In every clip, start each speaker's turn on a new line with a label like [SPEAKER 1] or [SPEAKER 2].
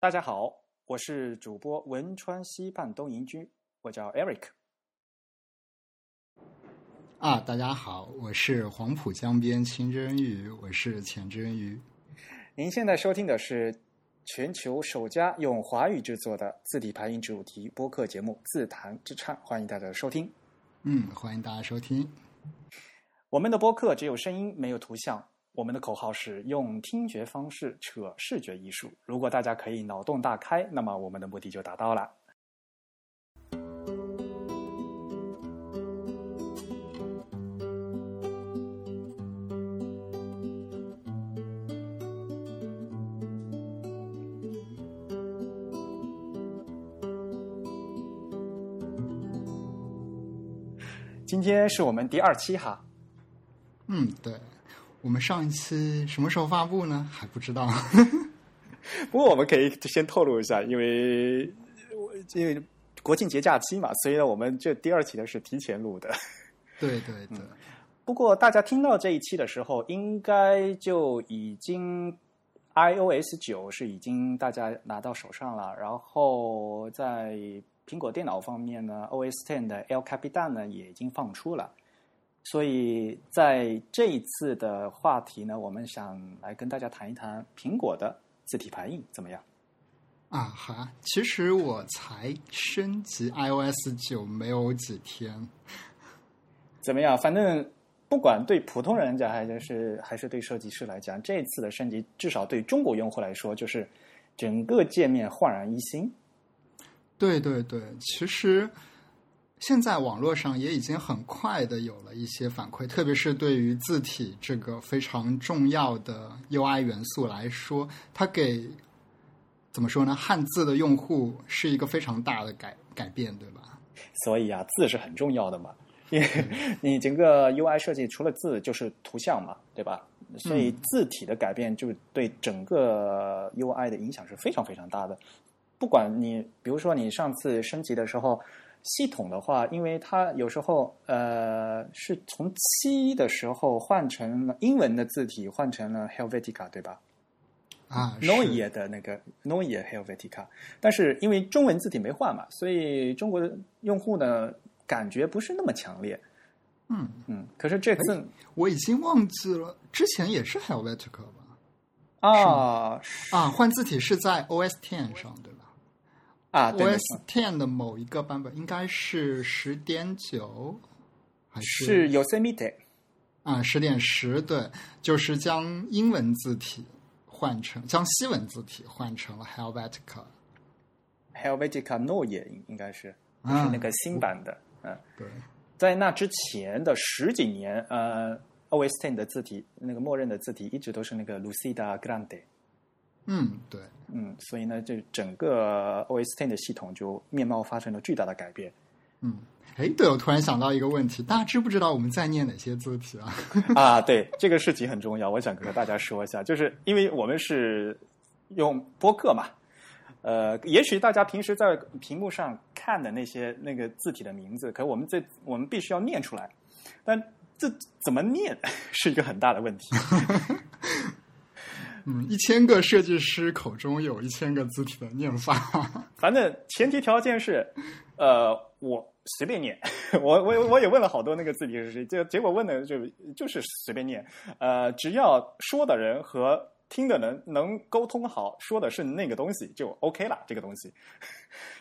[SPEAKER 1] 大家好，我是主播汶川西畔东营居，我叫 Eric。
[SPEAKER 2] 啊，大家好，我是黄浦江边清蒸鱼，我是钱蒸鱼。
[SPEAKER 1] 您现在收听的是全球首家用华语制作的字体排印主题播客节目《自弹自唱》，欢迎大家的收听。
[SPEAKER 2] 嗯，欢迎大家收听。
[SPEAKER 1] 我们的播客只有声音，没有图像。我们的口号是用听觉方式扯视觉艺术。如果大家可以脑洞大开，那么我们的目的就达到了。今天是我们第二期哈，
[SPEAKER 2] 嗯，对，我们上一期什么时候发布呢？还不知道。
[SPEAKER 1] 不过我们可以先透露一下，因为因为国庆节假期嘛，所以呢，我们这第二期呢是提前录的。
[SPEAKER 2] 对对对，
[SPEAKER 1] 不过大家听到这一期的时候，应该就已经 iOS 九是已经大家拿到手上了，然后在苹果电脑方面呢，OS Ten 的 El Capitan 呢也已经放出了。所以在这一次的话题呢，我们想来跟大家谈一谈苹果的字体排印怎么样？
[SPEAKER 2] 啊哈，其实我才升级 iOS 九没有几天。
[SPEAKER 1] 怎么样？反正不管对普通人讲，还是还是对设计师来讲，这一次的升级，至少对中国用户来说，就是整个界面焕然一新。
[SPEAKER 2] 对对对，其实现在网络上也已经很快的有了一些反馈，特别是对于字体这个非常重要的 UI 元素来说，它给怎么说呢？汉字的用户是一个非常大的改改变，对吧？
[SPEAKER 1] 所以啊，字是很重要的嘛，因为 你整个 UI 设计除了字就是图像嘛，对吧？所以字体的改变就对整个 UI 的影响是非常非常大的。不管你，比如说你上次升级的时候，系统的话，因为它有时候呃是从七的时候换成了英文的字体，换成了 Helvetica，对吧？
[SPEAKER 2] 啊，是
[SPEAKER 1] Noia 的那个 Noia Helvetica，但是因为中文字体没换嘛，所以中国的用户呢感觉不是那么强烈。
[SPEAKER 2] 嗯，
[SPEAKER 1] 嗯，可是这次
[SPEAKER 2] 我已经忘记了，之前也是 Helvetica 吧？
[SPEAKER 1] 啊是
[SPEAKER 2] 啊，换字体是在 OS Ten 上，对吧
[SPEAKER 1] 啊，对，没错
[SPEAKER 2] ？OS Ten 的某一个版本应该是十点九，还
[SPEAKER 1] 是 Yosemite，
[SPEAKER 2] 啊十点十？对，就是将英文字体换成将西文字体换成了 Helvetica。
[SPEAKER 1] Helvetica Noia 应应该是，就
[SPEAKER 2] 啊
[SPEAKER 1] 是那个新版的。嗯，
[SPEAKER 2] 对，
[SPEAKER 1] 在那之前的十几年，呃，OS Ten 的字体那个默认的字体一直都是那个 Lucida Grande。
[SPEAKER 2] 嗯，对，
[SPEAKER 1] 嗯，所以呢，就整个 OS Ten 的系统就面貌发生了巨大的改变
[SPEAKER 2] 嗯，哎，对，我突然想到一个问题，大家知不知道我们在念哪些字体啊？
[SPEAKER 1] 啊。对，这个事情很重要，我想和大家说一下，就是因为我们是用播客嘛，呃，也许大家平时在屏幕上看的那些那个字体的名字，可我们这我们必须要念出来，但这怎么念 是一个很大的问题。
[SPEAKER 2] 嗯，一千个设计师口中有一千个字体的念法。
[SPEAKER 1] 反正前提条件是，呃，我随便念， 我我我也问了好多那个字体是谁，结结果问的就就是随便念，呃，只要说的人和听的人能沟通好，说的是那个东西就 OK 了，这个东西，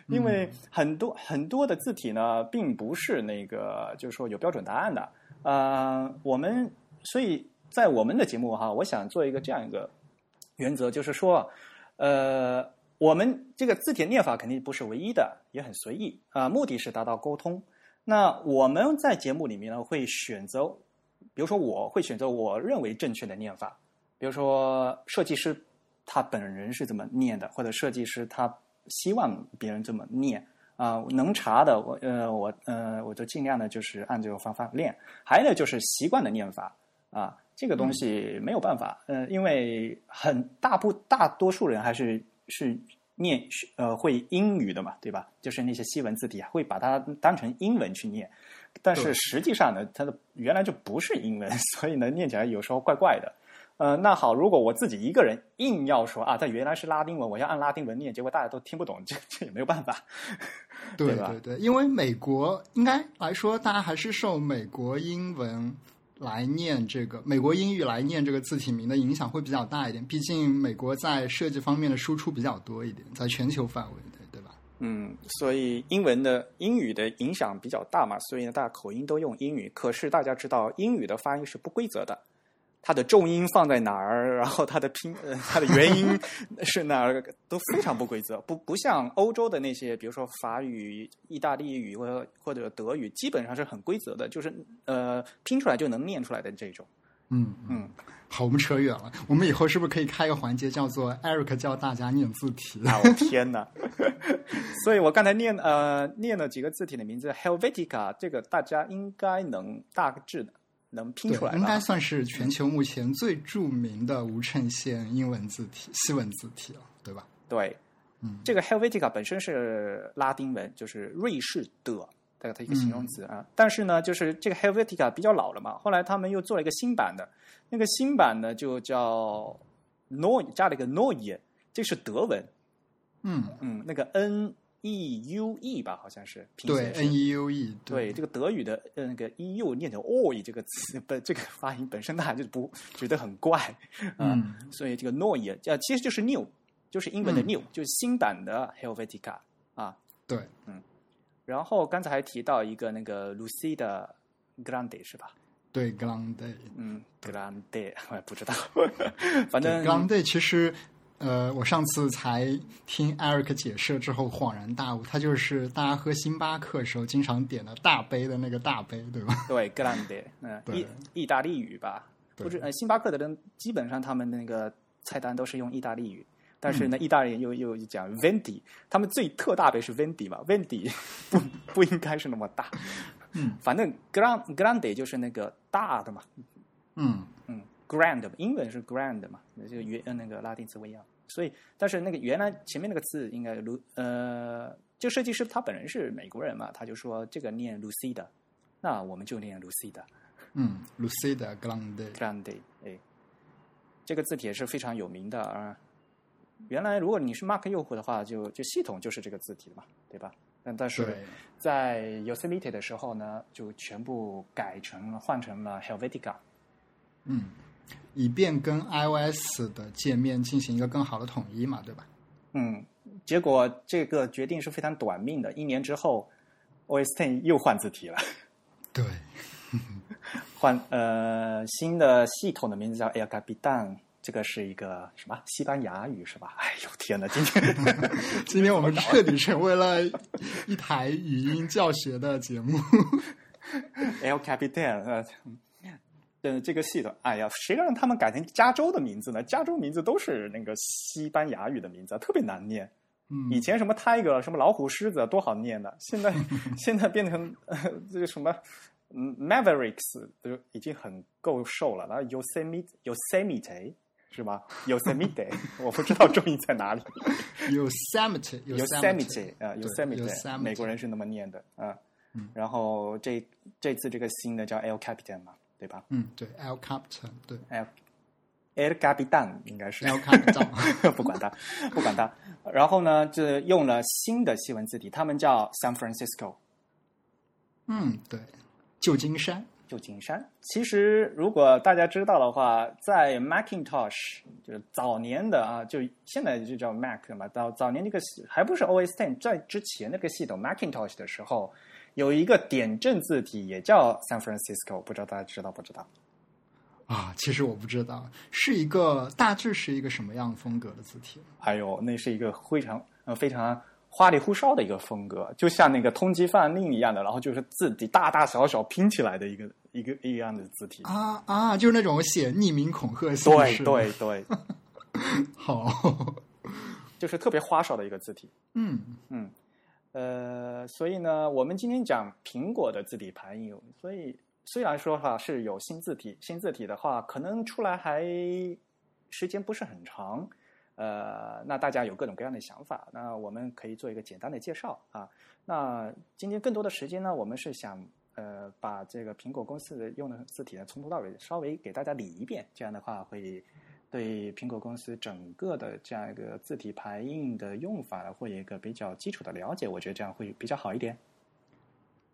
[SPEAKER 1] 因为很多很多的字体呢，并不是那个就是说有标准答案的，呃，我们所以在我们的节目哈，我想做一个这样一个原则，就是说，呃，我们这个字体念法肯定不是唯一的，也很随意啊、目的是达到沟通。那我们在节目里面呢，会选择，比如说我会选择我认为正确的念法，比如说设计师他本人是怎么念的，或者设计师他希望别人这么念啊、能查的我呃我呃我就尽量的就是按这个方法练。还有呢就是习惯的念法啊，这个东西没有办法，呃，因为很大部大多数人还是是念呃会英语的嘛，对吧？就是那些西文字体啊会把它当成英文去念，但是
[SPEAKER 2] 对
[SPEAKER 1] 实际上呢，它的原来就不是英文，所以呢念起来有时候怪怪的。呃，那好，如果我自己一个人硬要说啊，它原来是拉丁文，我要按拉丁文念，结果大家都听不懂，这这也没有办法。
[SPEAKER 2] 对
[SPEAKER 1] 吧
[SPEAKER 2] 对对，因为美国应该来说，大家还是受美国英文来念这个美国英语来念这个字体名的影响会比较大一点。毕竟美国在设计方面的输出比较多一点，在全球范围内，对吧？
[SPEAKER 1] 嗯，所以英文的英语的影响比较大嘛，所以呢，大家口音都用英语。可是大家知道，英语的发音是不规则的，它的重音放在哪儿，然后它的拼呃它的元音 是哪儿，都非常不规则。不不像欧洲的那些，比如说法语、意大利语或者或者德语，基本上是很规则的，就是呃拼出来就能念出来的这种。
[SPEAKER 2] 嗯
[SPEAKER 1] 嗯，
[SPEAKER 2] 好，我们扯远了。我们以后是不是可以开个环节叫做 “Eric 教大家念字 体
[SPEAKER 1] 啊，我天哪！所以我刚才念呃念了几个字体的名字，Helvetica 这个大家应该能大致能”？拼
[SPEAKER 2] 对
[SPEAKER 1] 出来，嗯
[SPEAKER 2] 应该
[SPEAKER 1] 吧？啊
[SPEAKER 2] 算是全球目前最著名的无衬线英文字体、西文字体了，对吧？
[SPEAKER 1] 对，
[SPEAKER 2] 嗯
[SPEAKER 1] 这个 Helvetica 本身是拉丁文，就是瑞士的它它一个形容词
[SPEAKER 2] 嗯
[SPEAKER 1] 啊。但是呢，就是这个 Helvetica 比较老了嘛，后来他们又做了一个新版的，那个新版呢就叫 Neu，加了一个 Neue，这是德文，
[SPEAKER 2] 嗯，
[SPEAKER 1] 嗯，那个 N E U E 吧，好像是拼
[SPEAKER 2] 对
[SPEAKER 1] 写是
[SPEAKER 2] ，N E U E，
[SPEAKER 1] 对这个德语的呃那个 eu 念成 oi 这个词本这个发音本身大家就不 觉得很怪啊、
[SPEAKER 2] 嗯
[SPEAKER 1] 所以这个 n o i 呃其实就是 new，就是英文的
[SPEAKER 2] 嗯
[SPEAKER 1] new，、就是新版的 Helvetica 啊。
[SPEAKER 2] 对，
[SPEAKER 1] 然后刚才还提到一个那个 Lucy 的 Grande 是吧？
[SPEAKER 2] 对，Grande。
[SPEAKER 1] 嗯，Grande 我也不知道， 反
[SPEAKER 2] 对
[SPEAKER 1] 正
[SPEAKER 2] Grande 其实，呃，我上次才听 Eric 解释之后恍然大悟，它就是大家喝星巴克的时候经常点的大杯的那个大杯，对吧？
[SPEAKER 1] 对 Grande 嗯、
[SPEAKER 2] 对
[SPEAKER 1] 意意大利语吧，不是
[SPEAKER 2] 对
[SPEAKER 1] 呃星巴克的人基本上他们那个菜单都是用意大利语，但是呢，
[SPEAKER 2] 嗯
[SPEAKER 1] 意大利人又又又讲 Vendi，他们最特大杯是 Vendi 嘛，Vendi 不不应该是那么大，
[SPEAKER 2] 嗯，
[SPEAKER 1] 反正 grand grande 就是那个大的嘛，
[SPEAKER 2] 嗯，
[SPEAKER 1] 嗯，grand 嘛英文是 grand 嘛，那就原呃那个拉丁词不一样，所以但是那个原来前面那个字应该卢呃，这个设计师他本人是美国人嘛，他就说这个念 Lucy 的，那我们就念 Lucy 的。
[SPEAKER 2] 嗯，Lucida Grande，
[SPEAKER 1] Grande，哎，这个字体也是非常有名的啊。原来如果你是 Mark 用户的话，就就系统就是这个字体的嘛，对吧？但但是
[SPEAKER 2] 对，
[SPEAKER 1] 在 Yosemite 的时候呢，就全部改成了换成了 Helvetica。
[SPEAKER 2] 嗯，以便跟 iOS 的界面进行一个更好的统一嘛，对吧？
[SPEAKER 1] 嗯，结果这个决定是非常短命的，一年之后，OS Ten 又换字体了，
[SPEAKER 2] 对，
[SPEAKER 1] 换呃新的系统的名字叫 El Capitan。这个是一个什么西班牙语是吧？哎呦天哪，今天
[SPEAKER 2] 今天我们彻底成为了一台语音教学的节目。
[SPEAKER 1] El Capitan，呃，呃，这个系统，哎呀，谁让他们改成加州的名字呢？加州名字都是那个西班牙语的名字啊，特别难念。
[SPEAKER 2] 嗯，
[SPEAKER 1] 以前什么 tiger，什么老虎、狮子，多好念的，现在现在变成呃这个什么。嗯，Mavericks 都已经很够瘦了，然后 Yosemite Yosemite 是吧？Yosemite 我不知道重音在哪里。
[SPEAKER 2] Yosemite
[SPEAKER 1] Yosemite 啊
[SPEAKER 2] 对
[SPEAKER 1] ，Yosemite，
[SPEAKER 2] Yosemite
[SPEAKER 1] 美国人是那么念的啊
[SPEAKER 2] 嗯。
[SPEAKER 1] 然后这这次这个新的叫 El Capitan 嘛，对吧
[SPEAKER 2] 嗯，对，El Capitan，对
[SPEAKER 1] ？El El Capitan 应该是
[SPEAKER 2] ，El Capitan，
[SPEAKER 1] 不管它，不管它。然后呢，这用了新的西文字体，他们叫 San Francisco
[SPEAKER 2] 嗯，对，旧金山。
[SPEAKER 1] 旧金山。其实如果大家知道的话，在 Macintosh 就是早年的啊，就现在就叫 Mac 嘛，到早年那个系还不是 OS Ten，在之前那个系统 Macintosh 的时候，有一个点阵字体也叫 San Francisco，不知道大家知道不知道？
[SPEAKER 2] 啊，其实我不知道，是一个大致是一个什么样风格的字体？
[SPEAKER 1] 还有那是一个非常呃非常花里胡哨的一个风格，就像那个通缉犯令一样的，然后就是字体大大小小拼起来的一个一个一样的字体。
[SPEAKER 2] 啊啊，就是那种写匿名恐吓信，
[SPEAKER 1] 对
[SPEAKER 2] 是吗，
[SPEAKER 1] 对对，
[SPEAKER 2] 好，
[SPEAKER 1] 就是特别花哨的一个字体。
[SPEAKER 2] 嗯，
[SPEAKER 1] 嗯，呃，所以呢，我们今天讲苹果的字体排印，所以虽然说哈是有新字体，新字体的话可能出来还时间不是很长，呃，那大家有各种各样的想法，那我们可以做一个简单的介绍啊。那今天更多的时间呢，我们是想呃把这个苹果公司用的字体呢从头到尾稍微给大家理一遍，这样的话会对苹果公司整个的这样一个字体排印的用法呢会有一个比较基础的了解，我觉得这样会比较好一点。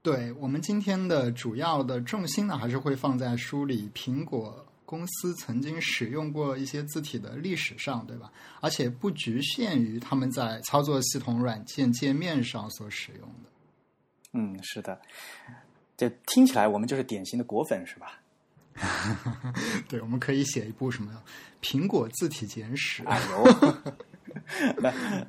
[SPEAKER 2] 对我们今天的主要的重心呢，还是会放在梳理苹果公司曾经使用过一些字体的历史上，对吧？而且不局限于他们在操作系统软件界面上所使用的。
[SPEAKER 1] 嗯，是的，这听起来我们就是典型的果粉，是 吧？
[SPEAKER 2] 对，我们可以写一部什么《苹果字体简史》
[SPEAKER 1] 哎呦，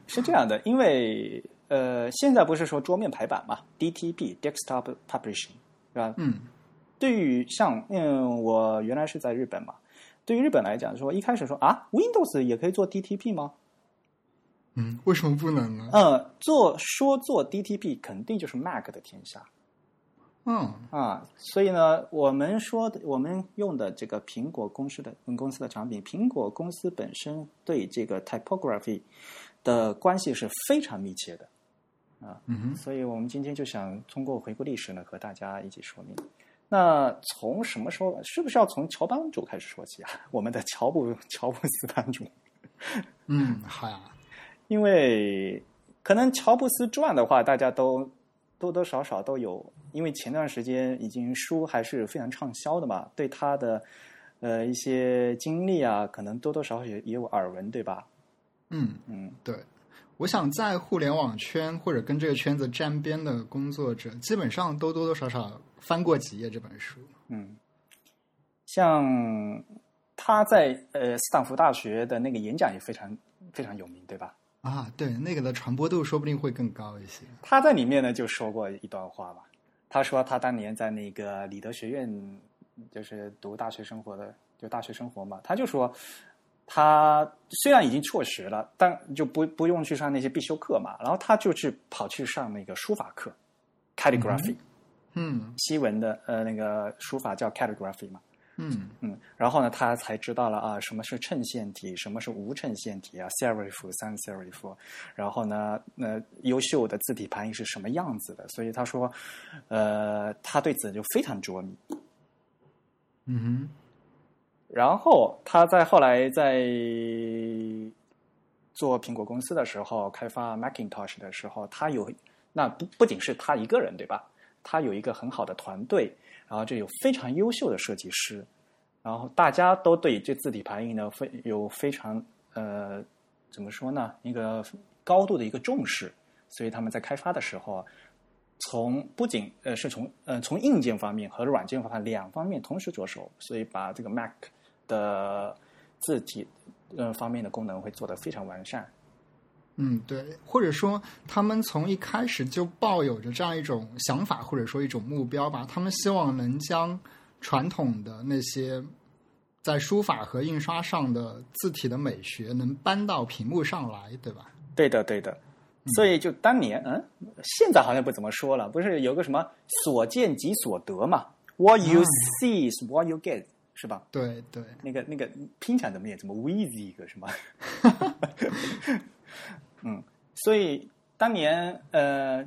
[SPEAKER 1] 是这样的，因为呃，现在不是说桌面排版嘛，DTP Desktop Publishing，是吧？
[SPEAKER 2] 嗯，
[SPEAKER 1] 对于像嗯，我原来是在日本嘛，对于日本来讲说，一开始说啊，Windows 也可以做 DTP 吗？
[SPEAKER 2] 嗯，为什么不能呢？
[SPEAKER 1] 嗯，做说做 DTP 肯定就是 Mac 的天下
[SPEAKER 2] 嗯，
[SPEAKER 1] 啊，所以呢，我们说的我们用的这个苹果公司的嗯公司的产品，苹果公司本身对这个 typography 的关系是非常密切的。
[SPEAKER 2] 嗯哼，
[SPEAKER 1] 所以我们今天就想通过回顾历史呢，和大家一起说明。那从什么时候？是不是要从乔帮主开始说起啊？ 我们的乔布乔布斯帮主，
[SPEAKER 2] 嗯，好呀，
[SPEAKER 1] 因为可能《乔布斯传》的话，大家都多多少少都有，因为前段时间已经书还是非常畅销的嘛，对他的呃一些经历啊，可能多多少少也也有耳闻，对吧？
[SPEAKER 2] 嗯，
[SPEAKER 1] 嗯，
[SPEAKER 2] 对，我想在互联网圈或者跟这个圈子沾边的工作者，基本上都多多少少翻过几页这本书。
[SPEAKER 1] 嗯，像他在呃斯坦福大学的那个演讲也非常非常有名，对吧？
[SPEAKER 2] 啊，对，那个的传播度说不定会更高一些。
[SPEAKER 1] 他在里面呢就说过一段话嘛，他说他当年在那个里德学院就是读大学生活的，就大学生活嘛，他就说他虽然已经辍学了，但就不不用去上那些必修课嘛，然后他就去跑去上那个书法课，calligraphy、
[SPEAKER 2] 嗯
[SPEAKER 1] 西文的呃那个书法叫 calligraphy 嘛。
[SPEAKER 2] 嗯
[SPEAKER 1] 嗯，然后呢，他才知道了啊，什么是衬线体，什么是无衬线体啊，serif、sans serif，然后呢，呃，优秀的字体排印是什么样子的？所以他说，呃，他对此就非常着迷。
[SPEAKER 2] 嗯
[SPEAKER 1] 然后他在后来在做苹果公司的时候，开发 Macintosh 的时候，他有那不不仅是他一个人对吧？他有一个很好的团队，然后就有非常优秀的设计师，然后大家都对这字体排印呢非有非常呃怎么说呢一个高度的一个重视，所以他们在开发的时候，啊从不仅呃是从呃从硬件方面和软件方面两方面同时着手，所以把这个 Mac 的字体呃方面的功能会做得非常完善。
[SPEAKER 2] 嗯，对，或者说他们从一开始就抱有着这样一种想法，或者说一种目标吧，他们希望能将传统的那些在书法和印刷上的字体的美学能搬到屏幕上来，对吧？
[SPEAKER 1] 对的，对的。所以就当年，嗯，现在好像不怎么说了，不是有个什么“所见即所得”嘛？What you
[SPEAKER 2] 嗯
[SPEAKER 1] see is what you get，是吧？
[SPEAKER 2] 对对，
[SPEAKER 1] 那个那个拼起来怎么念？怎么 v e 一个是 吗？嗯，所以当年呃，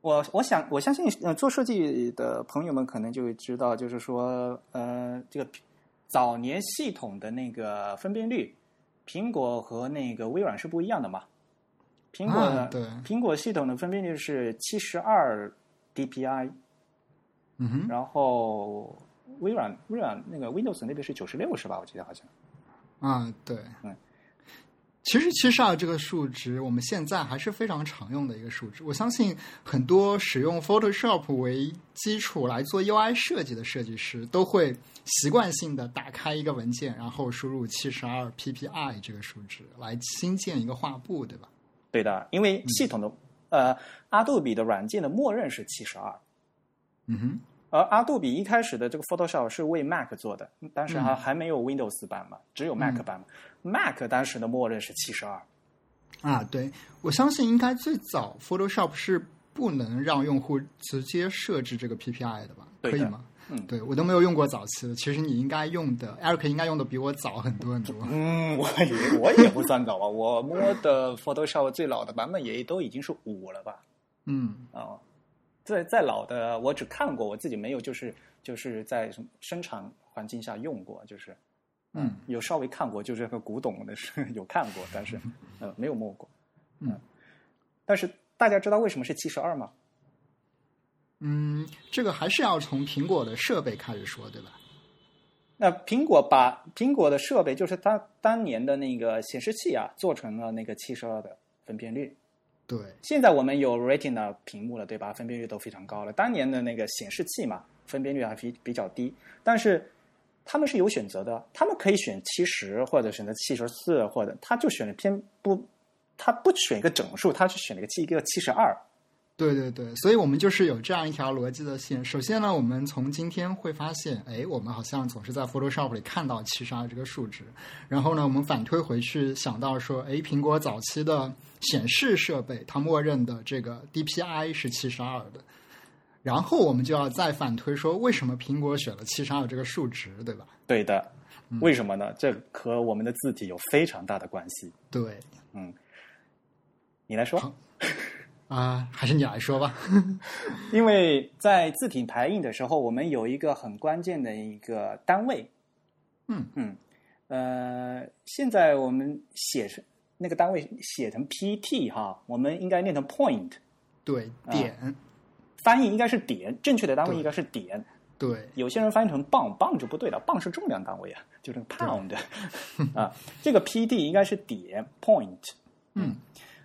[SPEAKER 1] 我我想我相信呃，做设计的朋友们可能就会知道，就是说呃，这个早年系统的那个分辨率，苹果和那个微软是不一样的嘛。苹果、
[SPEAKER 2] 啊对
[SPEAKER 1] 苹果系统的分辨率是七十二 DPI，
[SPEAKER 2] 嗯哼，
[SPEAKER 1] 然后微软微软那个 Windows 那边是九十六是吧？我记得好像。
[SPEAKER 2] 啊，对，
[SPEAKER 1] 嗯
[SPEAKER 2] 其实七十二这个数值，我们现在还是非常常用的一个数值。我相信很多使用 Photoshop 为基础来做 UI 设计的设计师，都会习惯性的打开一个文件，然后输入七十二 PPI 这个数值来新建一个画布，对吧？
[SPEAKER 1] 对的，因为系统的、呃，阿杜比的软件的默认是七十二，
[SPEAKER 2] 嗯哼，
[SPEAKER 1] 而阿杜比一开始的这个 Photoshop 是为 Mac 做的，当时还、
[SPEAKER 2] 嗯
[SPEAKER 1] 还没有 Windows 版嘛，只有 Mac 版嘛、m a c 当时的默认是七十二，
[SPEAKER 2] 啊，对，我相信应该最早 Photoshop 是不能让用户直接设置这个 PPI 的吧？
[SPEAKER 1] 对
[SPEAKER 2] 可以
[SPEAKER 1] 的
[SPEAKER 2] 吗？
[SPEAKER 1] 嗯
[SPEAKER 2] 对我都没有用过早期的，其实你应该用的，Eric 应该用的比我早很多很多。
[SPEAKER 1] 嗯， 我也我也不算早吧，我摸的 Photoshop 最老的版本也都已经是五了吧，
[SPEAKER 2] 嗯，
[SPEAKER 1] 啊、再再老的我只看过，我自己没有，就是就是在什么生产环境下用过，就是啊
[SPEAKER 2] 嗯
[SPEAKER 1] 有稍微看过，就是和古董的是 有看过，但是呃没有摸过。啊
[SPEAKER 2] 嗯
[SPEAKER 1] 但是大家知道为什么是七十二吗？
[SPEAKER 2] 嗯，这个还是要从苹果的设备开始说，对吧？
[SPEAKER 1] 那苹果把苹果的设备，就是它当年的那个显示器啊，做成了那个七十二的分辨率。
[SPEAKER 2] 对，
[SPEAKER 1] 现在我们有 Retina 屏幕了，对吧？分辨率都非常高了。当年的那个显示器嘛，分辨率还比比较低，但是他们是有选择的，他们可以选七十，或者选择七十四，或者他就选了偏不，他不选一个整数，他是选了一个七一个七十二。
[SPEAKER 2] 对对对，所以我们就是有这样一条逻辑的线。首先呢，我们从今天会发现，哎，我们好像总是在 Photoshop 里看到七十二这个数值。然后呢，我们反推回去想到说，哎，苹果早期的显示设备它默认的这个 DPI 是七十二的。然后我们就要再反推说，为什么苹果选了七十二这个数值，对吧？
[SPEAKER 1] 对的，为什么呢？这和我们的字体有非常大的关系。
[SPEAKER 2] 对
[SPEAKER 1] 你来说。
[SPEAKER 2] 好啊、还是你来说吧。
[SPEAKER 1] 因为在字体排印的时候，我们有一个很关键的一个单位。
[SPEAKER 2] 嗯
[SPEAKER 1] 嗯，呃，现在我们写成那个单位写成 PT 哈，我们应该念成 point，
[SPEAKER 2] 对，点，
[SPEAKER 1] 翻译应该是点，正确的单位
[SPEAKER 2] 对
[SPEAKER 1] 应该是点。
[SPEAKER 2] 对，
[SPEAKER 1] 有些人翻译成磅，磅就不对了，磅是重量单位啊， 就是那个 pound 啊。这个 PD 应该是点 point，
[SPEAKER 2] 嗯，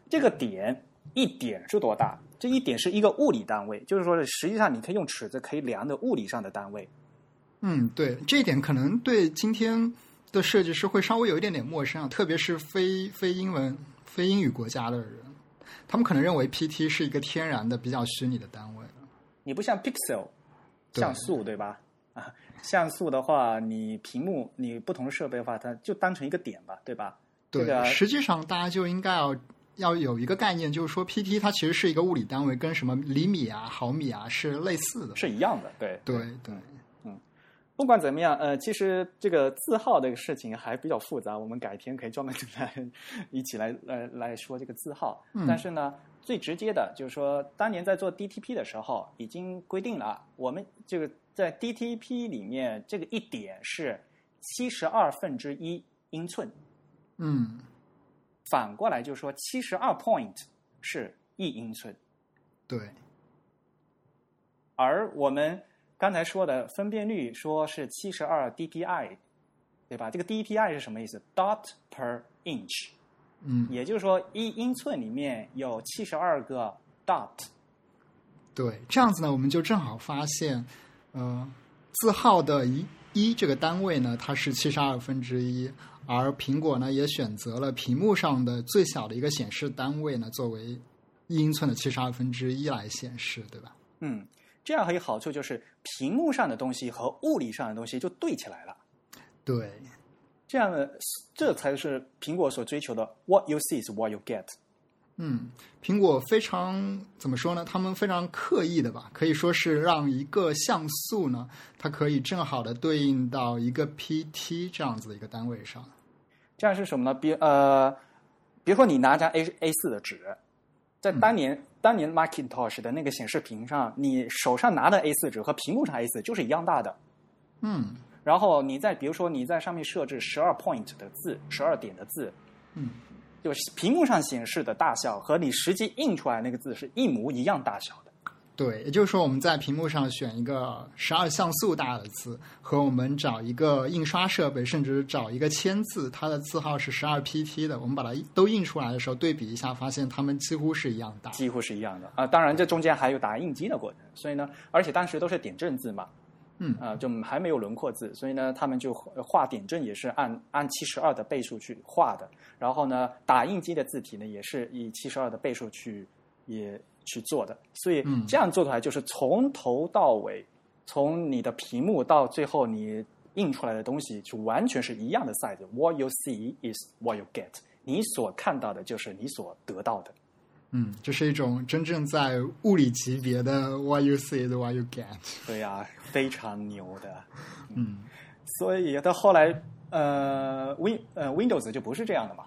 [SPEAKER 1] 这个点一点是多大？这一点是一个物理单位，就是说实际上你可以用尺子可以量的物理上的单位。
[SPEAKER 2] 嗯，对，这一点可能对今天的设计师会稍微有一点点陌生啊，特别是非非英文、非英语国家的人，他们可能认为 PT 是一个天然的、比较虚拟的单位。
[SPEAKER 1] 你不像 pixel
[SPEAKER 2] 对
[SPEAKER 1] 像素对吧？啊，像素的话，你屏幕你不同设备的话，它就当成一个点吧，对吧？
[SPEAKER 2] 对，
[SPEAKER 1] 这个
[SPEAKER 2] 实际上大家就应该要要有一个概念，就是说 PT 它其实是一个物理单位，跟什么厘米啊、毫米啊是类似的。
[SPEAKER 1] 是一样的，对。
[SPEAKER 2] 对对，
[SPEAKER 1] 不管怎么样，呃，其实这个字号这个事情还比较复杂，我们改天可以专门来一起来来来说这个字号。
[SPEAKER 2] 嗯
[SPEAKER 1] 但是呢，最直接的就是说，当年在做 DTP 的时候已经规定了，我们这个在 DTP 里面这个一点是七十二分之一英寸，
[SPEAKER 2] 嗯，
[SPEAKER 1] 反过来就说七十二 point 是一英寸，
[SPEAKER 2] 对
[SPEAKER 1] 而我们刚才说的分辨率说是七十二 dpi，对吧？这个 dpi 是什么意思？dot per inch，
[SPEAKER 2] 嗯
[SPEAKER 1] 也就是说一英寸里面有七十二个 dot。
[SPEAKER 2] 对，这样子呢，我们就正好发现，呃，字号的一一这个单位呢，它是七十二分之一，而苹果呢也选择了屏幕上的最小的一个显示单位呢，作为一英寸的七十二分之一来显示，对吧？
[SPEAKER 1] 嗯，这样还有好处就是屏幕上的东西和物理上的东西就对起来了。
[SPEAKER 2] 对，
[SPEAKER 1] 这样的，这才是苹果所追求的 “what you see is what you get”。
[SPEAKER 2] 嗯，苹果非常怎么说呢？他们非常刻意的吧，可以说是让一个像素呢，它可以正好的对应到一个 PT 这样子的一个单位上。
[SPEAKER 1] 这样是什么呢？比呃，比如说你拿张 A A 四的纸，在当年、当年 Macintosh 的那个显示屏上，你手上拿的 A 四纸和屏幕上 A 四就是一样大的。
[SPEAKER 2] 嗯
[SPEAKER 1] 然后你在比如说你在上面设置十二 point 的字，十二点的字，
[SPEAKER 2] 嗯。
[SPEAKER 1] 就是屏幕上显示的大小和你实际印出来那个字是一模一样大小的。
[SPEAKER 2] 对，也就是说，我们在屏幕上选一个十二像素大的字，和我们找一个印刷设备，甚至找一个签字，它的字号是十二 PT 的，我们把它都印出来的时候，对比一下，发现它们几乎是一样大。
[SPEAKER 1] 几乎是一样的啊、当然，这中间还有打印机的过程，所以呢，而且当时都是点阵字嘛，
[SPEAKER 2] 嗯
[SPEAKER 1] 啊、就还没有轮廓字，所以呢，他们就画点阵也是按按七十二的倍数去画的，然后呢，打印机的字体呢也是以七十二的倍数去也去做的，所以
[SPEAKER 2] 嗯
[SPEAKER 1] 这样做出来就是从头到尾，从你的屏幕到最后你印出来的东西，就完全是一样的 size。What you see is what you get，你所看到的就是你所得到的。
[SPEAKER 2] 嗯，这是一种真正在物理级别的 “what you see is what you get”。
[SPEAKER 1] 对呀、非常牛的。
[SPEAKER 2] 嗯，
[SPEAKER 1] 所以到后来，呃，Win 呃 Windows 就不是这样的嘛。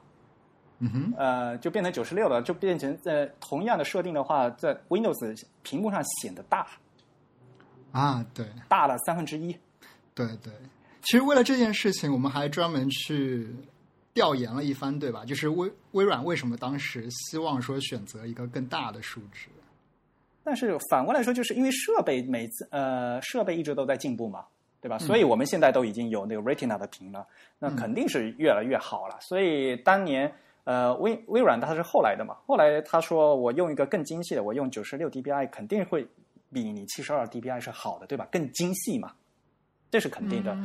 [SPEAKER 2] 嗯哼，
[SPEAKER 1] 呃，就变成九十六了，就变成在同样的设定的话，在 Windows 屏幕上显得大，
[SPEAKER 2] 啊，对
[SPEAKER 1] 大了三分之一。
[SPEAKER 2] 对对。其实为了这件事情，我们还专门去调研了一番，对吧？就是微微软为什么当时希望说选择一个更大的数值？
[SPEAKER 1] 但是反过来说，就是因为设备每次呃设备一直都在进步嘛，对吧？所以我们现在都已经有那个 Retina 的屏了，那肯定是越来越好了。所以当年呃微微软它是后来的嘛，后来他说我用一个更精细的，我用九十六 dpi 肯定会比你七十二 dpi 是好的，对吧？更精细嘛，这是肯定的。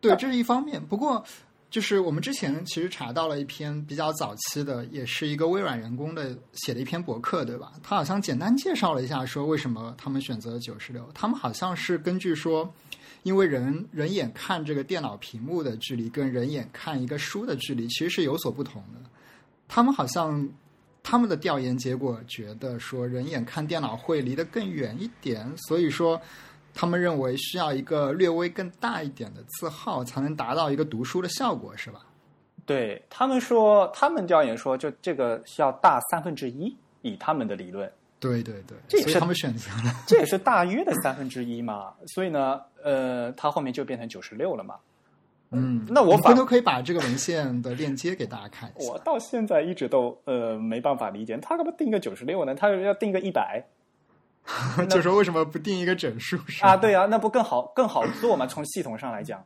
[SPEAKER 2] 对，这是一方面。不过，就是我们之前其实查到了一篇比较早期的，也是一个微软员工的写的一篇博客，对吧？他好像简单介绍了一下，说为什么他们选择九十六。他们好像是根据说，因为人人眼看这个电脑屏幕的距离跟人眼看一个书的距离其实是有所不同的。他们好像他们的调研结果觉得说，人眼看电脑会离得更远一点，所以说。他们认为需要一个略微更大一点的字号，才能达到一个读书的效果，是吧？
[SPEAKER 1] 对他们说，他们调研说，就这个需要大三分之一，以他们的理论。
[SPEAKER 2] 对对对，
[SPEAKER 1] 这也
[SPEAKER 2] 所以
[SPEAKER 1] 是
[SPEAKER 2] 他们选择了。
[SPEAKER 1] 这也是大约的三分之一嘛，所以呢，呃，它后面就变成九十六了嘛。
[SPEAKER 2] 嗯，
[SPEAKER 1] 那我
[SPEAKER 2] 们回
[SPEAKER 1] 反
[SPEAKER 2] 头可以把这个文献的链接给大家 看一下
[SPEAKER 1] 我。到现在一直都呃没办法理解，他干嘛定个九十六呢？他要定个一百
[SPEAKER 2] 就说为什么不定一个整数是吧？
[SPEAKER 1] 啊？对啊，那不更好更好做嘛？从系统上来讲，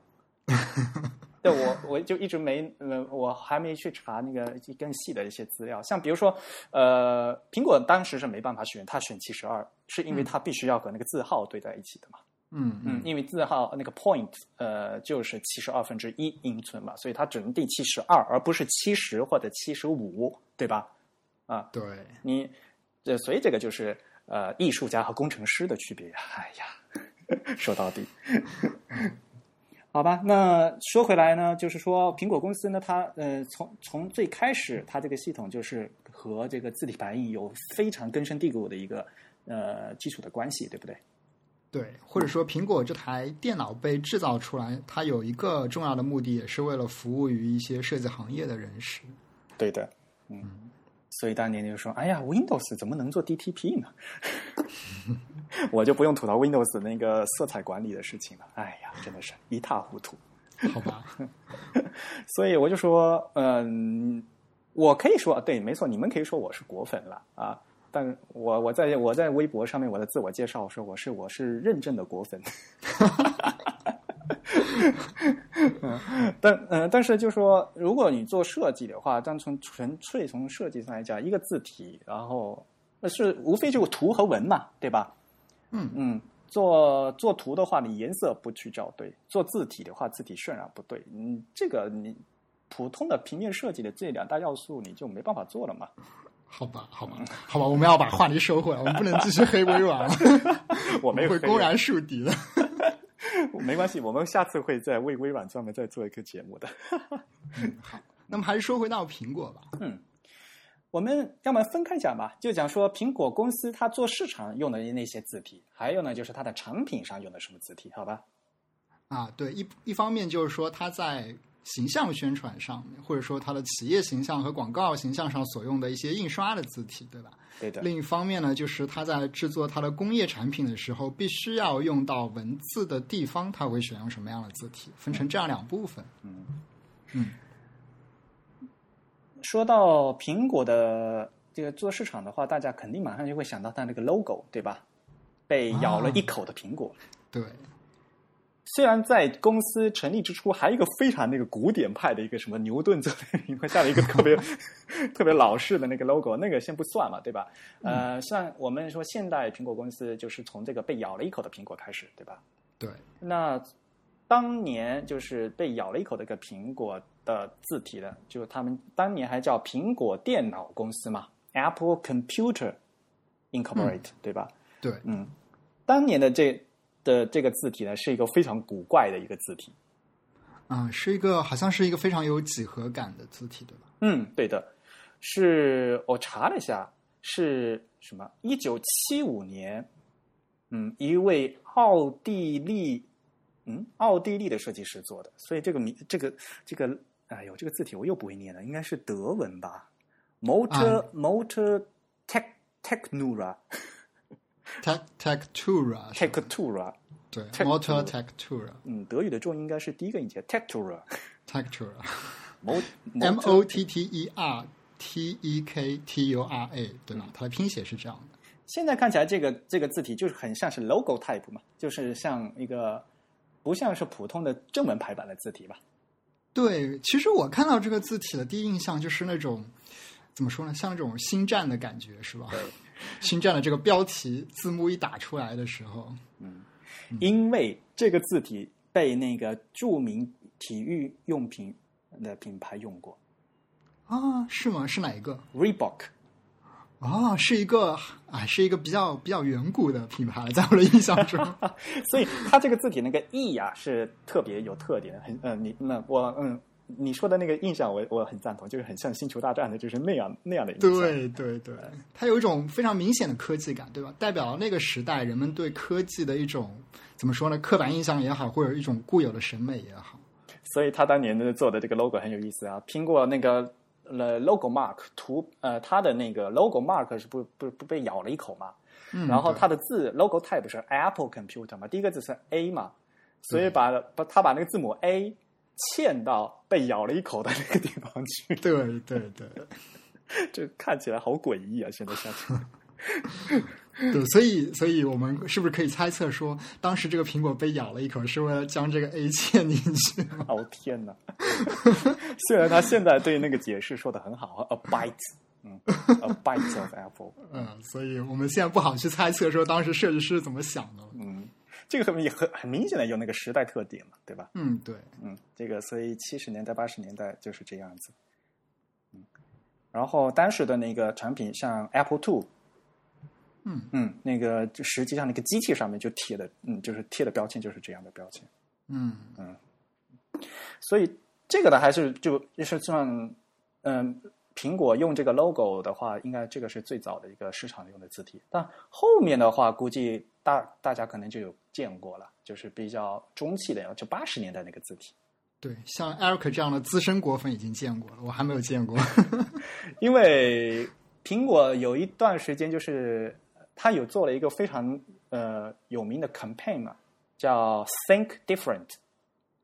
[SPEAKER 1] 对我我就一直没呃，我还没去查那个更细的一些资料，像比如说呃，苹果当时是没办法选，它选七十二，是因为它必须要和那个字号对在一起的嘛。
[SPEAKER 2] 嗯
[SPEAKER 1] 嗯，
[SPEAKER 2] 嗯
[SPEAKER 1] 因为字号那个 point 呃就是七十二分之一英寸嘛，所以它只能定七十二，而不是七十或者七十五，对吧？啊，
[SPEAKER 2] 对，
[SPEAKER 1] 你这所以这个就是呃艺术家和工程师的区别呀。哎呀，说到底，嗯好吧。那说回来呢，就是说苹果公司呢，它呃从从最开始它这个系统就是和这个字体排印有非常根深蒂固的一个呃基础的关系，对不对？
[SPEAKER 2] 对，或者说苹果这台电脑被制造出来，它有一个重要的目的，也是为了服务于一些设计行业的人士。
[SPEAKER 1] 对的，嗯，所以当年就说，哎呀，Windows 怎么能做 DTP 呢？ 我就不用吐槽 Windows 那个色彩管理的事情了，哎呀，真的是一塌糊涂。
[SPEAKER 2] 好 吧，
[SPEAKER 1] 所以我就说，嗯，我可以说，对，没错，你们可以说我是果粉了啊。但我我在我在微博上面我的自我介绍说我是我是认证的果粉， 嗯，但嗯、呃但是就说如果你做设计的话，单从纯粹从设计上来讲，一个字体，然后那是无非就是图和文嘛，对吧？
[SPEAKER 2] 嗯
[SPEAKER 1] 嗯，做做图的话，你颜色不去校对；做字体的话，字体渲染不对。嗯，这个你普通的平面设计的这两大要素你就没办法做了 嘛。
[SPEAKER 2] 好吧，好吧，好吧，我们要把话题 收回来，我们不能继续黑微软了。
[SPEAKER 1] 我没有
[SPEAKER 2] 会
[SPEAKER 1] 黑
[SPEAKER 2] 公然树敌的。
[SPEAKER 1] 没关系，我们下次会再为微软专门再做一个节目的。
[SPEAKER 2] 那么还是说回到苹果吧。
[SPEAKER 1] 我们要么分开讲吧，就讲说苹果公司它做市场用的那些字体，还有呢就是它的产品上用的什么字体，好吧？
[SPEAKER 2] 啊，对，一一方面就是说它在形象宣传上面，或者说它的企业形象和广告形象上所用的一些印刷的字体，对吧？
[SPEAKER 1] 对的，
[SPEAKER 2] 另一方面呢，就是它在制作它的工业产品的时候，必须要用到文字的地方，它会选用什么样的字体，分成这样两部分。
[SPEAKER 1] 嗯
[SPEAKER 2] 嗯，
[SPEAKER 1] 说到苹果的这个做市场的话，大家肯定马上就会想到它那个 logo，对吧？被咬了一口的苹果。
[SPEAKER 2] 对，
[SPEAKER 1] 虽然在公司成立之初，还有一个非常那个古典派的一个什么牛顿做的 苹果，下了一个特别特别老式的那个 logo，那个先不算嘛，对吧？呃，像我们说现代苹果公司，就是从这个被咬了一口的苹果开始，对吧？
[SPEAKER 2] 对，
[SPEAKER 1] 那当年就是被咬了一口的一个苹果的字体的，就是他们当年还叫苹果电脑公司嘛，Apple Computer Incorporate，、对吧？
[SPEAKER 2] 对，
[SPEAKER 1] 嗯，当年的这的这个字体呢，是一个非常古怪的一个字体。
[SPEAKER 2] 啊、是一个好像是一个非常有几何感的字体，对吧？
[SPEAKER 1] 嗯，对的，是我查了一下，是什么？一九七五年，嗯，一位奥地利，嗯，奥地利的设计
[SPEAKER 2] 啊
[SPEAKER 1] 师做的，所以这个名，这个这个，哎呦，这个字体我又不会念了，应该是德文吧？ motor、motor tech technura
[SPEAKER 2] tech tectura 是
[SPEAKER 1] tech
[SPEAKER 2] 吧
[SPEAKER 1] tura，
[SPEAKER 2] 对
[SPEAKER 1] tech-
[SPEAKER 2] motor tectura
[SPEAKER 1] 嗯，德语的重音应该是第一个音节 tech tura。
[SPEAKER 2] tectura
[SPEAKER 1] mo
[SPEAKER 2] M
[SPEAKER 1] motor
[SPEAKER 2] O E T T E R T E K T U R A 对
[SPEAKER 1] 嗯
[SPEAKER 2] 吧？它的拼写是这样的。
[SPEAKER 1] 现在看起来这个这个字体就是很像是 logo type 嘛，就是像一个不像是普通的正文排版的字体吧。
[SPEAKER 2] 对，其实我看到这个字体的第一印象就是那种怎么说呢，像那种星战的感觉是吧？ 星战的这个标题字幕一打出来的时候，
[SPEAKER 1] 因为这个字体被那个著名体育用品的品牌用过
[SPEAKER 2] 啊，是吗？是哪一个？
[SPEAKER 1] ，Reebok。
[SPEAKER 2] 哦，是一个啊，是一个比较比较远古的品牌，在我的印象中。
[SPEAKER 1] 所以它这个字体那个 e 呀、是特别有特点的，很呃，你那我嗯，你说的那个印象我我很赞同，就是很像星球大战的，就是那样那样的印象。，
[SPEAKER 2] 对对对，它有一种非常明显的科技感，对吧？代表那个时代人们对科技的一种怎么说呢？刻板印象也好，或者一种固有的审美也好。
[SPEAKER 1] 所以他当年的做的这个 logo 很有意思啊，苹果那个呃 logo mark 图呃，它的那个 logo mark 是不不不被咬了一口嘛，
[SPEAKER 2] 嗯，
[SPEAKER 1] 然后
[SPEAKER 2] 对
[SPEAKER 1] 它的字 logo type 是 Apple Computer 嘛，第一个字是 A
[SPEAKER 2] 嗯
[SPEAKER 1] 嘛，所以把把它把那个字母 A 嵌到被咬了一口的那个地方去，
[SPEAKER 2] 对对对
[SPEAKER 1] 这看起来好诡异啊！现在想起来，
[SPEAKER 2] 对，所以所以我们是不是可以猜测说，当时这个苹果被咬了一口，是为了将这个 A 嵌进去？
[SPEAKER 1] 哦天哪！ 虽然他现在对那个解释说的很好啊，a bite，嗯，a bite of apple，
[SPEAKER 2] 嗯，所以我们现在不好去猜测说当时设计师怎么想的。
[SPEAKER 1] 嗯，这个很也很很明显的有那个时代特点嘛，对吧？
[SPEAKER 2] 嗯，对，
[SPEAKER 1] 嗯，这个所以七十年代、八十年代就是这样子。嗯，然后当时的那个产品像 Apple Two，
[SPEAKER 2] 嗯
[SPEAKER 1] 嗯，那个就实际上那个机器上面就贴的，嗯，就是贴的标签就是这样的标签。
[SPEAKER 2] 嗯
[SPEAKER 1] 所以这个呢，还是就就是算，嗯，苹果用这个 logo 的话，应该这个是最早的一个市场用的字体。但后面的话，估计大大家可能就有见过了，就是比较中气的，就八十年代那个字体。
[SPEAKER 2] 对，像 Eric 这样的资深果粉已经见过了，我还没有见过。
[SPEAKER 1] 因为苹果有一段时间就是它有做了一个非常呃有名的 campaign 嘛，叫 Think Different。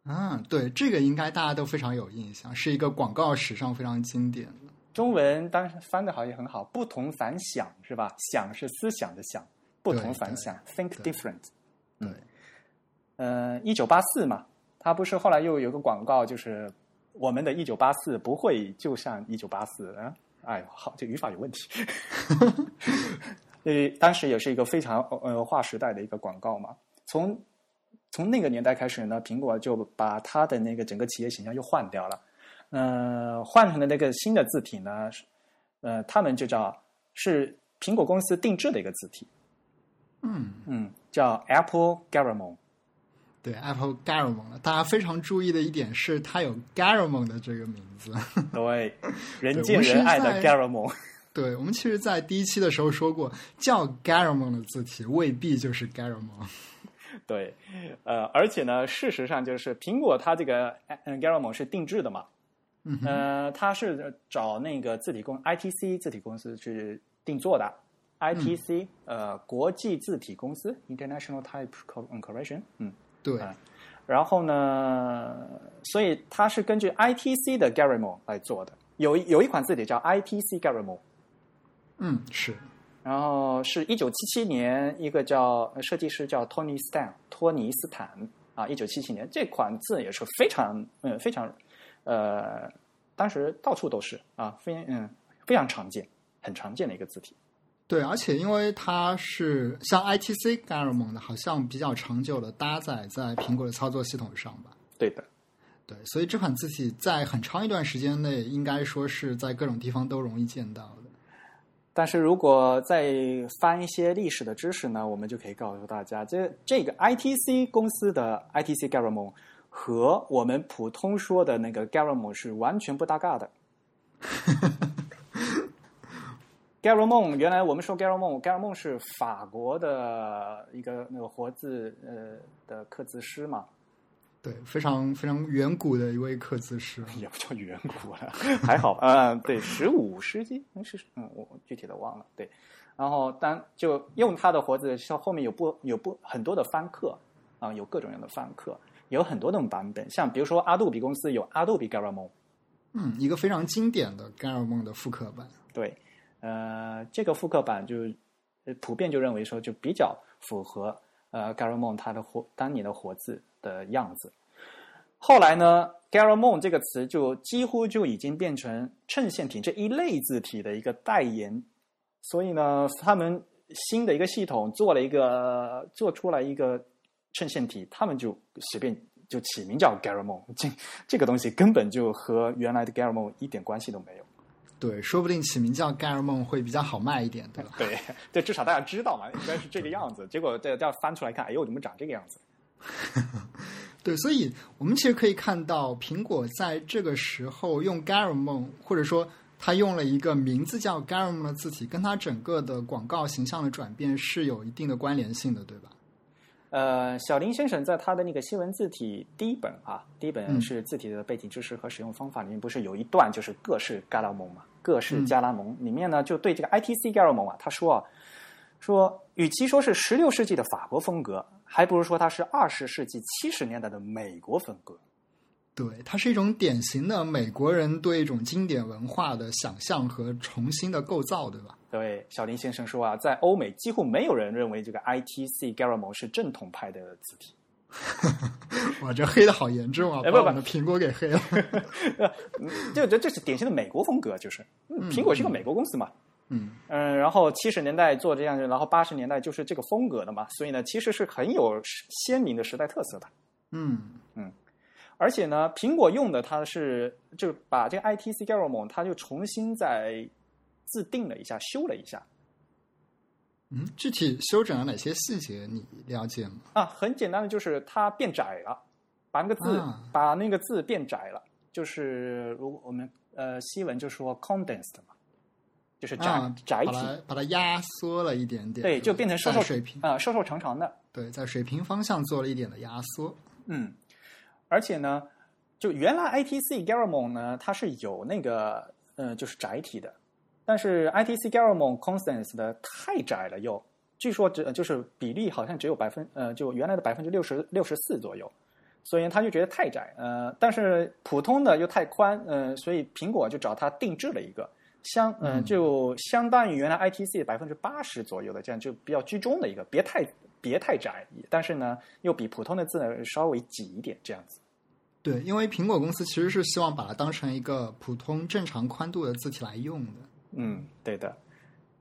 [SPEAKER 2] 啊，对，这个应该大家都非常有印象，是一个广告史上非常经典的。
[SPEAKER 1] 中文当时翻的好也很好，不同凡响是吧？响是思想的想，不同凡响，think
[SPEAKER 2] 对
[SPEAKER 1] different。
[SPEAKER 2] 对，
[SPEAKER 1] 呃，一九八四嘛，它不是后来又有个广告，就是我们的一九八四不会就像一九八四啊，哎呦，好，这语法有问题。 呃，当时也是一个非常呃划时代的一个广告嘛。从从那个年代开始呢，苹果就把它的那个整个企业形象又换掉了，呃，换成了那个新的字体呢，是呃，他们就叫是苹果公司定制的一个字体，
[SPEAKER 2] 嗯，
[SPEAKER 1] 嗯，叫 Apple Garamond。
[SPEAKER 2] 对，Apple Garamond 了。大家非常注意的一点是，它有 Garamond 的这个名字。
[SPEAKER 1] 对，
[SPEAKER 2] 对
[SPEAKER 1] 人
[SPEAKER 2] 我
[SPEAKER 1] 见
[SPEAKER 2] 们是
[SPEAKER 1] 人爱的
[SPEAKER 2] 在
[SPEAKER 1] Garamond，
[SPEAKER 2] 对，我们其实，在第一期的时候说过，叫 Garamond 的字体未必就是 Garamond。
[SPEAKER 1] 对，呃，而且呢，事实上就是苹果它这个呃 Garamond 是定制的嘛，
[SPEAKER 2] 嗯哼，
[SPEAKER 1] 呃，它是找那个字体公 ITC 字体公司去定做的，ITC、呃
[SPEAKER 2] 嗯
[SPEAKER 1] 国际字体公司 International Type Co- Corporation，嗯，
[SPEAKER 2] 对，
[SPEAKER 1] 啊然后呢，所以它是根据 ITC 的 Garamond 来做的，有一有一款字体叫 ITC Garamond。
[SPEAKER 2] 嗯，是，
[SPEAKER 1] 然后是一九七七年，一个叫呃设计师叫托尼斯坦，托尼斯坦啊，一九七七年这款字也是非常嗯非常呃，当时到处都是啊，非嗯非常常见，很常见的一个字体。
[SPEAKER 2] 对，而且因为它是像 ITC Garamond 的，好像比较长久的搭载在苹果的操作系统上吧。
[SPEAKER 1] 对的，
[SPEAKER 2] 对，所以这款字体在很长一段时间内，应该说是在各种地方都容易见到的。
[SPEAKER 1] 但是如果再翻一些历史的知识呢，我们就可以告诉大家，这这个 ITC 公司的 ITC Garamond 和我们普通说的那个 Garamond 是完全不搭嘎的。Garamond 原来我们说 Garamond，Garamond 是法国的一个那个活字呃的刻字师嘛，
[SPEAKER 2] 对，非常非常远古的一位刻字师。
[SPEAKER 1] 也不叫远古了， 还好吧？啊、对，十五世纪，嗯是，嗯，我具体的忘了。对，然后当就用他的活字，像后面有不有不很多的翻刻啊、有各种样的翻刻，有很多种版本。像比如说阿杜比公司有阿杜比 Garamond，
[SPEAKER 2] 嗯，一个非常经典的盖尔梦的复刻版。
[SPEAKER 1] 对，呃，这个复刻版就呃普遍就认为说就比较符合呃 Garamond 他的活当年的活字的样子。后来呢，Garamond 这个词就几乎就已经变成衬线体这一类字体的一个代言，所以呢，他们新的一个系统做了一个做出来一个衬线体，他们就随便就起名叫 Garamond，这这个东西根本就和原来的 Garamond 一点关系都没有。
[SPEAKER 2] 对，说不定起名叫盖尔梦会比较好卖一点，对吧？
[SPEAKER 1] 对，对，至少大家知道嘛，应该是这个样子。结果大家翻出来看，哎呦，怎么长这个样子？
[SPEAKER 2] 对，所以我们其实可以看到，苹果在这个时候用 Garamond，或者说它用了一个名字叫 Garamond 的字体，跟它整个的广告形象的转变是有一定的关联性的，对吧？
[SPEAKER 1] 呃，小林先生在他的那个新闻字体第一本啊，第一本
[SPEAKER 2] 嗯
[SPEAKER 1] 是字体的背景知识和使用方法里面，不是有一段就是各式嘎拉蒙嘛，各式加拉蒙、里面呢，就对这个 ITC 加拉蒙啊，他说啊，说与其说是十六世纪的法国风格，还不如说它是二十世纪七十年代的美国风格。
[SPEAKER 2] 对，它是一种典型的美国人对一种经典文化的想象和重新的构造，对吧？
[SPEAKER 1] 对，小林先生说啊，在欧美几乎没有人认为这个 ITC Garamond 是正统派的字体。
[SPEAKER 2] 哇，这黑的好严重啊，
[SPEAKER 1] 哎
[SPEAKER 2] 把
[SPEAKER 1] 不
[SPEAKER 2] 我们的苹果给 黑了。
[SPEAKER 1] 嗯这这这是典型的美国风格，就是嗯
[SPEAKER 2] 嗯
[SPEAKER 1] 苹果是个美国公司嘛，
[SPEAKER 2] 嗯，
[SPEAKER 1] 嗯，然后七十年代做这样的，然后八十年代就是这个风格的嘛，所以呢，其实是很有鲜明的时代特色的。
[SPEAKER 2] 嗯，
[SPEAKER 1] 而且呢，苹果用的它是就把这个 ITC Garamond 它就重新再自定了一下，修了一下
[SPEAKER 2] 嗯，具体修整了哪些细节？你了解吗？
[SPEAKER 1] 啊，很简单的就是它变窄了，把那个字、
[SPEAKER 2] 啊
[SPEAKER 1] 把那个字变窄了，就是如果我们呃西文就说 condensed 嘛，就是窄、
[SPEAKER 2] 啊，
[SPEAKER 1] 窄
[SPEAKER 2] 把
[SPEAKER 1] 体
[SPEAKER 2] 它把它压缩了一点点，
[SPEAKER 1] 对
[SPEAKER 2] 是吧
[SPEAKER 1] 就变成瘦
[SPEAKER 2] 在
[SPEAKER 1] 瘦
[SPEAKER 2] 水平，
[SPEAKER 1] 啊、瘦瘦长长的，
[SPEAKER 2] 对，在水平方向做了一点的压缩。
[SPEAKER 1] 嗯，而且呢，就原来 ITC Garamond 呢，它是有那个呃，就是窄体的，但是 ITC Garamond Constance 的太窄了又，据说只呃就是比例好像只有百分呃，就原来的百分之六十六十四左右，所以他就觉得太窄，呃，但是普通的又太宽，呃，所以苹果就找他定制了一个。相呃，
[SPEAKER 2] 嗯
[SPEAKER 1] 就相当于原来 ITC 百分之八十左右的，这样就比较居中的一个，别太别太窄，但是呢，又比普通的字呢稍微挤一点，这样子。
[SPEAKER 2] 对，因为苹果公司其实是希望把它当成一个普通正常宽度的字体来用的。
[SPEAKER 1] 嗯，对的。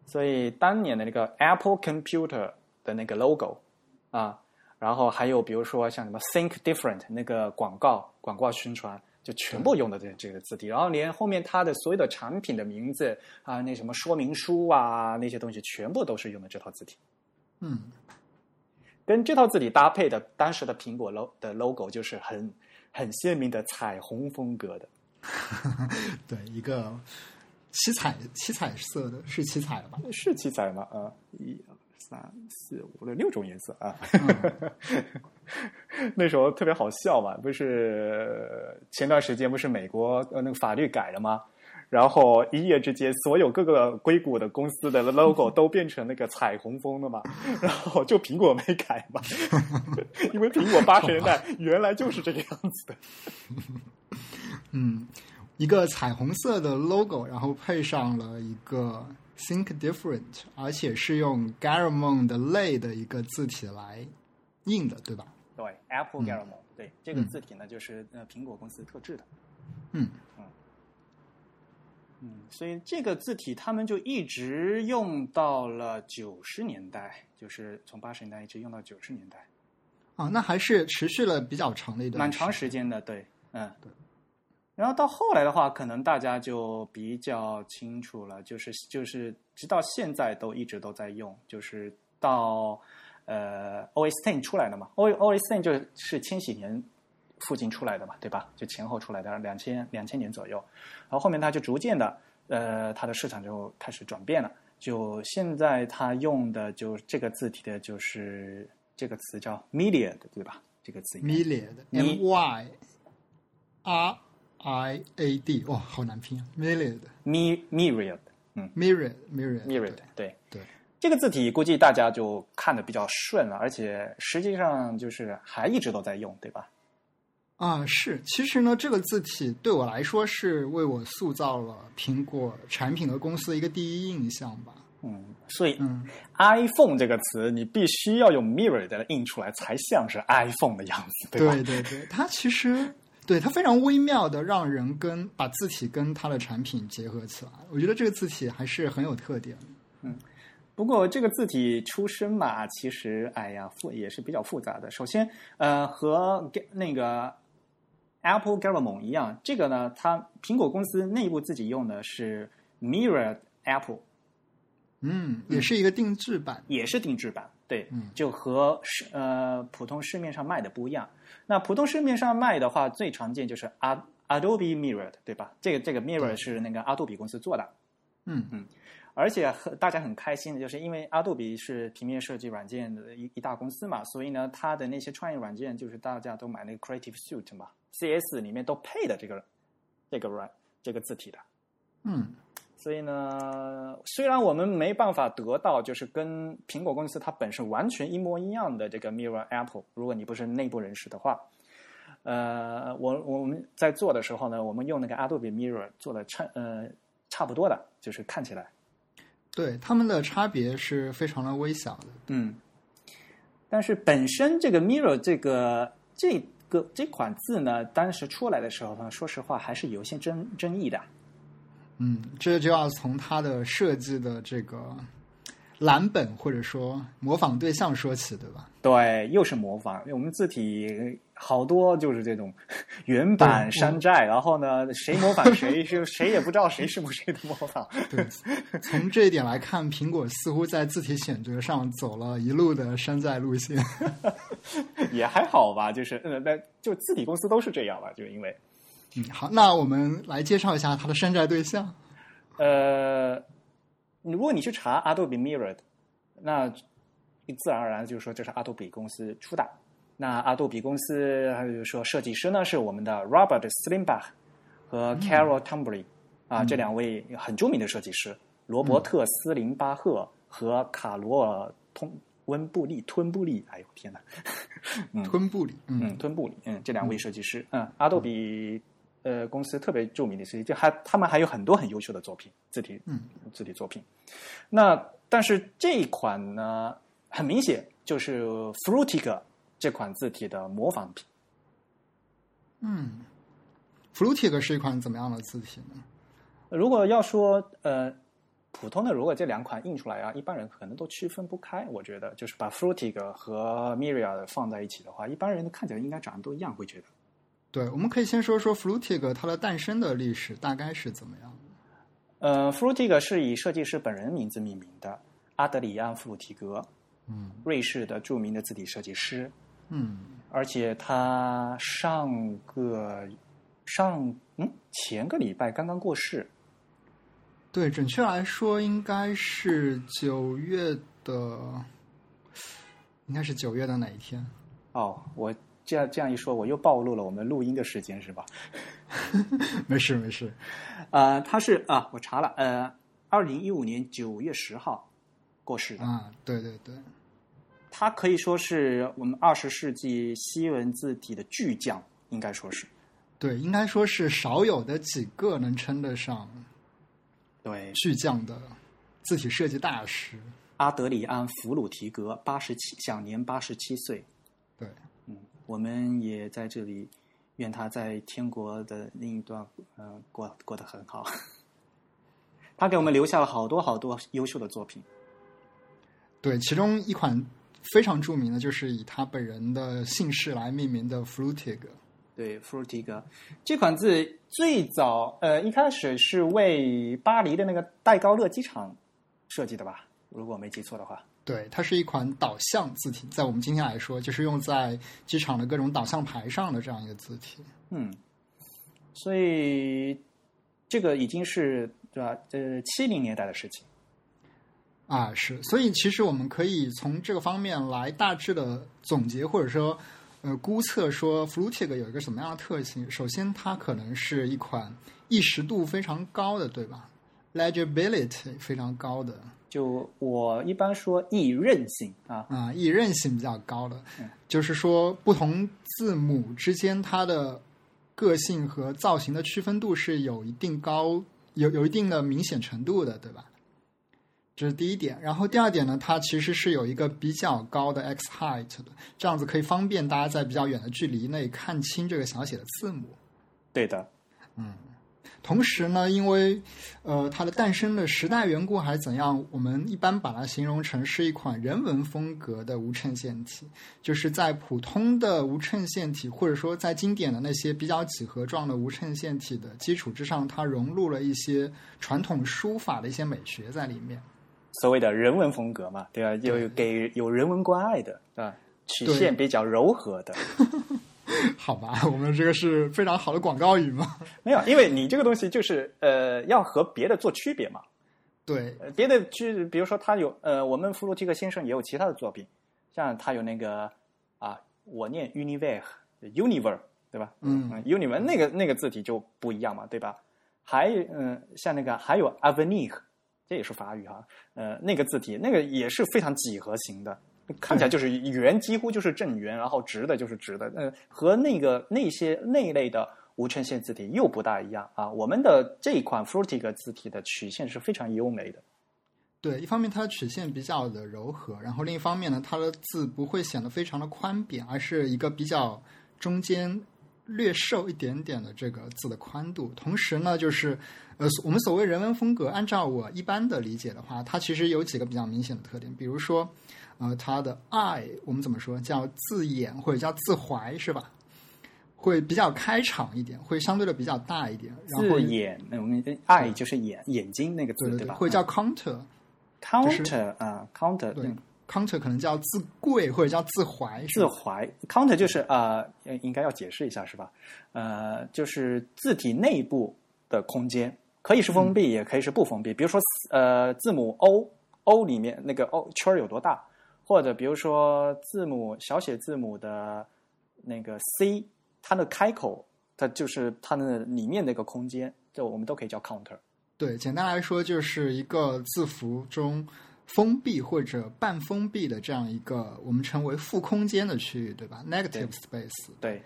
[SPEAKER 1] 所以当年的那个 Apple Computer 的那个 logo 啊，然后还有比如说像什么 Think Different 那个广告广告宣传，就全部用的这这个字体，然后连后面它的所有的产品的名字啊，那什么说明书啊那些东西，全部都是用的这套字体。
[SPEAKER 2] 嗯，
[SPEAKER 1] 跟这套字体搭配的当时的苹果 lo 的 logo 就是很很鲜明的彩虹风格的。
[SPEAKER 2] 对，一个七彩七彩色的是七彩的吧？
[SPEAKER 1] 是七彩吗？啊，一、二、三、四、五、六，六种颜色啊。 那时候特别好笑嘛，不是前段时间不是美国呃那个法律改了吗？然后一夜之间，所有各个硅谷的公司的 logo 都变成那个彩虹风的嘛，然后就苹果没改嘛，因为苹果八十年代原来就是这个样子的。
[SPEAKER 2] 嗯，一个彩虹色的 logo，然后配上了一个 Think Different，而且是用 Garamond 的类的一个字体来印的，对吧？
[SPEAKER 1] 对，Apple
[SPEAKER 2] 嗯
[SPEAKER 1] Garamond，、对这个
[SPEAKER 2] 嗯
[SPEAKER 1] 字体呢，就是呃苹果公司特制的。
[SPEAKER 2] 嗯，
[SPEAKER 1] 嗯，所以这个字体他们就一直用到了九十年代，就是从八十年代一直用到九十年代，
[SPEAKER 2] 啊，那还是持续了比较长的一段，
[SPEAKER 1] 蛮长时间的，对，嗯，然后到后来的话，可能大家就比较清楚了，就是就是直到现在都一直都在用，就是到呃 OS Ten 出来的嘛，O OS Ten 就是千禧年附近出来的嘛，对吧？就前后出来的，两千两千年左右，然后后面它就逐渐的呃它的市场就开始转变了，就现在它用的就这个字体的就是这个词叫 media 对吧？这个词应该
[SPEAKER 2] Myriad，M Y R I A D，哇、哦，好难拼啊！Myriad，Myriad，Myriad，Myriad，
[SPEAKER 1] my myriad myriad 对
[SPEAKER 2] 哎对
[SPEAKER 1] 这个字体估计大家就看的比较顺了，而且实际上就是还一直都在用，对吧？
[SPEAKER 2] 啊，是，其实呢，这个字体对我来说是为我塑造了苹果产品和公司的一个第一印象吧。
[SPEAKER 1] 嗯，所以
[SPEAKER 2] 嗯，
[SPEAKER 1] iPhone 这个词你必须要用 mirror 的印出来，才像是 iPhone 的样子，对吧？
[SPEAKER 2] 对对对，它其实对它非常微妙的让人跟把字体跟它的产品结合起来，我觉得这个字体还是很有特点的。
[SPEAKER 1] 不过这个字体出身嘛，其实哎呀复也是比较复杂的。首先，呃，和 Ga- 那个 Apple Gallimon 一样，这个呢，它苹果公司内部自己用的是 Mirror Apple，
[SPEAKER 2] 嗯，也是一个定制版。
[SPEAKER 1] 也是定制版，对，
[SPEAKER 2] 嗯
[SPEAKER 1] 就和市呃普通市面上卖的不一样。那普通市面上卖的话，最常见就是 Ad- Adobe Mirror，对吧？这个这个 Mirror
[SPEAKER 2] 对
[SPEAKER 1] 是那个阿杜比公司做的，
[SPEAKER 2] 嗯
[SPEAKER 1] 而且很大家很开心的就是，因为阿杜比是平面设计软件的一一大公司嘛，所以呢，它的那些创意软件就是大家都买那个 Creative Suite 嘛，CS 里面都配的这个这个软这个字体的。
[SPEAKER 2] 嗯
[SPEAKER 1] 所以呢，虽然我们没办法得到就是跟苹果公司它本身完全一模一样的这个 Mirror Apple，如果你不是内部人士的话，呃，我我们在做的时候呢，我们用那个 Adobe Mirror 做的差呃差不多的，就是看起来。
[SPEAKER 2] 对，它们的差别是非常的微小的。
[SPEAKER 1] 嗯，但是本身这个 mirror 这个这个这款字呢，当时出来的时候呢，说实话还是有一些争争议的。
[SPEAKER 2] 嗯，这就要从它的设计的这个蓝本或者说模仿对象说起，对 吧？
[SPEAKER 1] 对，又是模仿，因为我们字体好多就是这种 原版
[SPEAKER 2] 对
[SPEAKER 1] 山寨，然后呢，谁模仿谁 是谁也不知道谁是不是谁的模仿。
[SPEAKER 2] 对，从这一点来看，苹果似乎在字体选择上走了一路的山寨路线。
[SPEAKER 1] 也还好吧，就是嗯，那就字体公司都是这样了，就因为
[SPEAKER 2] 嗯，好，那我们来介绍一下它的山寨对象。
[SPEAKER 1] 呃，如果你去查 Adobe Mirrored，那自然而然就是说这是阿杜比公司出的。那阿杜比公司还有说设计师呢是我们的 Robert Slimbach 和 Carol Tumbry、啊，这两位很著名的设计师，罗伯特斯林巴赫和卡罗尔通温布利吞布利。哎呦天哪！
[SPEAKER 2] 吞布里，
[SPEAKER 1] 嗯，，吞布里，嗯，这两位设计师，嗯，阿杜比呃公司特别著名的设计，就还他们还有很多很优秀的作品，字体，
[SPEAKER 2] 嗯，
[SPEAKER 1] 字体作品。那但是这一款呢，很明显就是 Fruitica 这款字体的模仿品。
[SPEAKER 2] 嗯，Flutic 是一款怎么样的字体呢？
[SPEAKER 1] 如果要说呃普通的，如果这两款印出来啊，一般人可能都区分不开。我觉得就是把 Fruitica 和 Miria 放在一起的话，一般人看起来应该长得都一样，会觉得。
[SPEAKER 2] 对，我们可以先说说 Flutic 它的诞生的历史大概是怎么样的。
[SPEAKER 1] 呃，Frutig 是以设计师本人名字命名的，阿德里安·弗鲁提格，
[SPEAKER 2] 嗯
[SPEAKER 1] 瑞士的著名的字体设计师，
[SPEAKER 2] 嗯
[SPEAKER 1] 而且他上个上嗯前个礼拜刚刚过世，
[SPEAKER 2] 对，准确来说应该是九月的，应该是九月的哪一天？
[SPEAKER 1] 哦，我这样这样一说，我又暴露了我们录音的时间是吧？
[SPEAKER 2] 没事没事，
[SPEAKER 1] 呃，他是啊，我查了，呃，二零一五年九月十号过世的。
[SPEAKER 2] 啊，对对对，
[SPEAKER 1] 他可以说是我们二十世纪西文字体的巨匠，应该说是。
[SPEAKER 2] 对，应该说是少有的几个能称得上
[SPEAKER 1] 对，
[SPEAKER 2] 巨匠的字体设计大师。
[SPEAKER 1] 阿德里安·弗鲁提格，八十七，享年八十七岁。
[SPEAKER 2] 对，
[SPEAKER 1] 嗯，我们也在这里，愿他在天国的另一段，呃，过过得很好。 他给我们留下了好多好多优秀的作品。
[SPEAKER 2] 对，其中一款非常著名的就是以他本人的姓氏来命名的 Flutig。
[SPEAKER 1] 对，弗鲁提格这款字最早，呃，一开始是为巴黎的那个戴高乐机场设计的吧？如果我没记错的话。
[SPEAKER 2] 对，它是一款导向字体，在我们今天来说，就是用在机场的各种导向牌上的这样一个字体。
[SPEAKER 1] 嗯，所以这个已经是对吧？呃，七零年代的事情。
[SPEAKER 2] 啊，是，所以其实我们可以从这个方面来大致的总结，或者说呃估测说 Flutic 有一个什么样的特性？首先，它可能是一款意识度非常高的，对吧？Legibility 非常高的
[SPEAKER 1] 就我一般说易韧性啊，
[SPEAKER 2] 啊、易韧性比较高的，就是说不同字母之间它的个性和造型的区分度是有一定高有有一定的明显程度的，对吧？这是第一点，然后第二点呢，它其实是有一个比较高的 x height 的，这样子可以方便大家在比较远的距离内看清这个小写的字母。
[SPEAKER 1] 对的，
[SPEAKER 2] 同时呢，因为呃它的诞生的时代缘故还是怎样，我们一般把它形容成是一款人文风格的无衬线体，就是在普通的无衬线体，或者说在经典的那些比较几何状的无衬线体的基础之上，它融入了一些传统书法的一些美学在里面。
[SPEAKER 1] 所谓的人文风格嘛，对吧？有给有人文关爱的啊，曲
[SPEAKER 2] 对
[SPEAKER 1] 线比较柔和的，
[SPEAKER 2] 好吧，我们这个是非常好的广告语嘛？
[SPEAKER 1] 没有，因为你这个东西就是呃要和别的做区别嘛，
[SPEAKER 2] 对，
[SPEAKER 1] 呃别的去，比如说他有呃，我们弗鲁提克先生也有其他的作品，像他有那个啊，我念 univer，univer 对吧？
[SPEAKER 2] 嗯
[SPEAKER 1] ，univer 那个那个字体就不一样嘛，对吧？还有嗯，像那个还有 avenir，这也是法语哈，呃，那个字体那个也是非常几何形的。看起来就是圆，几乎就是正圆，然后直的就是直的，呃，和那个那些那一类的无衬线字体又不大一样啊。我们的这一款 Frutic 字体的曲线是非常优美的，
[SPEAKER 2] 对，一方面它的曲线比较的柔和，然后另一方面呢，它的字不会显得非常的宽扁，而是一个比较中间略瘦一点点的这个字的宽度。同时呢，就是呃，所我们所谓人文风格，按照我一般的理解的话，它其实有几个比较明显的特点，比如说呃，它的 I 我们怎么说叫字眼或者叫字怀是吧？会比较开场一点，会相对的比较大一点，然后
[SPEAKER 1] 字眼，那我们爱就是眼眼睛那个字
[SPEAKER 2] 对对对，
[SPEAKER 1] 吧？嗯
[SPEAKER 2] 会叫 counter，就是
[SPEAKER 1] counter 啊，counter
[SPEAKER 2] 对
[SPEAKER 1] 嗯
[SPEAKER 2] counter 可能叫自贵或者叫自怀，是
[SPEAKER 1] 自
[SPEAKER 2] 吧
[SPEAKER 1] 怀 counter 就是啊，呃应该要解释一下是吧？呃，就是字体内部的空间，可以是
[SPEAKER 2] 嗯
[SPEAKER 1] 封闭，也可以是不封闭。比如说呃，字母 O O 里面那个 O 圈儿有多大，或者比如说字母小写字母的那个 C，它的开口，它就是它的里面那个空间，就我们都可以叫 counter。
[SPEAKER 2] 对，简单来说就是一个字符中封闭或者半封闭的这样一个我们称为负空间的区域，对吧
[SPEAKER 1] 对
[SPEAKER 2] ？negative space
[SPEAKER 1] 对，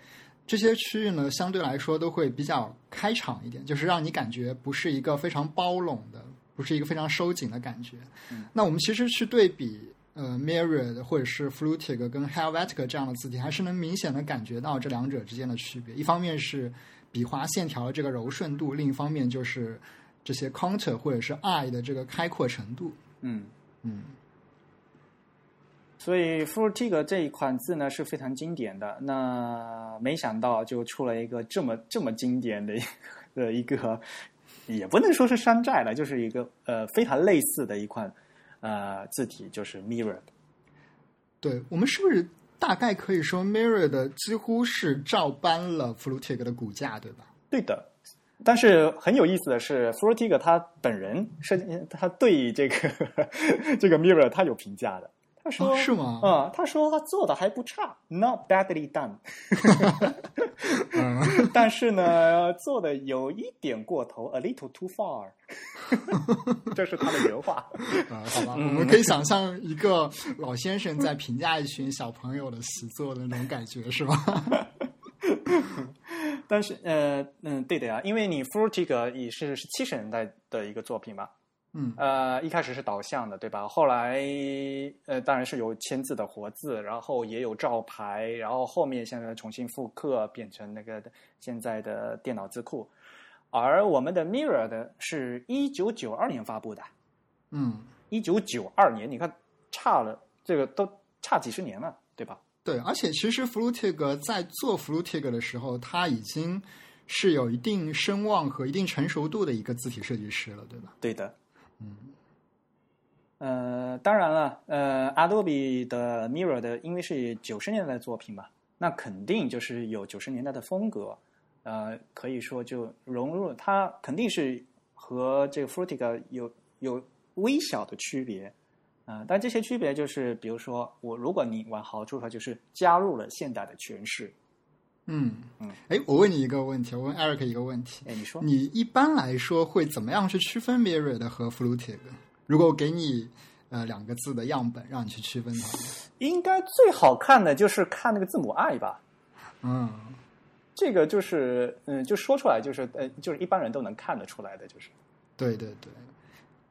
[SPEAKER 2] 这些区域呢，相对来说都会比较开场一点，就是让你感觉不是一个非常包拢的，不是一个非常收紧的感觉。
[SPEAKER 1] 嗯
[SPEAKER 2] 那我们其实去对比呃 Myriad 或者是 Flutic 跟 Helvetica 这样的字体，还是能明显的感觉到这两者之间的区别。一方面是笔划线条的这个柔顺度，另一方面就是这些 counter 或者是 I 的这个开阔程度。
[SPEAKER 1] 嗯。
[SPEAKER 2] 嗯，
[SPEAKER 1] 所以 Frutig 这一款字呢是非常经典的，那没想到就出了一个这么这么经典的一的一个，也不能说是山寨了，就是一个呃非常类似的一款呃字体，就是 Mirror。
[SPEAKER 2] 对，我们是不是大概可以说 Myriad 几乎是照搬了 Flutic 的骨架，对吧？
[SPEAKER 1] 对的，但是很有意思的是，Frutig 他本人是他对这个 这个 Mirror 他有评价的，他说、
[SPEAKER 2] 哦是吗？
[SPEAKER 1] 啊、他说他做的还不差，not badly done，
[SPEAKER 2] 嗯，
[SPEAKER 1] 但是呢，做的有一点过头，a little too far，这是他的原话。
[SPEAKER 2] 啊，好吧，我
[SPEAKER 1] 嗯
[SPEAKER 2] 们可以想象一个老先生在评价一群小朋友的习作的那种感觉，是吧？
[SPEAKER 1] 但是，呃，嗯，对的呀，因为你 Frutig 也是是七十年代的一个作品嘛，
[SPEAKER 2] 嗯，
[SPEAKER 1] 呃，一开始是导向的，对吧？后来，呃，当然是有签字的活字，然后也有照牌，然后后面现在重新复刻，变成那个现在的电脑字库。而我们的 Mirror 的是一九九二年发布的，
[SPEAKER 2] 嗯，
[SPEAKER 1] 一九九二年，你看差了这个都差几十年了，对吧？
[SPEAKER 2] 对，而且其实 Flutig 在做 Flutig 的时候，他已经是有一定声望和一定成熟度的一个字体设计师了，对吧？
[SPEAKER 1] 对的，
[SPEAKER 2] 嗯，
[SPEAKER 1] 呃，当然了，呃，Adobe 的 Mirror 的，因为是九十年代的作品嘛，那肯定就是有九十年代的风格，呃，可以说就融入它，肯定是和这个 Frutica 有有微小的区别，啊、但这些区别就是，比如说我如果你往好处说，就是加入了现代的诠释。
[SPEAKER 2] 嗯
[SPEAKER 1] 嗯，
[SPEAKER 2] 哎，我问你一个问题，我问 Eric 一个问题，
[SPEAKER 1] 哎，你说，
[SPEAKER 2] 你一般来说会怎么样去区分 Myriad 和 Fluted？如果我给你呃两个字的样本，让你去区分它们，
[SPEAKER 1] 应该最好看的就是看那个字母 i 吧。
[SPEAKER 2] 嗯，
[SPEAKER 1] 这个就是，嗯，就说出来就是，呃，就是一般人都能看得出来的，就是，
[SPEAKER 2] 对对对，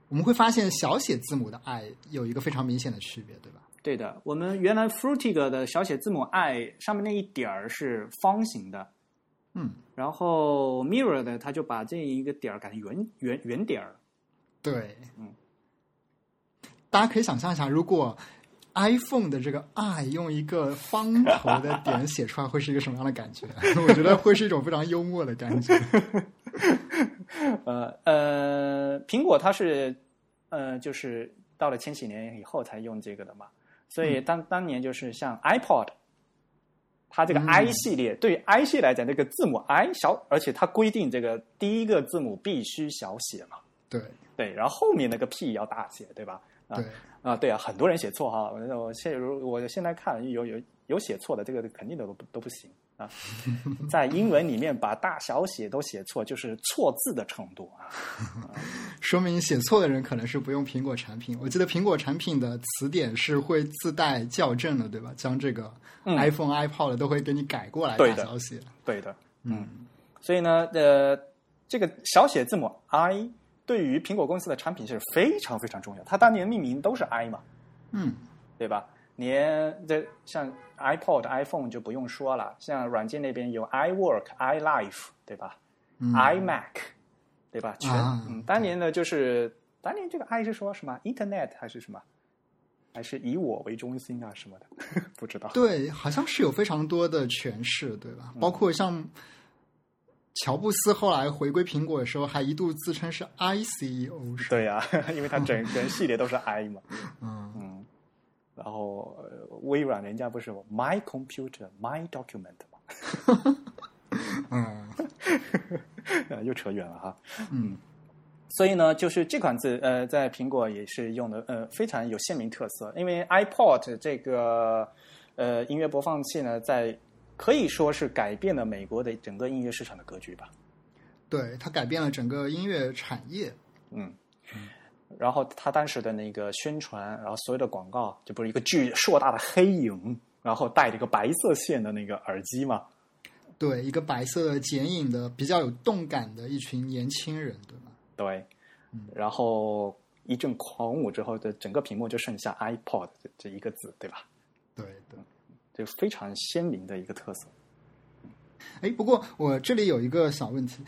[SPEAKER 2] 我们会发现小写字母的 i 有一个非常明显的区别，对吧？
[SPEAKER 1] 对的，我们原来 Frutiger 的小写字母 i 上面那一点儿是方形的，
[SPEAKER 2] 嗯，
[SPEAKER 1] 然后 Mirror 的它就把这一个点儿改成圆圆圆点儿。
[SPEAKER 2] 对，
[SPEAKER 1] 嗯，
[SPEAKER 2] 大家可以想象一下，如果 iPhone 的这个 i 用一个方头的点写出来，会是一个什么样的感觉？ 我觉得会是一种非常幽默的感觉。
[SPEAKER 1] 呃呃，苹果它是，呃，就是到了千禧年以后才用这个的嘛，所以当当年就是像 iPod，它这个
[SPEAKER 2] 嗯
[SPEAKER 1] i 系列，对于 i 系列来讲，这个字母 i 小，而且它规定这个第一个字母必须小写嘛，
[SPEAKER 2] 对
[SPEAKER 1] 对，然后后面那个 p 要大写，对吧？ 啊
[SPEAKER 2] 对，
[SPEAKER 1] 啊，对啊，很多人写错哈，我我现如我现在看有有有写错的，这个肯定都不都不行啊，在英文里面把大小写都写错，就是错字的程度啊。
[SPEAKER 2] 说明写错的人可能是不用苹果产品。我记得苹果产品的词典是会自带校正的，对吧？将这个
[SPEAKER 1] 嗯
[SPEAKER 2] iPhone、iPod 都会给你改过来
[SPEAKER 1] 对
[SPEAKER 2] 大
[SPEAKER 1] 的
[SPEAKER 2] 小写。
[SPEAKER 1] 对的，
[SPEAKER 2] 嗯，
[SPEAKER 1] 所以呢，呃，这个小写字母 i 对于苹果公司的产品是非常非常重要。它当年命名都是 i 嘛，
[SPEAKER 2] 嗯，
[SPEAKER 1] 对吧？连这像 iPod、iPhone 就不用说了，像软件那边有 iWork、iLife，对吧、
[SPEAKER 2] 嗯
[SPEAKER 1] i m a c 对吧？全、
[SPEAKER 2] 啊
[SPEAKER 1] 嗯，当年呢就是当年这个 i 是说什么 Internet 还是什么，还是以我为中心啊什么的， 不知道。
[SPEAKER 2] 对，好像是有非常多的诠释，对吧？包括像乔布斯后来回归苹果的时候，还一度自称是 I CEO，是吧？
[SPEAKER 1] 对呀、 因为它 整整系列都是 i 嘛。
[SPEAKER 2] 嗯，
[SPEAKER 1] 嗯，然后、呃、微软人家不是有 My Computer My Document 嘛，
[SPEAKER 2] 嗯，
[SPEAKER 1] 呃又扯远了哈。
[SPEAKER 2] 嗯，
[SPEAKER 1] 所以呢，就是这款字呃，在苹果也是用的呃非常有鲜明特色，因为 iPod 这个呃音乐播放器呢，在可以说是改变了美国的整个音乐市场的格局吧。
[SPEAKER 2] 对，它改变了整个音乐产业。
[SPEAKER 1] 嗯。然后他当时的那个宣传，然后所有的广告，就不是一个巨硕大的黑影，然后带着一个白色线的那个耳机嘛，
[SPEAKER 2] 对，一个白色的剪影的比较有动感的一群年轻人，对吧？
[SPEAKER 1] 对，然后一阵狂舞之后的整个屏幕就剩下 iPod 这这一个字，对吧？
[SPEAKER 2] 对对。
[SPEAKER 1] 这非常鲜明的一个特色。
[SPEAKER 2] 哎，不过我这里有一个小问题，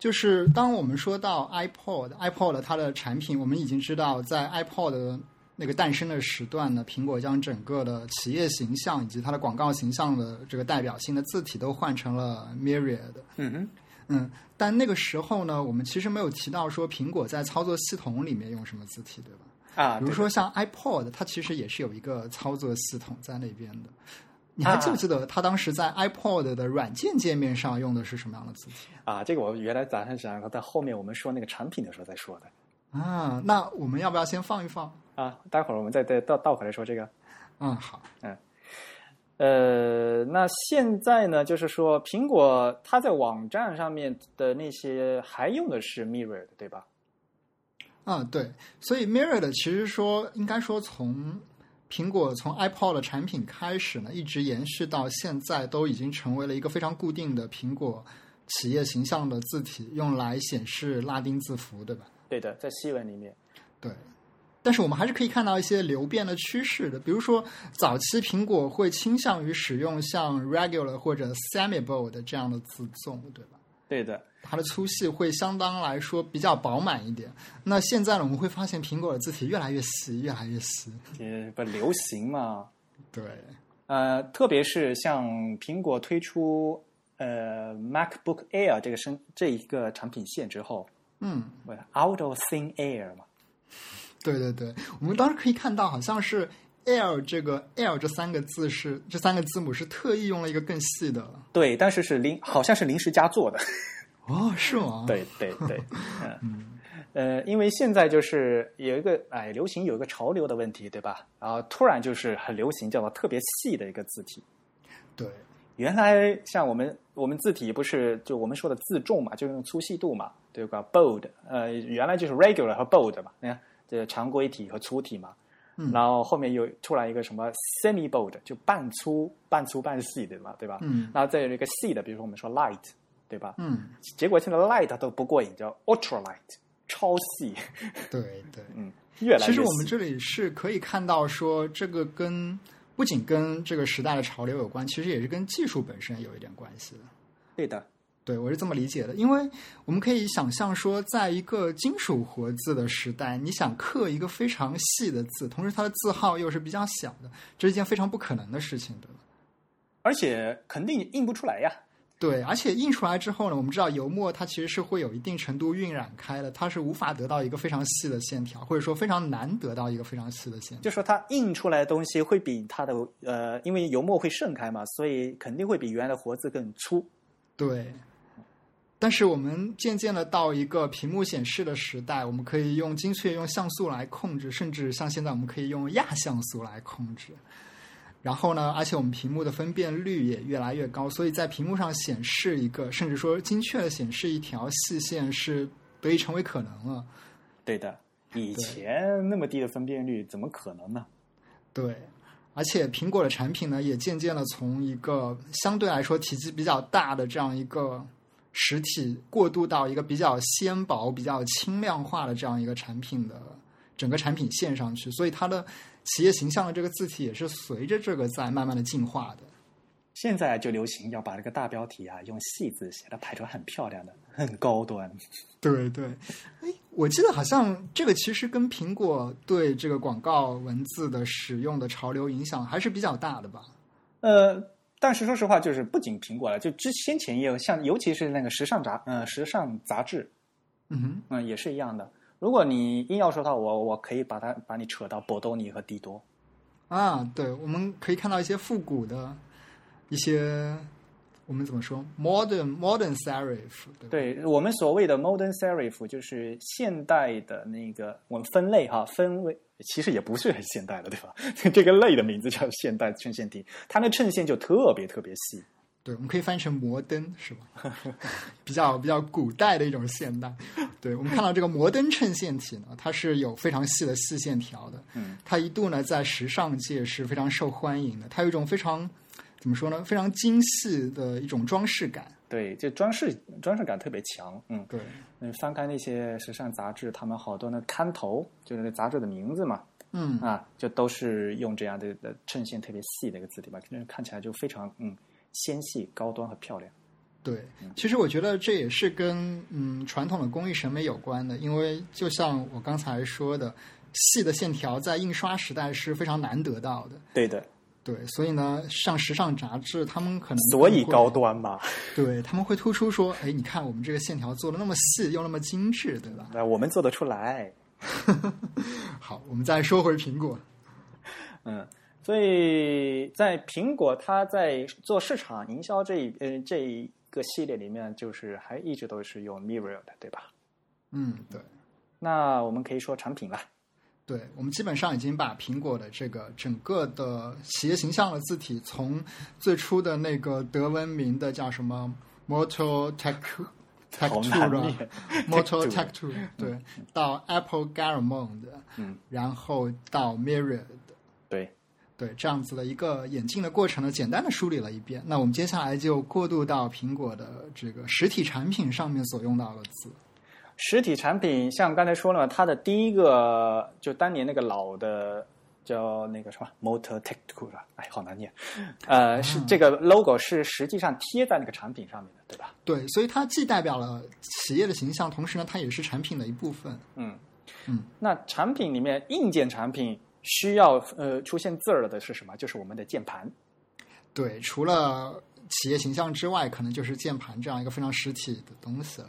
[SPEAKER 2] 就是当我们说到 iPod，iPod 它的产品，我们已经知道，在 iPod 的那个诞生的时段呢，苹果将整个的企业形象以及它的广告形象的这个代表性的字体都换成了 Myriad。
[SPEAKER 1] 嗯哼，
[SPEAKER 2] 嗯，但那个时候呢，我们其实没有提到说苹果在操作系统里面用什么字体，对吧？
[SPEAKER 1] 啊，
[SPEAKER 2] 比如
[SPEAKER 1] 对
[SPEAKER 2] 说像 iPod，它其实也是有一个操作系统在那边的。你
[SPEAKER 1] 啊
[SPEAKER 2] 还记不记得它当时在 iPod 的软件界面上用的是什么样的字体
[SPEAKER 1] 啊，这个我原来打算想在后面我们说那个产品的时候再说的
[SPEAKER 2] 啊？那我们要不要先放一放？
[SPEAKER 1] 啊，待会儿我们再再倒倒回来说这个。
[SPEAKER 2] 嗯，好，
[SPEAKER 1] 呃，那现在呢，就是说苹果它在网站上面的那些还用的是 Mirror 对吧？
[SPEAKER 2] 啊，对，所以 Mirrored 其实说应该说从苹果从 iPod 的产品开始呢，一直延续到现在，都已经成为了一个非常固定的苹果企业形象的字体，用来显示拉丁字符，对吧？
[SPEAKER 1] 对的，在西文里面，
[SPEAKER 2] 对，但是我们还是可以看到一些流变的趋势的，比如说早期苹果会倾向于使用像 regular 或者 semibold 这样的字纵，对吧？
[SPEAKER 1] 对的，
[SPEAKER 2] 它的粗细会相当来说比较饱满一点。那现在呢，我们会发现苹果的字体越来越细，越来越细。
[SPEAKER 1] 也不流行嘛，
[SPEAKER 2] 对，
[SPEAKER 1] 呃，特别是像苹果推出呃 MacBook Air 这个生这一个产品线之后
[SPEAKER 2] 嗯，
[SPEAKER 1] 不是，Out of Thin Air 嘛，
[SPEAKER 2] 对对对，我们当时可以看到，好像是 air 这个 air 这三个字是这三个字母是特意用了一个更细的。
[SPEAKER 1] 对，但是是临好像是临时加做的，
[SPEAKER 2] 哦，是吗？
[SPEAKER 1] 对对对，嗯，呃，因为现在就是有一个哎，流行有一个潮流的问题，对吧？然后突然就是很流行叫做特别细的一个字体。
[SPEAKER 2] 对，
[SPEAKER 1] 原来像我们我们字体不是就我们说的字重嘛，就是用粗细度嘛，对吧？bold，呃，原来就是 regular 和 bold 嘛，你看这常规体和粗体嘛。
[SPEAKER 2] 嗯
[SPEAKER 1] 然后后面又出来一个什么 semi bold，就半粗、半粗、半细，对吧？对吧？
[SPEAKER 2] 嗯
[SPEAKER 1] 然后再有一个细的，比如说我们说 light，对吧？
[SPEAKER 2] 嗯，
[SPEAKER 1] 结果现在 light 都不过瘾，叫 ultra light，超细，
[SPEAKER 2] 对对。
[SPEAKER 1] 嗯，越来越细。
[SPEAKER 2] 其实我们这里是可以看到，说这个跟不仅跟这个时代的潮流有关，其实也是跟技术本身有一点关系的。
[SPEAKER 1] 对的，
[SPEAKER 2] 对我是这么理解的，因为我们可以想象说，在一个金属活字的时代，你想刻一个非常细的字，同时它的字号又是比较小的，这是一件非常不可能的事情，对吧？
[SPEAKER 1] 而且肯定印不出来呀。
[SPEAKER 2] 对，而且印出来之后呢，我们知道油墨它其实是会有一定程度晕染开的，它是无法得到一个非常细的线条，或者说非常难得到一个非常细的线条。
[SPEAKER 1] 就说它印出来的东西会比它的呃，因为油墨会渗开嘛，所以肯定会比原来的活字更粗。
[SPEAKER 2] 对。但是我们渐渐的到一个屏幕显示的时代，我们可以用精确用像素来控制，甚至像现在我们可以用亚像素来控制。然后呢，而且我们屏幕的分辨率也越来越高，所以在屏幕上显示一个，甚至说精确的显示一条细线是得以成为可能了。
[SPEAKER 1] 对的，以前那么低的分辨率怎么可能呢？
[SPEAKER 2] 对，而且苹果的产品呢，也渐渐的从一个相对来说体积比较大的这样一个实体，过渡到一个比较纤薄、比较轻量化的这样一个产品的整个产品线上去，所以它的企业形象的这个字体也是随着这个在慢慢的进化的。
[SPEAKER 1] 现在就流行要把这个大标题啊用细字写的排出来很漂亮的，很高端。
[SPEAKER 2] 对对，哎，我记得好像这个其实跟苹果对这个广告文字的使用的潮流影响还是比较大的吧？
[SPEAKER 1] 呃，但是说实话，就是不仅苹果了，就之先前也有像，尤其是那个时尚杂，呃，时尚杂志，
[SPEAKER 2] 嗯哼。
[SPEAKER 1] 嗯，也是一样的。如果你硬要说到我，我可以把它把你扯到博多尼和迪多。
[SPEAKER 2] 啊，对，我们可以看到一些复古的一些，我们怎么说，modern modern serif，对吧？
[SPEAKER 1] 对我们所谓的 modern serif，就是现代的那个我们分类哈，分类其实也不是很现代了，对吧？ 这个类的名字叫现代衬线体，它那衬线就特别特别细。
[SPEAKER 2] 对，我们可以翻译成摩登，是吧？ 比较比较古代的一种现代。对，我们看到这个摩登衬线体呢，它是有非常细的细线条的。
[SPEAKER 1] 嗯，
[SPEAKER 2] 它一度呢在时尚界是非常受欢迎的，它有一种非常怎么说呢，非常精细的一种装饰感。
[SPEAKER 1] 对，就装饰装饰感特别强。嗯，
[SPEAKER 2] 对，
[SPEAKER 1] 嗯，翻开那些时尚杂志，他们好多那刊头，就是那杂志的名字嘛，
[SPEAKER 2] 嗯，
[SPEAKER 1] 啊，就都是用这样的的衬线特别细的一个字体吧，就是看起来就非常嗯纤细、高端和漂亮。
[SPEAKER 2] 对，
[SPEAKER 1] 嗯
[SPEAKER 2] 其实我觉得这也是跟嗯传统的工艺审美有关的，因为就像我刚才说的，细的线条在印刷时代是非常难得到的。
[SPEAKER 1] 对的，
[SPEAKER 2] 对，所以呢，像时尚杂志，他们可能
[SPEAKER 1] 所以
[SPEAKER 2] 更会
[SPEAKER 1] 高，端 嘛。
[SPEAKER 2] 对他们会突出说，哎，你看我们这个线条做的那么细又那么精致，对吧？
[SPEAKER 1] 那我们做得出来。
[SPEAKER 2] 好，我们再说回苹果，
[SPEAKER 1] 嗯，所以在苹果它在做市场营销这一呃这一个系列里面，就是还一直都是用 Mirror 的，对吧？
[SPEAKER 2] 嗯，对。
[SPEAKER 1] 那我们可以说产品了。
[SPEAKER 2] 对，我们基本上已经把苹果的这个整个的企业形象的字体，从最初的那个德文名的叫什么 Motor Tech
[SPEAKER 1] 好难
[SPEAKER 2] Tectura
[SPEAKER 1] 念
[SPEAKER 2] Motor
[SPEAKER 1] Tectura
[SPEAKER 2] Tectura，对，到 Apple Garamond，
[SPEAKER 1] 嗯，
[SPEAKER 2] 然后到 Myriad，
[SPEAKER 1] 对，
[SPEAKER 2] 对，这样子的一个演进的过程呢，简单的梳理了一遍。那我们接下来就过渡到苹果的这个实体产品上面所用到的字，
[SPEAKER 1] 实体产品像刚才说了嘛，它的第一个就当年那个老的叫那个什么 Motor Tech t u r a 哎，好难念。呃，是
[SPEAKER 2] 嗯
[SPEAKER 1] 这个 logo 是实际上贴在那个产品上面的，对吧？
[SPEAKER 2] 对，所以它既代表了企业的形象，同时呢，它也是产品的一部分。
[SPEAKER 1] 嗯
[SPEAKER 2] 嗯，
[SPEAKER 1] 那产品里面硬件产品需要呃出现字儿的是什么？就是我们的键盘。
[SPEAKER 2] 对，除了企业形象之外，可能就是键盘这样一个非常实体的东西了。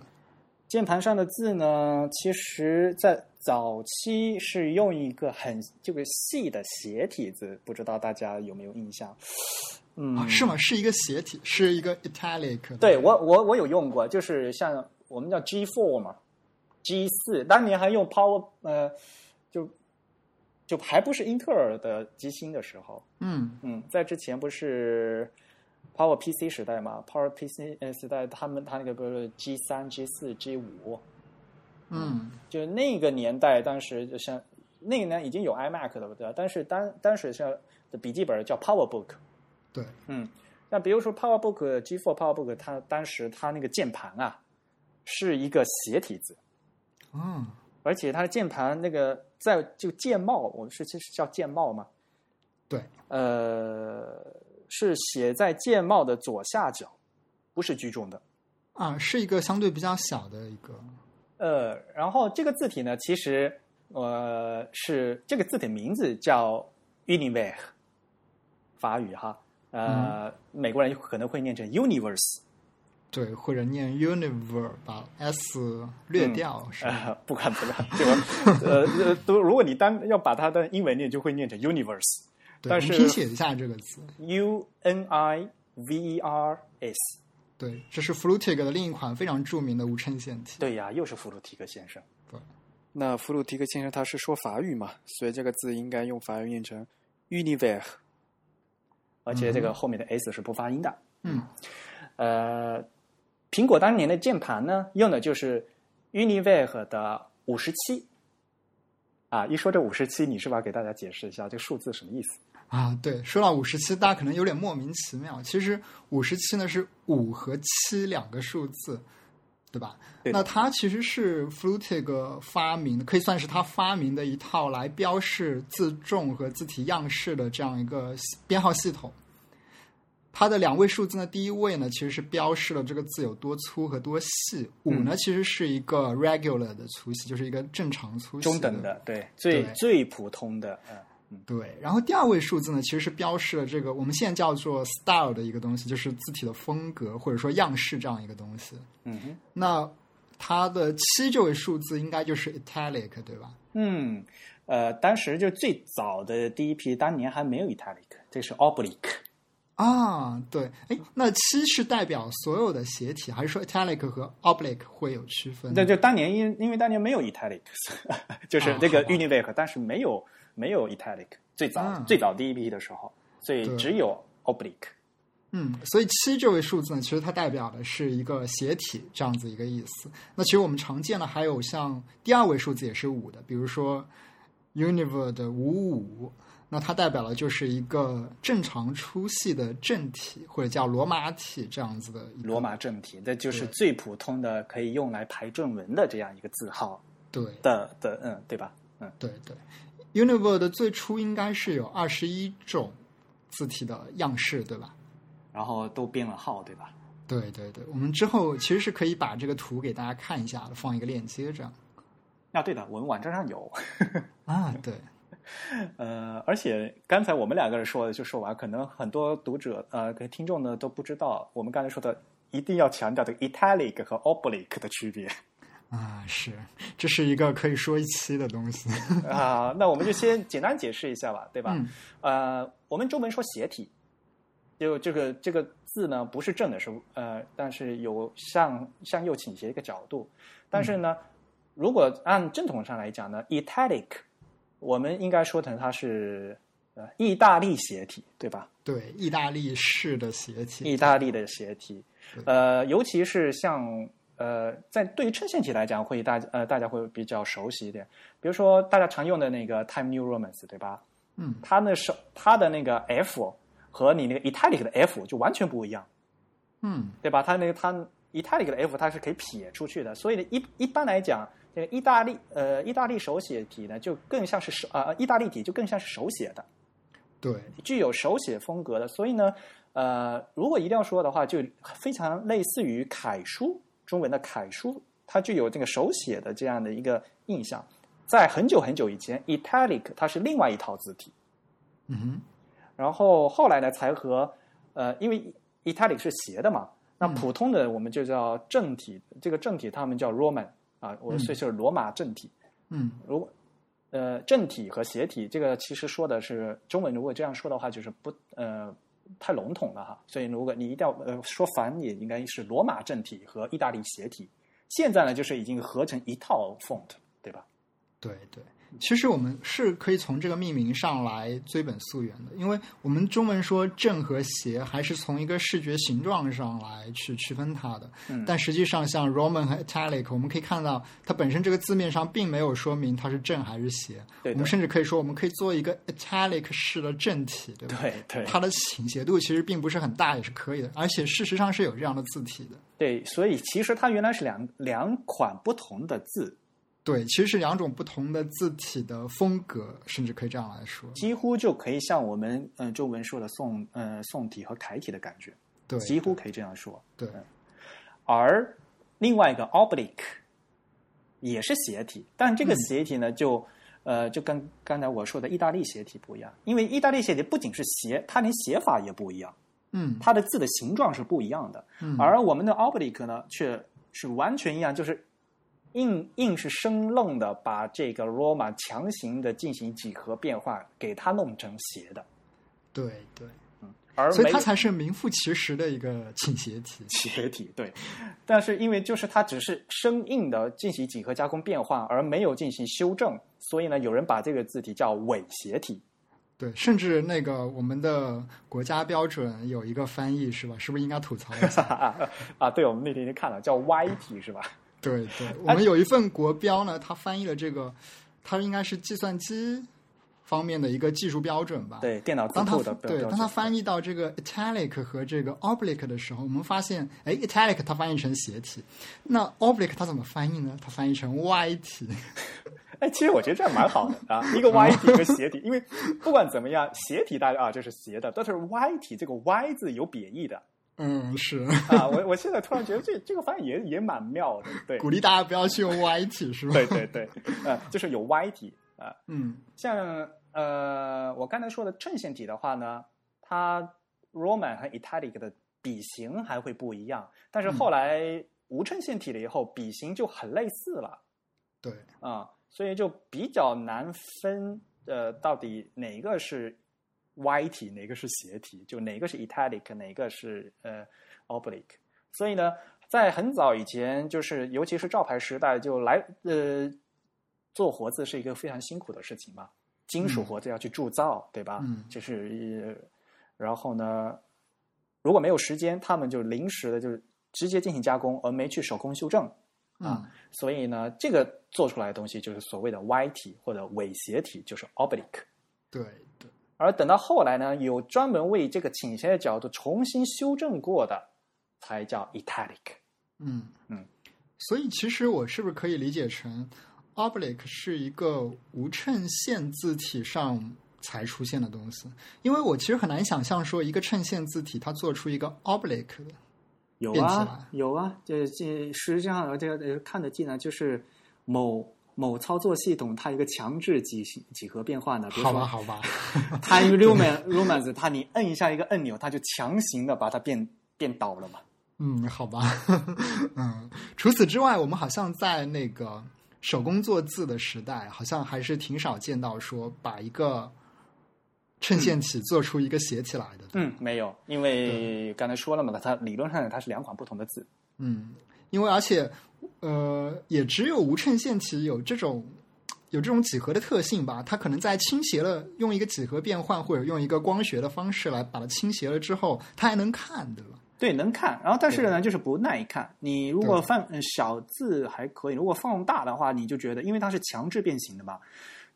[SPEAKER 1] 键盘上的字呢，其实在早期是用一个很这个细的斜体字，不知道大家有没有印象？嗯，
[SPEAKER 2] 啊，是吗？是一个斜体，是一个 italic。
[SPEAKER 1] 对，我我我有用过，就是像我们叫 G Four 嘛， G 四，当年还用 Power 呃，就就还不是英特尔的机芯的时候，
[SPEAKER 2] 嗯
[SPEAKER 1] 嗯，在之前不是 Power PC 时代嘛，Power PC 呃时代，他们他那个不是 G 三、G 四、G 五，
[SPEAKER 2] 嗯
[SPEAKER 1] 就那个年代，当时就像那个年已经有 iMac 了，对吧？但是当当时像的笔记本叫 PowerBook，
[SPEAKER 2] 对，
[SPEAKER 1] 嗯，那比如说 PowerBook G4 PowerBook，它当时它那个键盘啊是一个斜体字，
[SPEAKER 2] 嗯
[SPEAKER 1] 而且它的键盘那个在就键帽，我们是是叫键帽嘛？
[SPEAKER 2] 对，
[SPEAKER 1] 呃，是写在键帽的左下角，不是居中的。
[SPEAKER 2] 啊，是一个相对比较小的一个，
[SPEAKER 1] 呃，然后这个字体呢，其实呃是这个字体名字叫 Univer，法语哈，呃，美国人可能会念成 Universe，
[SPEAKER 2] 对，或者念 universe 把 s 略掉、是吧？
[SPEAKER 1] 呃，不管怎么样，对吧？呃，呃都如果你单要把它的英文念，就会念成 Universe。
[SPEAKER 2] 对，
[SPEAKER 1] 但
[SPEAKER 2] 我们
[SPEAKER 1] 是
[SPEAKER 2] 拼写一下这个词。
[SPEAKER 1] U N I V E R S。
[SPEAKER 2] 对，这是 Flutig 的另一款非常著名的无衬线体。
[SPEAKER 1] 对呀，又是弗鲁提克先生。
[SPEAKER 2] 对，
[SPEAKER 1] 那弗鲁提克先生他是说法语嘛，所以这个字应该用法语念成 univers，而且这个后面的 s 是不发音的。
[SPEAKER 2] 嗯
[SPEAKER 1] 呃，苹果当年的键盘呢，用的就是 univers 的五十七。啊，一说这五十七，你是不是要给大家解释一下这个数字什么意思？
[SPEAKER 2] 啊，对，说到五十七，大家可能有点莫名其妙。其实五十七呢是五和七两个数字，对吧？
[SPEAKER 1] 对的
[SPEAKER 2] 那它其实是 Flutig 发明的，可以算是他发明的一套来标示字重和字体样式的这样一个系编号系统。它的两位数字呢，第一位呢其实是标示了这个字有多粗和多细，五
[SPEAKER 1] 嗯
[SPEAKER 2] 呢其实是一个 regular 的粗细，就是一个正常粗细
[SPEAKER 1] 中等的，对，最
[SPEAKER 2] 对
[SPEAKER 1] 最普通的，嗯嗯，
[SPEAKER 2] 对，然后第二位数字呢，其实是标示了这个我们现在叫做 style 的一个东西，就是字体的风格或者说样式这样一个东西。
[SPEAKER 1] 嗯哼。
[SPEAKER 2] 那它的七这位数字应该就是 italic 对吧？
[SPEAKER 1] 嗯，呃，当时就最早的第一批，当年还没有 italic，这是 oblique。
[SPEAKER 2] 啊，对，哎，那七是代表所有的斜体，还是说 italic 和 oblique 会有区分？
[SPEAKER 1] 那就当年因因为当年没有 italic，就是
[SPEAKER 2] 啊
[SPEAKER 1] 这个
[SPEAKER 2] 好吧
[SPEAKER 1] univac，但是没有没有 italic，最早、
[SPEAKER 2] 嗯
[SPEAKER 1] 最早第一批的时候，所以
[SPEAKER 2] 对
[SPEAKER 1] 只有 oblique。
[SPEAKER 2] 嗯，所以七这位数字呢，其实它代表的是一个斜体这样子一个意思。那其实我们常见的还有像第二位数字也是五的，比如说 univer 的五五，那它代表的就是一个正常粗细的正体或者叫罗马体这样子的一个
[SPEAKER 1] 罗马正体，那就是
[SPEAKER 2] 对
[SPEAKER 1] 最普通的可以用来排正文的这样一个字号
[SPEAKER 2] 对
[SPEAKER 1] 的的，嗯，对吧？嗯，
[SPEAKER 2] 对对，univer 的最初应该是有二十一种字体的样式，对吧？
[SPEAKER 1] 然后都编了号，对吧？
[SPEAKER 2] 对对对，我们之后其实是可以把这个图给大家看一下的，放一个链接这样。
[SPEAKER 1] 啊，对的，我们网站上有。
[SPEAKER 2] 啊，对。
[SPEAKER 1] 呃，而且刚才我们两个人说的就说啊完，可能很多读者呃，可能听众呢都不知道，我们刚才说的一定要强调的 italic 和 oblique 的区别
[SPEAKER 2] 啊，是，这是一个可以说一期的东西。
[SPEAKER 1] 啊、那我们就先简单解释一下吧，对吧？
[SPEAKER 2] 嗯，
[SPEAKER 1] 呃，我们中文说斜体，就这个这个字呢不是正的，是呃，但是有向向右倾斜一个角度。但是呢，如果按正统上来讲呢，italic，我们应该说成它是呃意大利斜体，对吧？
[SPEAKER 2] 对，意大利式的斜体。
[SPEAKER 1] 意大利的斜体，呃，尤其是像呃，在对于衬线体来讲，会大呃大家会比较熟悉一点。比如说大家常用的那个 Time New Romans，对吧？
[SPEAKER 2] 嗯，
[SPEAKER 1] 它那是它的那个 F 和你那个 Italic 的 F 就完全不一样，
[SPEAKER 2] 嗯，
[SPEAKER 1] 对吧？它那个它 Italic 的 F 它是可以撇出去的，所以呢，一一般来讲，这个意大利呃意大利手写体呢，就更像是手呃意大利体就更像是手写的。
[SPEAKER 2] 对，
[SPEAKER 1] 具有手写风格的，所以呢，呃，如果一定要说的话，就非常类似于楷书，中文的楷书，它具有这个手写的这样的一个印象。在很久很久以前，italic 它是另外一套字体，
[SPEAKER 2] 嗯哼，
[SPEAKER 1] 然后后来呢才和呃，因为 italic 是斜的嘛，那
[SPEAKER 2] 嗯
[SPEAKER 1] 普通的我们就叫正体，这个正体他们叫 Roman 啊，我
[SPEAKER 2] 嗯
[SPEAKER 1] 所以就是罗马正体。
[SPEAKER 2] 嗯，
[SPEAKER 1] 如果呃正体和斜体，这个其实说的是中文，如果这样说的话，就是不呃太笼统了哈。所以如果你一定要呃说反，也应该是罗马正体和意大利斜体。现在呢，就是已经合成一套 font，对吧？
[SPEAKER 2] 对对，其实我们是可以从这个命名上来追本溯源的，因为我们中文说正和邪，还是从一个视觉形状上来去区分它的。
[SPEAKER 1] 嗯
[SPEAKER 2] 但实际上，像 Roman 和 Italic，我们可以看到它本身这个字面上并没有说明它是正还是邪。
[SPEAKER 1] 对
[SPEAKER 2] 我们
[SPEAKER 1] 的，
[SPEAKER 2] 甚至可以说，我们可以做一个 Italic 式的正体，对吧？
[SPEAKER 1] 对对
[SPEAKER 2] 它的倾斜度其实并不是很大，也是可以的。而且事实上是有这样的字体的。
[SPEAKER 1] 对，所以其实它原来是两两款不同的字，
[SPEAKER 2] 对，其实是两种不同的字体的风格，甚至可以这样来说。
[SPEAKER 1] 几乎就可以像我们嗯、呃中文说的宋嗯、呃、宋体和楷体的感觉，
[SPEAKER 2] 对，
[SPEAKER 1] 几乎可以这样说。
[SPEAKER 2] 对
[SPEAKER 1] 而另外一个 oblique 也是斜体，但
[SPEAKER 2] 嗯
[SPEAKER 1] 这个斜体呢，就呃，就跟刚才我说的意大利斜体不一样，因为意大利斜体不仅是斜，它连写法也不一样，
[SPEAKER 2] 嗯
[SPEAKER 1] 它的字的形状是不一样的。
[SPEAKER 2] 嗯，
[SPEAKER 1] 而我们的 oblique 呢，却是完全一样，就是硬硬是生愣的把这个 Roma 强行的进行几何变化，给它弄成斜的，
[SPEAKER 2] 对对，
[SPEAKER 1] 而
[SPEAKER 2] 所
[SPEAKER 1] 没
[SPEAKER 2] 以它
[SPEAKER 1] 有
[SPEAKER 2] 才是名副其实的一个倾斜体。
[SPEAKER 1] 斜体对，但是因为就是它只是生硬的进行几何加工变化，而没有进行修正，所以呢，有人把这个字体叫伪斜体。
[SPEAKER 2] 对，甚至那个我们的国家标准有一个翻译是吧？是不是应该吐槽一 下？
[SPEAKER 1] 啊啊，对，我们那天已经看了，叫歪体是吧？
[SPEAKER 2] 对对，
[SPEAKER 1] 哎
[SPEAKER 2] 我们有一份国标呢，它翻译了这个，它应该是计算机方面的一个技术标准吧？
[SPEAKER 1] 对，电脑字
[SPEAKER 2] 当它
[SPEAKER 1] 库的
[SPEAKER 2] 翻对，当它翻
[SPEAKER 1] 译
[SPEAKER 2] 译到这个 italic 和这个 oblique 的时候，我们发现，哎，italic 它翻译成斜体，那 oblique 它怎么翻译呢？它翻译成歪体。
[SPEAKER 1] 哎，其实我觉得这样蛮好的啊，一 个歪体，一个斜体，因为不管怎么样，斜体大家啊这是斜的，但是歪体这个歪字有贬义的
[SPEAKER 2] 嗯，是
[SPEAKER 1] 啊。我我现在突然觉得这这个翻译也也蛮妙的， 对
[SPEAKER 2] 鼓励大家不要去用歪体，是吧？
[SPEAKER 1] 对对对，呃，就是有歪体啊。
[SPEAKER 2] 嗯，
[SPEAKER 1] 像呃，我刚才说的衬线体的话呢，它 Roman 和 Italic 的笔形还会不一样，但是后来无衬线体了以后，笔形就很类似了
[SPEAKER 2] 对，
[SPEAKER 1] 啊、所以就比较难分呃，到底哪个是歪体，哪个是斜体，就哪个是 Italic，哪个是呃 Oblique。所以呢，在很早以前，就是尤其是照牌时代，就来呃做活字是一个非常辛苦的事情嘛。金属
[SPEAKER 2] 嗯
[SPEAKER 1] 活字要去铸造，对吧？
[SPEAKER 2] 嗯
[SPEAKER 1] 就是、呃然后呢，如果没有时间，他们就临时的，就是直接进行加工，而没去手工修正。啊
[SPEAKER 2] 嗯，
[SPEAKER 1] 所以呢，这个做出来的东西就是所谓的歪体或者伪斜体，就是 oblique。
[SPEAKER 2] 对对，
[SPEAKER 1] 而等到后来呢，有专门为这个倾斜的角度重新修正过的，才叫 italic。
[SPEAKER 2] 嗯
[SPEAKER 1] 嗯。
[SPEAKER 2] 所以其实我是不是可以理解成 oblique 是一个无衬线字体上才出现的东西？因为我其实很难想象说一个衬线字体它做出一个 oblique 的。
[SPEAKER 1] 有
[SPEAKER 2] 变起
[SPEAKER 1] 啊
[SPEAKER 2] 来，
[SPEAKER 1] 有啊，这这实际上这个呃看得见呢，就是某某操作系统它有一个强制几几何变化呢，比如
[SPEAKER 2] 好吧，
[SPEAKER 1] 说
[SPEAKER 2] 好吧，
[SPEAKER 1] Time Roman Romans，它你摁一下一个按钮，它就强行的把它变变倒了嘛。
[SPEAKER 2] 嗯，好吧， 嗯。除此之外，我们好像在那个手工做字的时代，好像还是挺少见到说把一个衬线体做出一个斜起来的。
[SPEAKER 1] 嗯，没有，因为刚才说了嘛，它理论上它是两款不同的字。
[SPEAKER 2] 嗯，因为而且呃，也只有无衬线体有这种。有这种几何的特性吧，它可能在倾斜了，用一个几何变换或者用一个光学的方式来把它倾斜了之后，它还能看，对吧？
[SPEAKER 1] 对，能看。然后但是呢，就是不耐看。你如果
[SPEAKER 2] 对
[SPEAKER 1] 放嗯小字还可以，如果放大的话，你就觉得因为它是强制变形的嘛，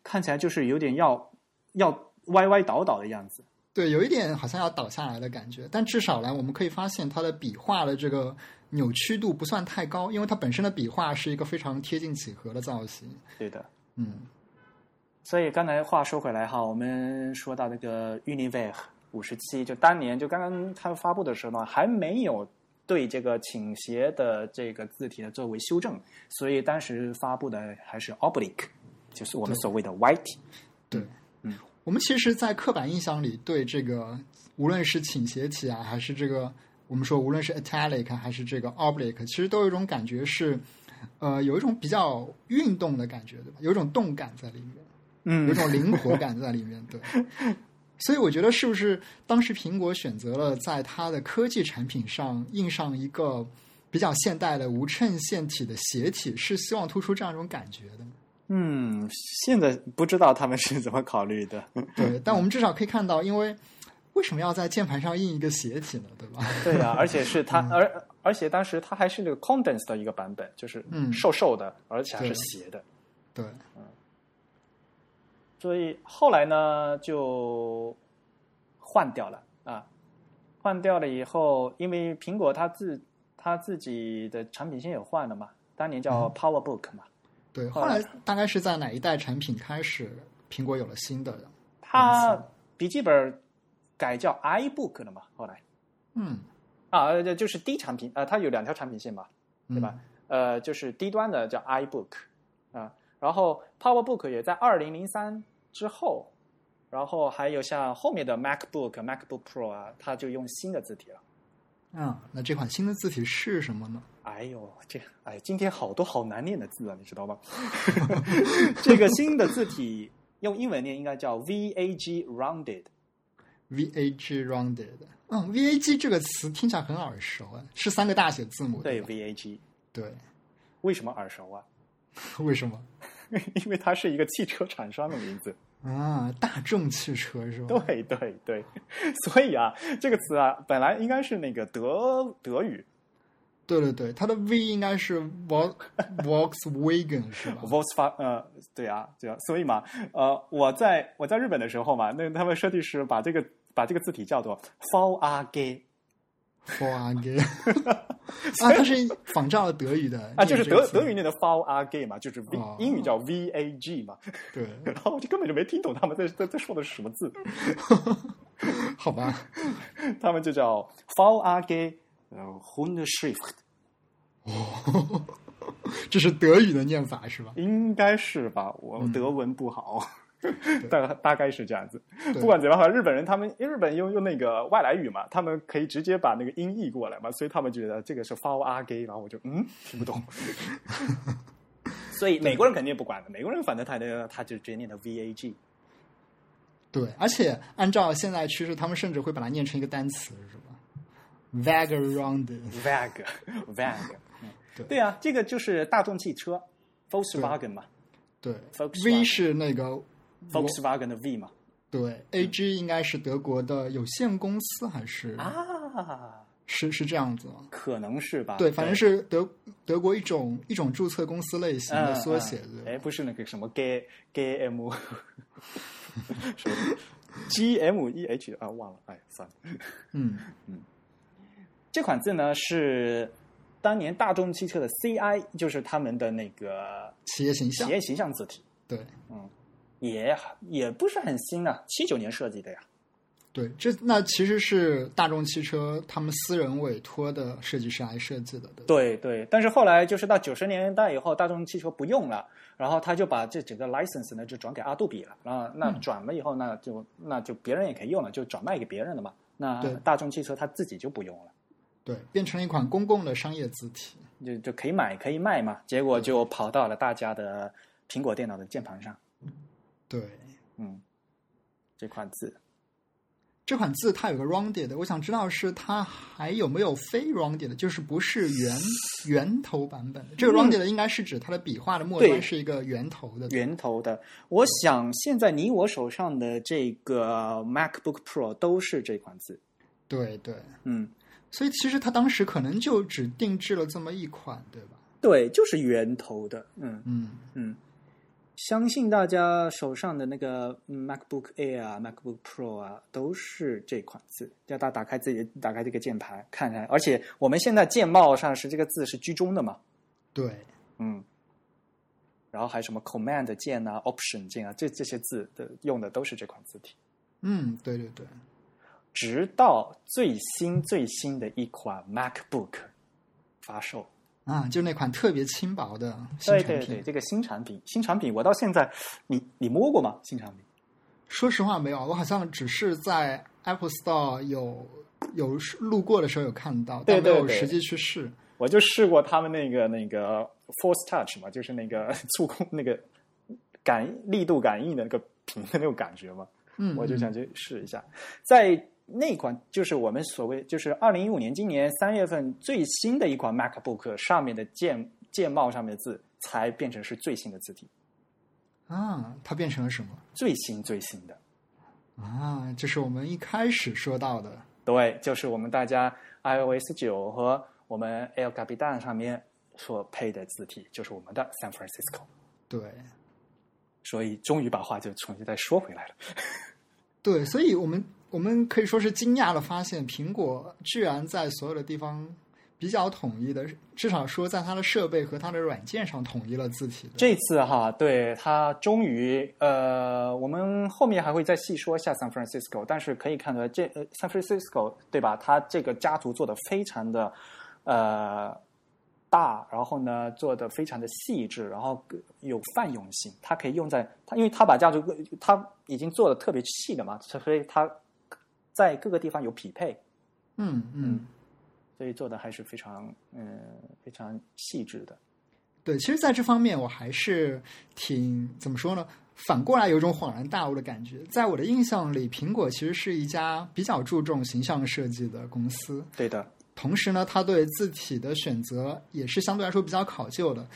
[SPEAKER 1] 看起来就是有点要要歪歪倒倒的样子。
[SPEAKER 2] 对，有一点好像要倒下来的感觉，但至少来我们可以发现它的笔画的这个扭曲度不算太高，因为它本身的笔画是一个非常贴近几何的造型。
[SPEAKER 1] 对的。
[SPEAKER 2] 嗯，
[SPEAKER 1] 所以刚才话说回来哈，我们说到那个 Univer 五十七，就当年就刚刚它发布的时候呢，还没有对这个倾斜的这个字体呢作为修正，所以当时发布的还是 oblique，就是我们所谓的歪体。
[SPEAKER 2] 对，
[SPEAKER 1] 嗯，
[SPEAKER 2] 我们其实，在刻板印象里对这个无论是倾斜体啊，还是这个我们说无论是 italic 啊还是这个 oblique，其实都有一种感觉是，呃，有一种比较运动的感觉，对吧？有一种动感在里面。
[SPEAKER 1] 嗯
[SPEAKER 2] 有种灵活感在里面。对，所以我觉得是不是当时苹果选择了在它的科技产品上印上一个比较现代的无衬线体的斜体，是希望突出这样一种感觉的。
[SPEAKER 1] 嗯，现在不知道他们是怎么考虑的。
[SPEAKER 2] 对，但
[SPEAKER 1] 嗯
[SPEAKER 2] 我们至少可以看到，因为为什么要在键盘上印一个斜体呢？对吧？
[SPEAKER 1] 对呀、而且是它，
[SPEAKER 2] 嗯
[SPEAKER 1] 而而且当时它还是那个 condensed 的一个版本，就是
[SPEAKER 2] 嗯
[SPEAKER 1] 瘦瘦的，而且还是
[SPEAKER 2] 对
[SPEAKER 1] 斜的。
[SPEAKER 2] 对，
[SPEAKER 1] 所以后来呢就换掉了啊，换掉了以后，因为苹果它自它自己的产品线也换了嘛，当年叫 PowerBook 嘛，
[SPEAKER 2] 对，
[SPEAKER 1] 后
[SPEAKER 2] 后
[SPEAKER 1] 来
[SPEAKER 2] 来大概是在哪一代产品开始，苹果有了新的？
[SPEAKER 1] 它笔记本改叫 iBook 了嘛，后来
[SPEAKER 2] 嗯，
[SPEAKER 1] 啊，呃就是低产品啊、呃它有两条产品线嘛，对吧
[SPEAKER 2] 嗯？
[SPEAKER 1] 呃，就是低端的叫 iBook 啊，然后 PowerBook 也在二零零三之后，然后还有像后面的 MacBook、MacBook Pro 啊，它就用新的字体了。
[SPEAKER 2] 嗯，那这款新的字体是什么呢？
[SPEAKER 1] 哎呦，这哎，今天好多好难念的字啊，你知道吗？ 这个新的字体用英文念应该叫 VAG Rounded。
[SPEAKER 2] VAG rounded。嗯，VAG 这个词听起来很耳熟哎，是三个大写字母。
[SPEAKER 1] 对
[SPEAKER 2] 吧
[SPEAKER 1] VAG，
[SPEAKER 2] 对，
[SPEAKER 1] 为什么耳熟啊？
[SPEAKER 2] 为什么
[SPEAKER 1] 因为它是一个汽车厂商的名字。
[SPEAKER 2] 啊？大众汽车是吧？
[SPEAKER 1] 对对对，所以啊，这个词啊，本来应该是那个德德语
[SPEAKER 2] 对对对，它的 V 应该是 Vol Volkswagen 是吧？
[SPEAKER 1] v o l s f a 呃，对啊，对啊，所以嘛，呃，我在我在日本的时候嘛，那他们设计师把这个把这个字体叫做 f o r g
[SPEAKER 2] Volkswagen 啊，它是仿照了德语的
[SPEAKER 1] 啊，就是
[SPEAKER 2] 念这
[SPEAKER 1] 德
[SPEAKER 2] 个词
[SPEAKER 1] 德语念的 f o r g 嘛，就是 V、
[SPEAKER 2] 哦
[SPEAKER 1] 英语叫 v a g 嘛，
[SPEAKER 2] 对，
[SPEAKER 1] 然后我就根本就没听懂他们在在在说的是什么字，
[SPEAKER 2] 好吧？
[SPEAKER 1] 他们就叫 f o r g 呃 h u n d s c h r i f t
[SPEAKER 2] 哦，这是德语的念法是吧？
[SPEAKER 1] 应该是吧，我
[SPEAKER 2] 嗯
[SPEAKER 1] 德文不好， 大、大概是这样子。
[SPEAKER 2] 对
[SPEAKER 1] 不管怎么样，反正日本人他们因为日本用用那个外来语嘛，他们可以直接把那个音译过来嘛，所以他们觉得这个是 f o r g 然后我就嗯听不 懂。所以美国人肯定不管的，美国人反正他的他就直接念的 v a g，
[SPEAKER 2] 对，而且按照现在趋势，他们甚至会把它念成一个单词是吧？Vagrand
[SPEAKER 1] vag vag，嗯
[SPEAKER 2] 对
[SPEAKER 1] 对啊，这个就是大众汽车 Volkswagen 嘛
[SPEAKER 2] 对
[SPEAKER 1] Volkswagen
[SPEAKER 2] ，V 是那个
[SPEAKER 1] ，Volkswagen 的 V 嘛
[SPEAKER 2] 对，AG 应该是德国的有限公司还是
[SPEAKER 1] 嗯啊，
[SPEAKER 2] 是是这样子吗？
[SPEAKER 1] 可能是吧，
[SPEAKER 2] 对，反正是德德国一种一种注册公司类型的
[SPEAKER 1] 嗯
[SPEAKER 2] 缩写
[SPEAKER 1] 嗯
[SPEAKER 2] 对
[SPEAKER 1] 哎、不是那个什么 gay gay m，什么 g m e h 啊，忘了，哎，算了。
[SPEAKER 2] 嗯，
[SPEAKER 1] 这款字呢是当年大众汽车的 C I，就是他们的那个
[SPEAKER 2] 企业形象
[SPEAKER 1] 企业形象字体，嗯
[SPEAKER 2] 对
[SPEAKER 1] 也也不是很新啊，七九年设计的呀。
[SPEAKER 2] 对，这那其实是大众汽车他们私人委托的设计师来设计的，对吧
[SPEAKER 1] 对对，但是后来就是到九十年代以后，大众汽车不用了，然后他就把这整个 license 呢就转给阿杜比了，然后那
[SPEAKER 2] 嗯
[SPEAKER 1] 转了以后，那就那就别人也可以用了，就转卖给别人了嘛。那
[SPEAKER 2] 对
[SPEAKER 1] 大众汽车它自己就不用了。
[SPEAKER 2] 对，变成了一款公共的商业字体。
[SPEAKER 1] 就就可以买可以卖嘛，结果就跑到了大家的苹果电脑的键盘上。
[SPEAKER 2] 对，
[SPEAKER 1] 嗯，这款字
[SPEAKER 2] 这款字它有个 rounded，我想知道是它还有没有非 rounded，就是不是圆圆头版本的。这个
[SPEAKER 1] 嗯
[SPEAKER 2] rounded 应该是指它的笔画的末
[SPEAKER 1] 对
[SPEAKER 2] 端是一个圆头的。
[SPEAKER 1] 源头的，我想现在你我手上的这个 MacBook Pro 都是这款字。
[SPEAKER 2] 对对，
[SPEAKER 1] 嗯，
[SPEAKER 2] 所以其实它当时可能就只定制了这么一款，对吧？
[SPEAKER 1] 对，就是源头的。嗯
[SPEAKER 2] 嗯，
[SPEAKER 1] 嗯，相信大家手上的那个嗯 MacBook Air 啊、MacBook Pro 啊，都是这款字。叫大家打开自己打开这个键盘看看，而且我们现在键帽上是这个字是居中的嘛。
[SPEAKER 2] 对
[SPEAKER 1] 嗯，然后还有什么 Command 键啊、Option 键啊，这这些字的用的都是这款字体。
[SPEAKER 2] 嗯，对对对，
[SPEAKER 1] 直到最新最新的一款 MacBook 发售，
[SPEAKER 2] 啊，就那款特别轻薄的新
[SPEAKER 1] 对
[SPEAKER 2] 产品。
[SPEAKER 1] 对对，这个新产品，新产品我到现在，你你摸过吗？新产品？
[SPEAKER 2] 说实话没有，我好像只是在 Apple Store 有有路过的时候有看到，
[SPEAKER 1] 对
[SPEAKER 2] 但没
[SPEAKER 1] 对
[SPEAKER 2] 有
[SPEAKER 1] 对
[SPEAKER 2] 实际去试。
[SPEAKER 1] 我就试过他们那个那个 Force Touch 嘛，就是那个 触控那个感力度感应的那个屏的那种感觉嘛，
[SPEAKER 2] 嗯，
[SPEAKER 1] 我就
[SPEAKER 2] 嗯
[SPEAKER 1] 想去试一下。在那款就是我们所谓就是二零一五年今年三月份最新的一款 MacBook 上面的键键帽上面的字才变成是最新的字体，
[SPEAKER 2] 啊，它变成了什么
[SPEAKER 1] 最新最新的。
[SPEAKER 2] 啊？就是我们一开始说到的，
[SPEAKER 1] 对，就是我们大家 iOS 九和我们 El Capitan 上面所配的字体，就是我们的 San Francisco。
[SPEAKER 2] 对
[SPEAKER 1] 所以终于把话就重新再说回来了。
[SPEAKER 2] 对，所以我们我们可以说是惊讶的发现，苹果居然在所有的地方比较统一的，至少说在它的设备和它的软件上统一了字体的。
[SPEAKER 1] 这次哈，对它终于呃，我们后面还会再细说一下 San Francisco，但是可以看得这呃 San Francisco 对吧？它这个家族做的非常的呃大，然后呢做的非常的细致，然后有泛用性，它可以用在它，因为它把家族它已经做的特别细了嘛，所以它在各个地方有匹配，
[SPEAKER 2] 嗯嗯，
[SPEAKER 1] 所以做的还是非常嗯非常细致的。
[SPEAKER 2] 对，其实在这方面我还是挺怎么说呢？反过来有种恍然大悟的感觉。在我的印象里，苹果其实是一家比较注重形象设计的公司。
[SPEAKER 1] 对的，
[SPEAKER 2] 同时呢，它对字体的选择也是相对来说比较考究的。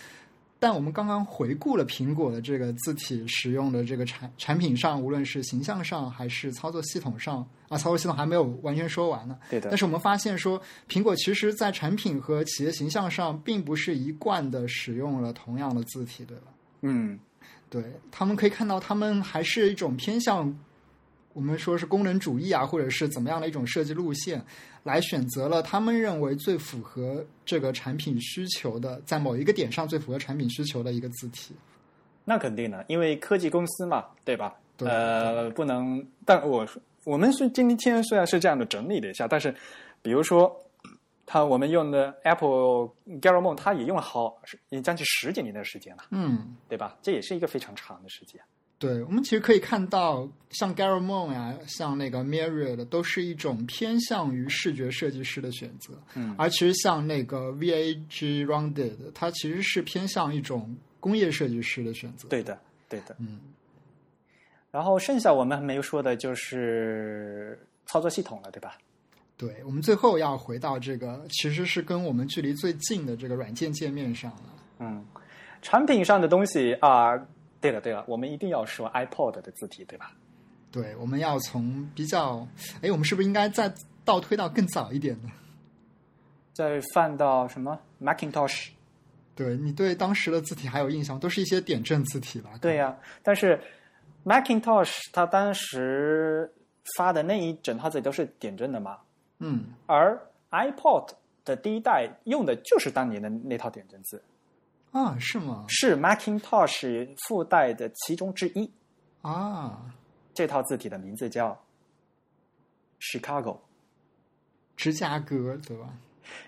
[SPEAKER 2] 但我们刚刚回顾了苹果的这个字体使用的这个产产品上，无论是形象上还是操作系统上啊，操作系统还没有完全说完呢。
[SPEAKER 1] 对的
[SPEAKER 2] 但。是我们发现说，苹果其实在产品和企业形象上，并不是一贯的使用了同样的字体，对吧？
[SPEAKER 1] 嗯，
[SPEAKER 2] 对他们可以看到，他们还是一种偏向我们说是功能主义啊，或者是怎么样的一种设计路线，来选择了他们认为最符合这个产品需求的，在某一个点上最符合产品需求的一个字体。
[SPEAKER 1] 那肯定的，因为科技公司嘛，对吧？
[SPEAKER 2] 对
[SPEAKER 1] 呃，不能，但我我们是今天虽然是这样的整理了一下，但是比如说，它我们用的 Apple Garamond，它也用了好也将近十几年的时间了，
[SPEAKER 2] 嗯，
[SPEAKER 1] 对吧？这也是一个非常长的时间。
[SPEAKER 2] 对，我们其实可以看到，像 Garamond 呀、像那个 Myriad，都是一种偏向于视觉设计师的选择。
[SPEAKER 1] 嗯
[SPEAKER 2] 而其实像那个 VAG Rounded，它其实是偏向一种工业设计师的选择。，
[SPEAKER 1] 对的，对的。
[SPEAKER 2] 嗯，
[SPEAKER 1] 然后剩下我们还没有说的就是操作系统了，对吧？
[SPEAKER 2] 对，我们最后要回到这个，其实是跟我们距离最近的这个软件界面上了。
[SPEAKER 1] 嗯，产品上的东西啊、对了对了，我们一定要说 iPod 的字体，对吧？
[SPEAKER 2] 对，我们要从比较，哎，我们是不是应该再倒推到更早一点呢？
[SPEAKER 1] 再放到什么 Macintosh。
[SPEAKER 2] 对你对当时的字体还有印象，都是一些点阵字体吧？
[SPEAKER 1] 对呀、但是 Macintosh 它当时发的那一整套字体都是点阵的嘛，
[SPEAKER 2] 嗯，
[SPEAKER 1] 而 iPod 的第一代用的就是当年的那套点阵字，
[SPEAKER 2] 啊，是吗？
[SPEAKER 1] 是 Macintosh 附带的其中之一。
[SPEAKER 2] 啊，
[SPEAKER 1] 这套字体的名字叫 Chicago，
[SPEAKER 2] 芝加哥，对吧？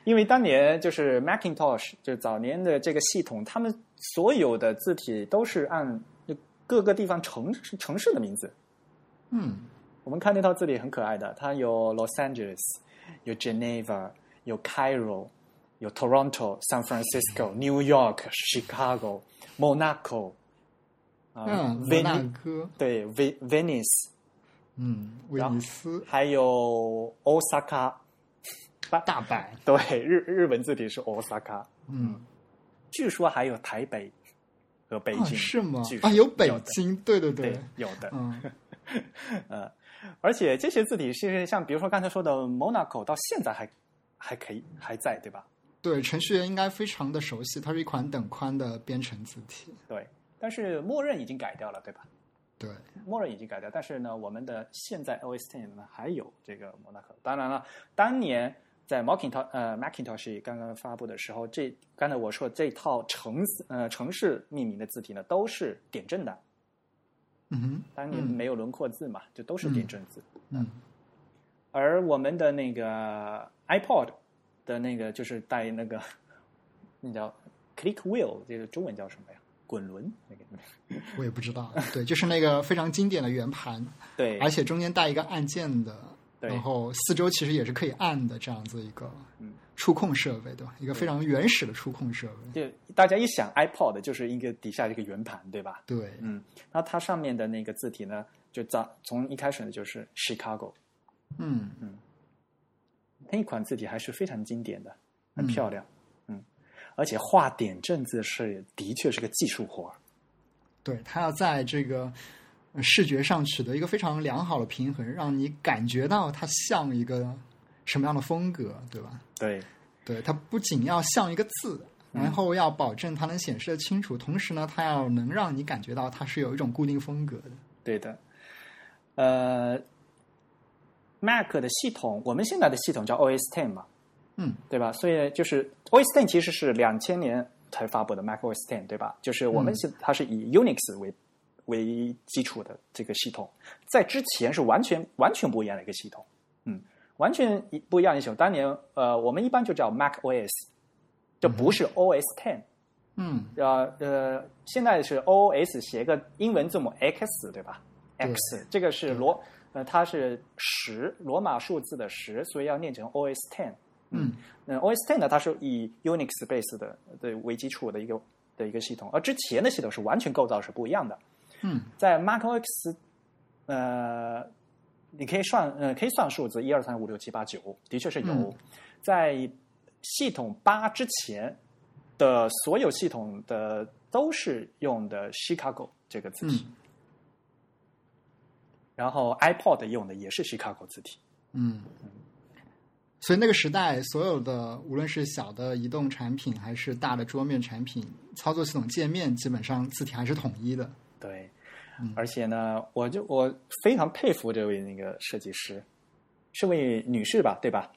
[SPEAKER 1] 因为当年就是 Macintosh 就早年的这个系统，他们所有的字体都是按各个地方城市城市的名字
[SPEAKER 2] 嗯，
[SPEAKER 1] 我们看那套字体很可爱的，它有 Los Angeles，有 Geneva，有 Cairo，有 Toronto、San Francisco、New
[SPEAKER 2] 嗯
[SPEAKER 1] York、Chicago、Monaco，啊、
[SPEAKER 2] 嗯，
[SPEAKER 1] 威
[SPEAKER 2] 摩纳
[SPEAKER 1] 尼
[SPEAKER 2] 哥，
[SPEAKER 1] 对 Ve- Venice，
[SPEAKER 2] 嗯，威尼斯，
[SPEAKER 1] 还有 Osaka，
[SPEAKER 2] 大阪，
[SPEAKER 1] 对日日文字体是 Osaka，
[SPEAKER 2] 嗯，
[SPEAKER 1] 据说还有台北和北
[SPEAKER 2] 啊，
[SPEAKER 1] 京，
[SPEAKER 2] 是吗
[SPEAKER 1] 据？说
[SPEAKER 2] 啊，有北
[SPEAKER 1] 有的
[SPEAKER 2] 京，对对
[SPEAKER 1] 对
[SPEAKER 2] 对，
[SPEAKER 1] 有的，
[SPEAKER 2] 嗯，
[SPEAKER 1] 呃，而且这些字体是像比如说刚才说的 Monaco，到现在还还可以还在对吧？
[SPEAKER 2] 对，程序员应该非常的熟悉，它是一款等宽的编程字体。
[SPEAKER 1] 对，但是默认已经改掉了，对吧？
[SPEAKER 2] 对，
[SPEAKER 1] 默认已经改掉，但是呢，我们的现在 OS Ten 呢还有这个 Monaco。当然了，当年在 Macintosh 呃 Macintosh 刚刚发布的时候，这刚才我说这套城市呃城市命名的字体呢都是点阵的，
[SPEAKER 2] 嗯哼，
[SPEAKER 1] 当年
[SPEAKER 2] 嗯
[SPEAKER 1] 没有轮廓字嘛，就都是点阵字。
[SPEAKER 2] 嗯，
[SPEAKER 1] 而我们的那个 iPod 的那个就是带那个那叫 Click Wheel，这个中文叫什么呀？滚轮那个
[SPEAKER 2] 我也不知道。对，就是那个非常经典的圆盘，
[SPEAKER 1] 对
[SPEAKER 2] 而且中间带一个按键的，
[SPEAKER 1] 对
[SPEAKER 2] 然后四周其实也是可以按的这样子一个
[SPEAKER 1] 嗯
[SPEAKER 2] 触控设备，对吧？一个非常原始的触控设备。
[SPEAKER 1] 就大家一想 iPod 就是一个底下一个圆盘，对吧？
[SPEAKER 2] 对，
[SPEAKER 1] 嗯，那它上面的那个字体呢，就早从一开始呢就是 Chicago，
[SPEAKER 2] 嗯
[SPEAKER 1] 那一款字体还是非常经典的，很漂亮。嗯而且画点阵字是的确是个技术活儿。
[SPEAKER 2] 对，它要在这个呃视觉上取得一个非常良好的平衡，让你感觉到它像一个什么样的风格，对吧？
[SPEAKER 1] 对，
[SPEAKER 2] 对，它不仅要像一个字，然后要保证它能显示的清楚，同时呢，它要能让你感觉到它是有一种固定风格的。
[SPEAKER 1] 对的。呃，Mac 的系统，我们现在的系统叫 OS Ten 嘛，
[SPEAKER 2] 嗯，
[SPEAKER 1] 对吧？所以就是 OS Ten 其实是两千年才发布的 Mac OS Ten，对吧？就是我们
[SPEAKER 2] 嗯
[SPEAKER 1] 是、它是以 Unix 为为基础的这个系统，在之前是完全完全不一样的一个系统，嗯，完全一不一样的系统。当年呃，我们一般就叫 Mac OS，这不是 OS Ten，、
[SPEAKER 2] 嗯，
[SPEAKER 1] 呃呃，现在是 OS 写个英文字母 X 对吧
[SPEAKER 2] 对
[SPEAKER 1] ？X 这个是罗呃，它是十罗马数字的十，所以要念成 OS ten。
[SPEAKER 2] 嗯，
[SPEAKER 1] 那 OS ten 呢，它是以 Unix base 的的为基础的一个的一个系统，而之前的系统是完全构造是不一样的。
[SPEAKER 2] 嗯，
[SPEAKER 1] 在 macOS，呃，你可以算，呃，可以算数字一二三五六七八九，的确是有。
[SPEAKER 2] 嗯
[SPEAKER 1] 在系统八之前的所有系统的都是用的 Chicago 这个字
[SPEAKER 2] 嗯
[SPEAKER 1] 体，然后 iPod 用的也是 Chicago 字体。
[SPEAKER 2] 嗯，所以那个时代，所有的无论是小的移动产品还是大的桌面产品，操作系统界面基本上字体还是统一的。
[SPEAKER 1] 对，
[SPEAKER 2] 嗯
[SPEAKER 1] 而且呢，我就我非常佩服这位那个设计师，是位女士吧，对吧？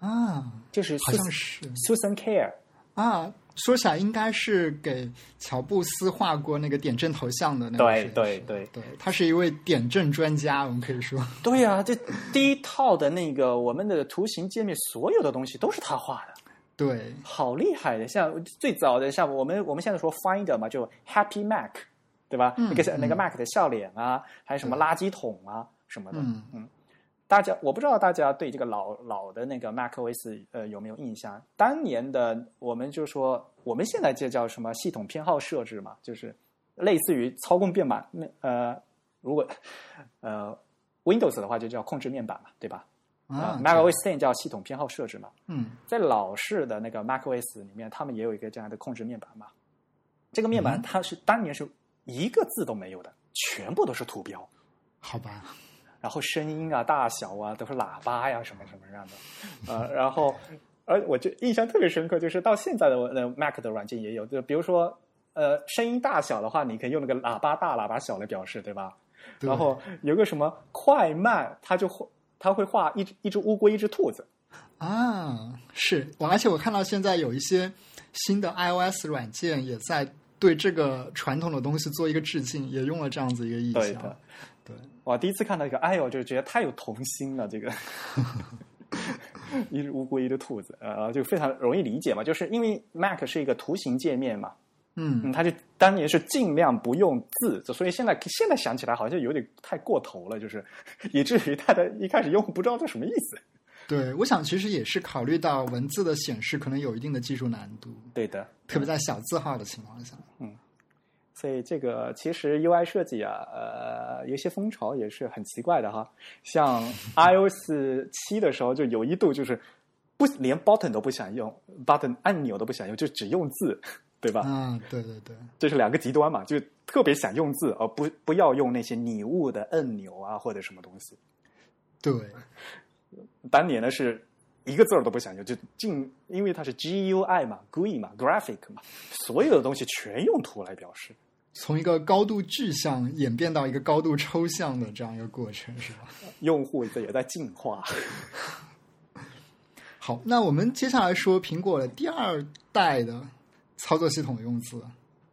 [SPEAKER 2] 啊，
[SPEAKER 1] 就是
[SPEAKER 2] 好像
[SPEAKER 1] Susan-
[SPEAKER 2] 是
[SPEAKER 1] Susan Care，
[SPEAKER 2] 啊，说起来应该是给乔布斯画过那个点阵头像的那个
[SPEAKER 1] 对
[SPEAKER 2] 设计师
[SPEAKER 1] 对对
[SPEAKER 2] 对，他是一位点阵专家，我们可以说，
[SPEAKER 1] 对呀、这第一套的那个我们的图形界面，所有的东西都是他画的，
[SPEAKER 2] 对，
[SPEAKER 1] 好厉害的！像最早的，像我们我们现在说 Finder 嘛，就 Happy Mac，对吧？
[SPEAKER 2] 嗯
[SPEAKER 1] 那个那个
[SPEAKER 2] 嗯
[SPEAKER 1] Mac 的笑脸啊，还有什么
[SPEAKER 2] 对
[SPEAKER 1] 垃圾桶啊什么的。
[SPEAKER 2] 嗯
[SPEAKER 1] 大家我不知道大家对这个老老的那个 macOS 呃有没有印象？当年的我们就说，我们现在这叫什么系统偏好设置嘛，就是类似于操控面板。那呃，如果呃 Windows 的话就叫控制面板嘛，对吧？
[SPEAKER 2] 啊，
[SPEAKER 1] macOS 10叫系统偏好设置嘛。
[SPEAKER 2] 嗯
[SPEAKER 1] 在老式的那个 macOS 里面，他们也有一个这样的控制面板嘛。这个面
[SPEAKER 2] 嗯
[SPEAKER 1] 板它是当年是一个字都没有的，全部都是图标。
[SPEAKER 2] 好吧，
[SPEAKER 1] 然后声音啊、大小啊都是喇叭呀、什么什么样的，呃，然后而我就印象特别深刻，就是到现在的我的 Mac 的软件也有，就比如说呃声音大小的话，你可以用那个喇叭大、喇叭小来表示，对吧？
[SPEAKER 2] 对
[SPEAKER 1] 然后有个什么快慢，它就会它会画一只一只乌龟、一只兔子，
[SPEAKER 2] 啊，是我，而且我看到现在有一些新的 iOS 软件也在对这个传统的东西做一个致敬，也用了这样子一个意
[SPEAKER 1] 对
[SPEAKER 2] 象
[SPEAKER 1] 的。
[SPEAKER 2] 对，
[SPEAKER 1] 我第一次看到这个，哎呦，就觉得太有童心了，这个。 一只乌龟，一只兔子，呃，就非常容易理解嘛，就是因为 Mac 是一个图形界面嘛，
[SPEAKER 2] 嗯
[SPEAKER 1] 嗯，他就当年是尽量不用字，所以现在现在想起来好像有点太过头了，就是以至于大家一开始用不知道这什么意思。
[SPEAKER 2] 对，我想其实也是考虑到文字的显示可能有一定的技术难度，
[SPEAKER 1] 对的，
[SPEAKER 2] 特别在小字号的情况下。
[SPEAKER 1] 所以这个其实 UI 设计啊，呃，有一些风潮也是很奇怪的哈。像 iOS 七的时候，就有一度就是不连 button 都不想用，button 按钮都不想用，就只用字，对吧？
[SPEAKER 2] 啊，对对对，
[SPEAKER 1] 这是两个极端嘛，就特别想用字，而不不要用那些拟物的按钮啊或者什么东西。
[SPEAKER 2] 对，
[SPEAKER 1] 当年呢是一个字儿都不想用，就尽因为它是 GUI 嘛、GUI 嘛、Graphic 嘛，所有的东西全用图来表示。
[SPEAKER 2] 从一个高度具象演变到一个高度抽象的这样一个过程，是吧？
[SPEAKER 1] 用户这也在进化。
[SPEAKER 2] 好，那我们接下来说苹果的第二代的操作系统用字。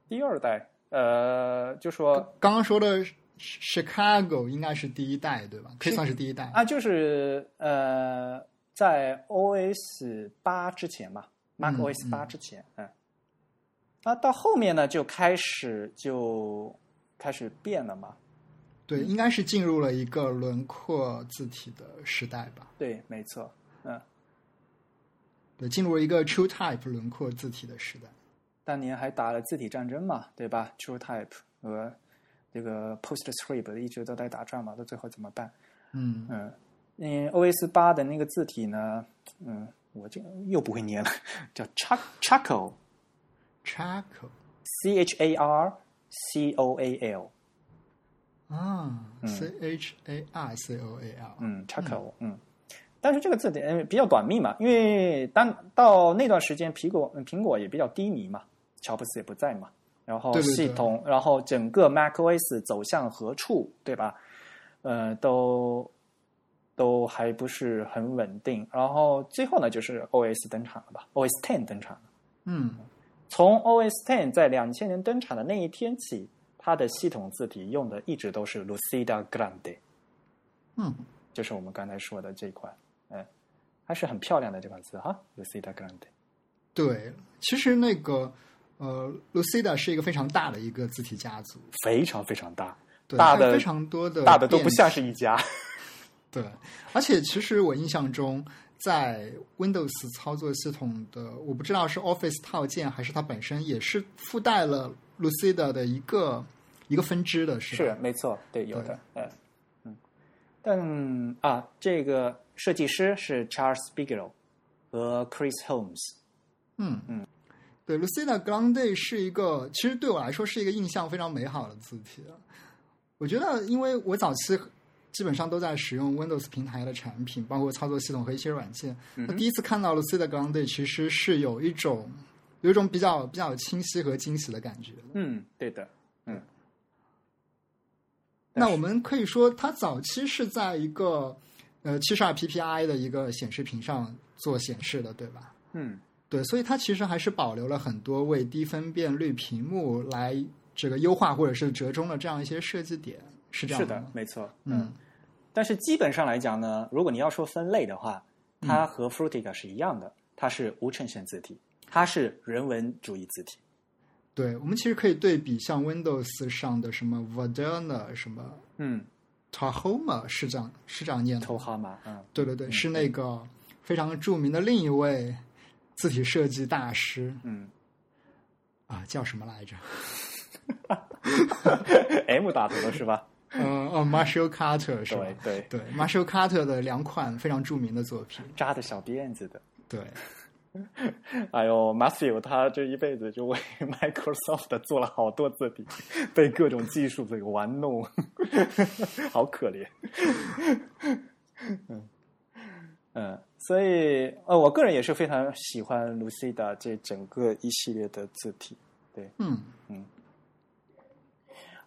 [SPEAKER 1] 第二代，呃，就说
[SPEAKER 2] 刚刚说的 Chicago 应该是第一代对吧？可以算是第一代。
[SPEAKER 1] 啊，就是呃，在 OS 八之前嘛，Mac
[SPEAKER 2] 嗯
[SPEAKER 1] OS 八
[SPEAKER 2] 嗯
[SPEAKER 1] 之前，嗯，啊，到后面呢就开始就开始变了嘛。
[SPEAKER 2] 对，应该是进入了一个轮廓字体的时代吧？
[SPEAKER 1] 对，没错，嗯，
[SPEAKER 2] 对，进入了一个 True Type 轮廓字体的时代。
[SPEAKER 1] 当年还打了字体战争嘛，对吧？TrueType 和这个 PostScript 一直都在打仗嘛，到最后怎么办？
[SPEAKER 2] 嗯，
[SPEAKER 1] 嗯，嗯，OS 八的那个字体呢，嗯，我这又不会念了， 叫 Chuck Chuckle
[SPEAKER 2] Charcoal
[SPEAKER 1] C H A R C O A L，
[SPEAKER 2] 啊，C H A R C O A L，
[SPEAKER 1] 嗯，Chuckle，嗯。但是这个字体嗯比较短命嘛，因为当到那段时间，苹果嗯苹果也比较低迷嘛，乔布斯也不在嘛，然后
[SPEAKER 2] 对对对
[SPEAKER 1] 系统，然后整个 macOS 走向何处，对吧？呃，都都还不是很稳定。然后最后呢，就是 OS 登场了吧？OS Ten 登场了。
[SPEAKER 2] 嗯，
[SPEAKER 1] 从 OS Ten 在两千年登场的那一天起，它的系统字体用的一直都是 Lucida Grande。
[SPEAKER 2] 嗯，
[SPEAKER 1] 就是我们刚才说的这款，嗯，还是很漂亮的这款字哈，Lucida Grande。
[SPEAKER 2] 对，其实那个呃，Lucida 是一个非常大的一个字体家族，
[SPEAKER 1] 非常非常大，
[SPEAKER 2] 对，
[SPEAKER 1] 大
[SPEAKER 2] 它有
[SPEAKER 1] 的
[SPEAKER 2] 非常多的
[SPEAKER 1] 大的都
[SPEAKER 2] 变
[SPEAKER 1] 不像是一家。
[SPEAKER 2] 对，而且其实我印象中，在 Windows 操作系统的，我不知道是 Office 套件还是它本身也是附带了 Lucida 的一个一个分支的，是
[SPEAKER 1] 是
[SPEAKER 2] 吧？
[SPEAKER 1] 没错，对，有
[SPEAKER 2] 对
[SPEAKER 1] 的，嗯嗯，但啊，这个设计师是 Charles Bigelow 和 Chris Holmes。
[SPEAKER 2] 嗯
[SPEAKER 1] 嗯，
[SPEAKER 2] 对，Lucida Grande 是一个，其实对我来说是一个印象非常美好的字体。啊我觉得，因为我早期基本上都在使用 Windows 平台的产品，包括操作系统和一些软件。
[SPEAKER 1] 嗯
[SPEAKER 2] 那
[SPEAKER 1] 哼
[SPEAKER 2] 第一次看到 Lucida Grande，其实是有一种有一种比较比较清晰和惊喜的感觉的。
[SPEAKER 1] 嗯，对的，嗯。但
[SPEAKER 2] 那
[SPEAKER 1] 是
[SPEAKER 2] 我们可以说，它早期是在一个呃七十二 PPI 的一个显示屏上做显示的，对吧？
[SPEAKER 1] 嗯
[SPEAKER 2] 对，所以它其实还是保留了很多为低分辨率屏幕来这个优化或者是折中的这样一些设计点，是这样
[SPEAKER 1] 是
[SPEAKER 2] 的
[SPEAKER 1] 的
[SPEAKER 2] 吗，
[SPEAKER 1] 没错，
[SPEAKER 2] 嗯，
[SPEAKER 1] 但是基本上来讲呢，如果你要说分类的话，
[SPEAKER 2] 嗯
[SPEAKER 1] 它和 Fruitica 是一样的，它是无衬线字体，它是人文主义字体。
[SPEAKER 2] 对，我们其实可以对比像 Windows 上的什么 Moderna 什么
[SPEAKER 1] 嗯
[SPEAKER 2] Tahoma 是这样是这样念的
[SPEAKER 1] 头
[SPEAKER 2] 吗，
[SPEAKER 1] 哈嘛，嗯，
[SPEAKER 2] 对对对，是那个非常著名的另一位字体设计大师
[SPEAKER 1] 嗯
[SPEAKER 2] 啊，叫什么来着？
[SPEAKER 1] ，M 打头的是吧？
[SPEAKER 2] 呃哦，Marshall Carter 是吧？
[SPEAKER 1] 对对，
[SPEAKER 2] 对 m a r s h a l l Carter 的两款非常著名的作品。
[SPEAKER 1] 扎的小辫子的。
[SPEAKER 2] 对，
[SPEAKER 1] 哎呦，Matthew 他这一辈子就为 Microsoft 做了好多字体， 被各种技术这个玩弄， 好可怜。嗯嗯，所以呃，我个人也是非常喜欢 Lucida 这整个一系列的字体。
[SPEAKER 2] 嗯，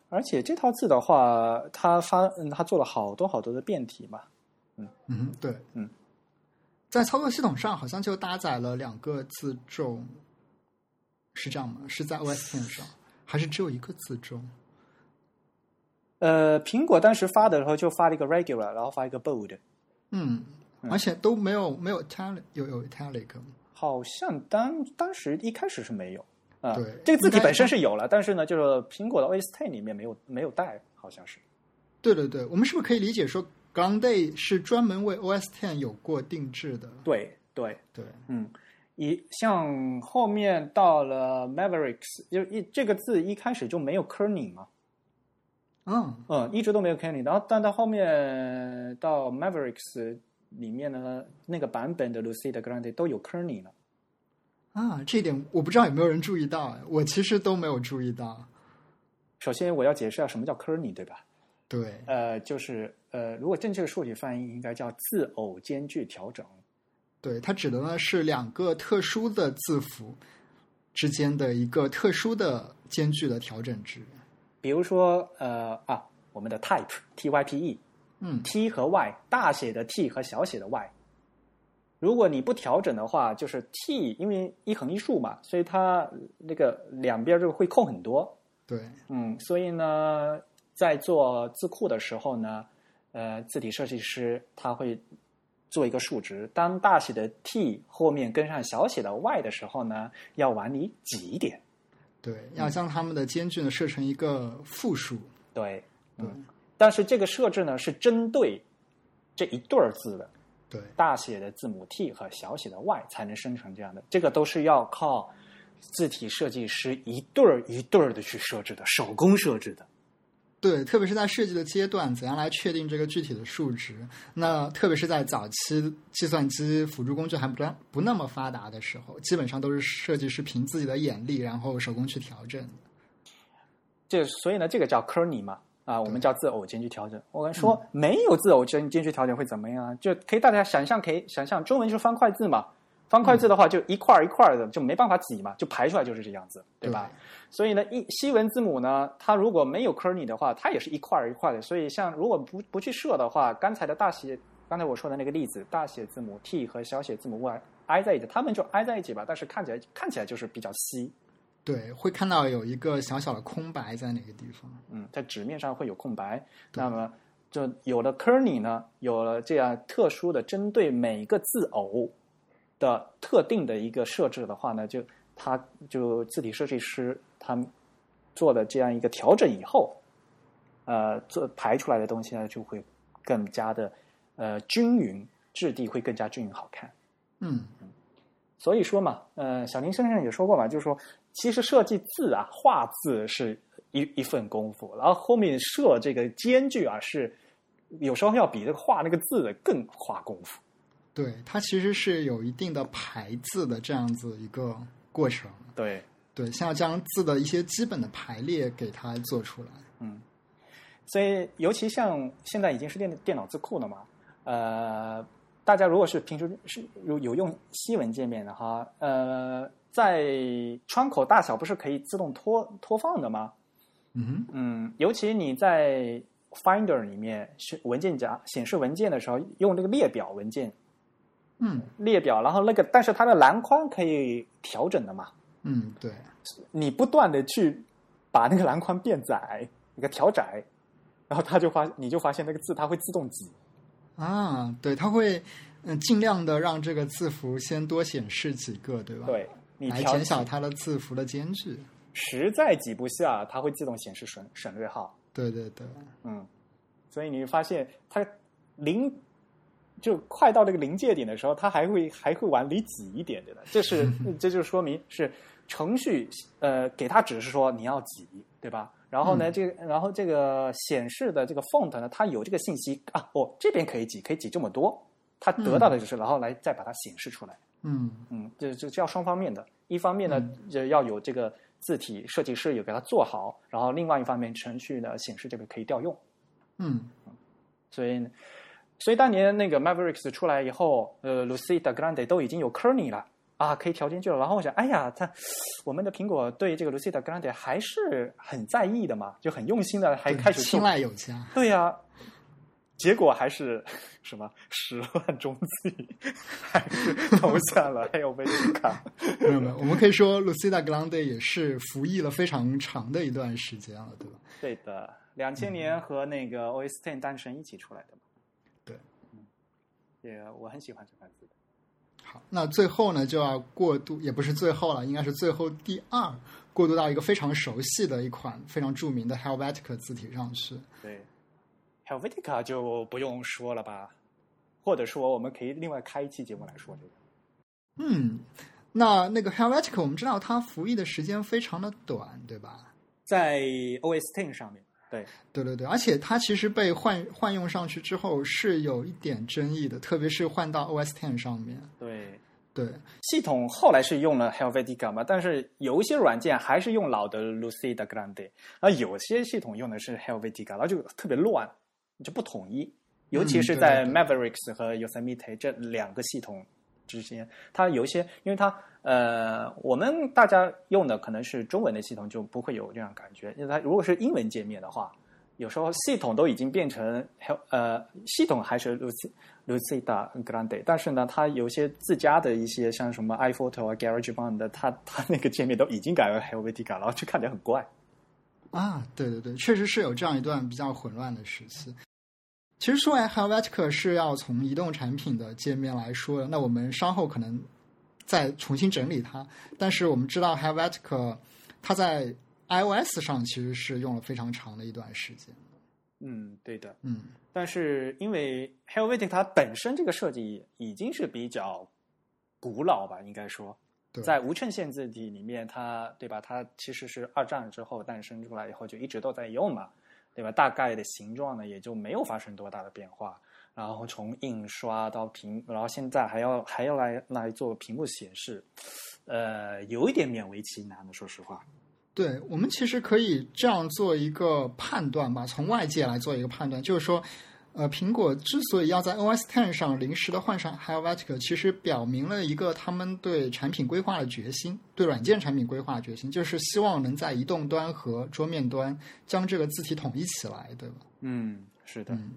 [SPEAKER 1] 而且这套字的话，它发嗯，它做了好多好多的变体嘛。
[SPEAKER 2] 嗯哼，对，
[SPEAKER 1] 嗯，
[SPEAKER 2] 在操作系统上好像就搭载了两个自重，是这样吗？是在 OS Ten 上，还是只有一个自重？
[SPEAKER 1] 呃，苹果当时发的时候就发了一个 regular，然后发一个 bold，
[SPEAKER 2] 嗯，而且都没有没有 italic，有有 italic 吗
[SPEAKER 1] 好像当当时一开始是没有。啊、
[SPEAKER 2] 对
[SPEAKER 1] 这个字
[SPEAKER 2] 应
[SPEAKER 1] 体
[SPEAKER 2] 该
[SPEAKER 1] 本身是有了，但是呢，就是苹果的 OS Ten 里面没有没有带，好像是。
[SPEAKER 2] 对对对，我们是不是可以理解说 g r a n d a y 是专门为 OS Ten 有过定制的？
[SPEAKER 1] 对对，
[SPEAKER 2] 对，
[SPEAKER 1] 嗯，一像后面到了 Mavericks，就一这个字一开始就没有 kerning 嘛，
[SPEAKER 2] 嗯，
[SPEAKER 1] 嗯，一直都没有 Kenny，然后但到后面到 Mavericks 里面呢，那个版本的 Lucida Grande 都有 Kenny 了。
[SPEAKER 2] 啊，这一点我不知道有没有人注意到，哎我其实都没有注意到。
[SPEAKER 1] 首先我要解释一下什么叫 Kenny，对吧？
[SPEAKER 2] 对，
[SPEAKER 1] 呃，就是呃，如果正确的术语翻译应该叫字偶间距调整。
[SPEAKER 2] 对，它指的呢是两个特殊的字符之间的一个特殊的间距的调整值。
[SPEAKER 1] 比如说呃啊，我们的 type T Y P E
[SPEAKER 2] 嗯
[SPEAKER 1] T 和 Y 大写的 T 和小写的 Y，如果你不调整的话，就是 T 因为一横一竖嘛，所以它呃那个两边就会空很多。
[SPEAKER 2] 对，
[SPEAKER 1] 嗯，所以呢，在做字库的时候呢，呃，字体设计师他会做一个数值，当大写的 T 后面跟上小写的 y 的时候呢，要往里挤一点。
[SPEAKER 2] 对，要将它们的间距呢设成一个负数。
[SPEAKER 1] 对，
[SPEAKER 2] 对
[SPEAKER 1] 嗯，但是这个设置呢是针对这一对儿字的，
[SPEAKER 2] 对，
[SPEAKER 1] 大写的字母 T 和小写的 y 才能生成这样的，这个都是要靠字体设计师一对儿一对儿的去设置的，手工设置的。
[SPEAKER 2] 对，特别是在设计的阶段，怎样来确定这个具体的数值？那特别是在早期计算机辅助工具还不不那么发达的时候，基本上都是设计师凭自己的眼力，然后手工去调整。
[SPEAKER 1] 这所以呢，这个叫 Kearney 嘛，啊，我们叫自偶间距调整。我跟你说，没有自偶间间距调整会怎么样啊？就可以大家想象，可以想象中文就是方块字嘛，方块字的话就一块儿一块儿的，就没办法挤嘛，就排出来就是这样子，对吧？所以呢，一西文字母呢，它如果没有 Kearney 的话，它也是一块儿一块儿的。所以像如果不不去设的话，刚才的大写，刚才我说的那个例子，大写字母 T 和小写字母 Y 挨在一起，它们就挨在一起吧，但是看起来看起来就是比较稀，
[SPEAKER 2] 对，会看到有一个小小的空白在哪个地方。
[SPEAKER 1] 嗯，在纸面上会有空白。
[SPEAKER 2] 对
[SPEAKER 1] 那么就有了 Kearney 呢，有了这样特殊的针对每个字偶的特定的一个设置的话呢，就它就字体设计师他们做的这样一个调整以后，呃，做排出来的东西呢就会更加的呃均匀，质地会更加均匀好看。
[SPEAKER 2] 嗯，
[SPEAKER 1] 所以说嘛，呃，小林先生也说过嘛，就是说，其实设计字啊、画字是一一份功夫，然后后面设这个间距啊，是有时候要比这个画那个字更花功夫。
[SPEAKER 2] 对，它其实是有一定的排字的这样子一个过程。
[SPEAKER 1] 对，
[SPEAKER 2] 对，先要将字的一些基本的排列给它做出来。
[SPEAKER 1] 嗯，所以尤其像现在已经是电电脑字库了嘛，呃，大家如果是平时是有有用西文界面的哈，呃，在窗口大小不是可以自动拖拖放的吗？
[SPEAKER 2] 嗯哼，
[SPEAKER 1] 嗯，尤其你在 Finder 里面是文件夹显示文件的时候，用这个列表文件
[SPEAKER 2] 嗯
[SPEAKER 1] 列表，然后那个但是它的栏框可以调整的嘛，
[SPEAKER 2] 嗯，对，
[SPEAKER 1] 你不断的去把那个栏框变窄，一个调窄，然后它就发你就发现那个字它会自动挤，
[SPEAKER 2] 啊，对，它会嗯尽量的让这个字符先多显示几个，对吧？，
[SPEAKER 1] 对你
[SPEAKER 2] 来
[SPEAKER 1] 调
[SPEAKER 2] 减小它的字符的间距。
[SPEAKER 1] 实在挤不下，它会自动显示省省略号，
[SPEAKER 2] 对对对，
[SPEAKER 1] 嗯，所以你会发现它临就快到这个临界点的时候，它还会还会往里挤一点点的，这是这就说明是程序呃给它指示说你要挤，对吧？然后呢，
[SPEAKER 2] 嗯
[SPEAKER 1] 这个然后这个显示的这个 font 呢，它有这个信息啊，哦，这边可以挤，可以挤这么多，它得到的就是，然后来再把它显示出来。
[SPEAKER 2] 嗯
[SPEAKER 1] 嗯，这这这要双方面的，一方面呢，就要有这个字体设计师有给它做好，然后另外一方面程序呢显示这个可以调用。
[SPEAKER 2] 嗯
[SPEAKER 1] 所以，所以当年那个 Mavericks 出来以后，呃，Lucida Grande 都已经有 Kearney 了啊，可以调间距了。然后我想，哎呀，它我们的苹果对这个 Lucida Grande 还是很在意的嘛，就很用心的，还
[SPEAKER 2] 对
[SPEAKER 1] 开始
[SPEAKER 2] 青
[SPEAKER 1] 做。
[SPEAKER 2] 睐有加。
[SPEAKER 1] 对呀、结果还是什么十万中计，还是投下 了还有被禁卡。
[SPEAKER 2] 没有没有，我们可以说 Lucida Grande 也是服役了非常长的一段时间了，对吧？
[SPEAKER 1] 对的，两千年和那个 OS Ten 诞生一起出来的嘛。
[SPEAKER 2] 嗯对，
[SPEAKER 1] 嗯，也我很喜欢这款字。
[SPEAKER 2] 好，那最后呢，就要过渡，也不是最后了，应该是最后第二，过渡到一个非常熟悉的一款非常著名的 Helvetica 字体上去。
[SPEAKER 1] 对，Helvetica 就不用说了吧，或者说我们可以另外开一期节目来说这个。
[SPEAKER 2] 嗯，那那个 Helvetica，我们知道它服役的时间非常的短，对吧？
[SPEAKER 1] 在 OS Ten 上面，对，
[SPEAKER 2] 对对对，而且它其实被换换用上去之后是有一点争议的，特别是换到 OS Ten 上面。
[SPEAKER 1] 对，
[SPEAKER 2] 对
[SPEAKER 1] 系统后来是用了 Helvetica 嘛，但是有一些软件还是用老的 Lucida Grande，而有些系统用的是 Helvetica，然后就特别乱，就不统一，尤其是在
[SPEAKER 2] 嗯
[SPEAKER 1] Mavericks 和 Yosemite 这两个系统之间，它有一些，因为它呃，我们大家用的可能是中文的系统就不会有这样感觉，因为它如果是英文界面的话，有时候系统都已经变成 Hel 呃系统还是 Lucy Lucida Grande，但是呢，它有些自家的一些像什么 iPhoto 啊、GarageBand 的，它它那个界面都已经改为 Helvetica，然后就看起来很怪。
[SPEAKER 2] 啊，对对对，确实是有这样一段比较混乱的时期。其实说来，Helvetica 是要从移动产品的界面来说的，那我们稍后可能再重新整理它。但是我们知道，Helvetica 它在 iOS 上其实是用了非常长的一段时间。
[SPEAKER 1] 嗯，对的。
[SPEAKER 2] 嗯，
[SPEAKER 1] 但是因为 Helvetica 它本身这个设计已经是比较古老吧，应该说，
[SPEAKER 2] 对，
[SPEAKER 1] 在无衬线字体里面它，对吧？它其实是二战之后诞生出来以后就一直都在用嘛。对吧？大概的形状呢也就没有发生多大的变化。然后从印刷到屏，然后现在还要还要来来做屏幕显示，呃，有一点勉为其难的，说实话。
[SPEAKER 2] 对我们其实可以这样做一个判断吧，从外界来做一个判断，就是说，呃，苹果之所以要在 OS Ten 上临时的换上 Helvetica，其实表明了一个他们对产品规划的决心，对软件产品规划的决心，就是希望能在移动端和桌面端将这个字体统一起来，对吧？
[SPEAKER 1] 嗯，是的。
[SPEAKER 2] 嗯，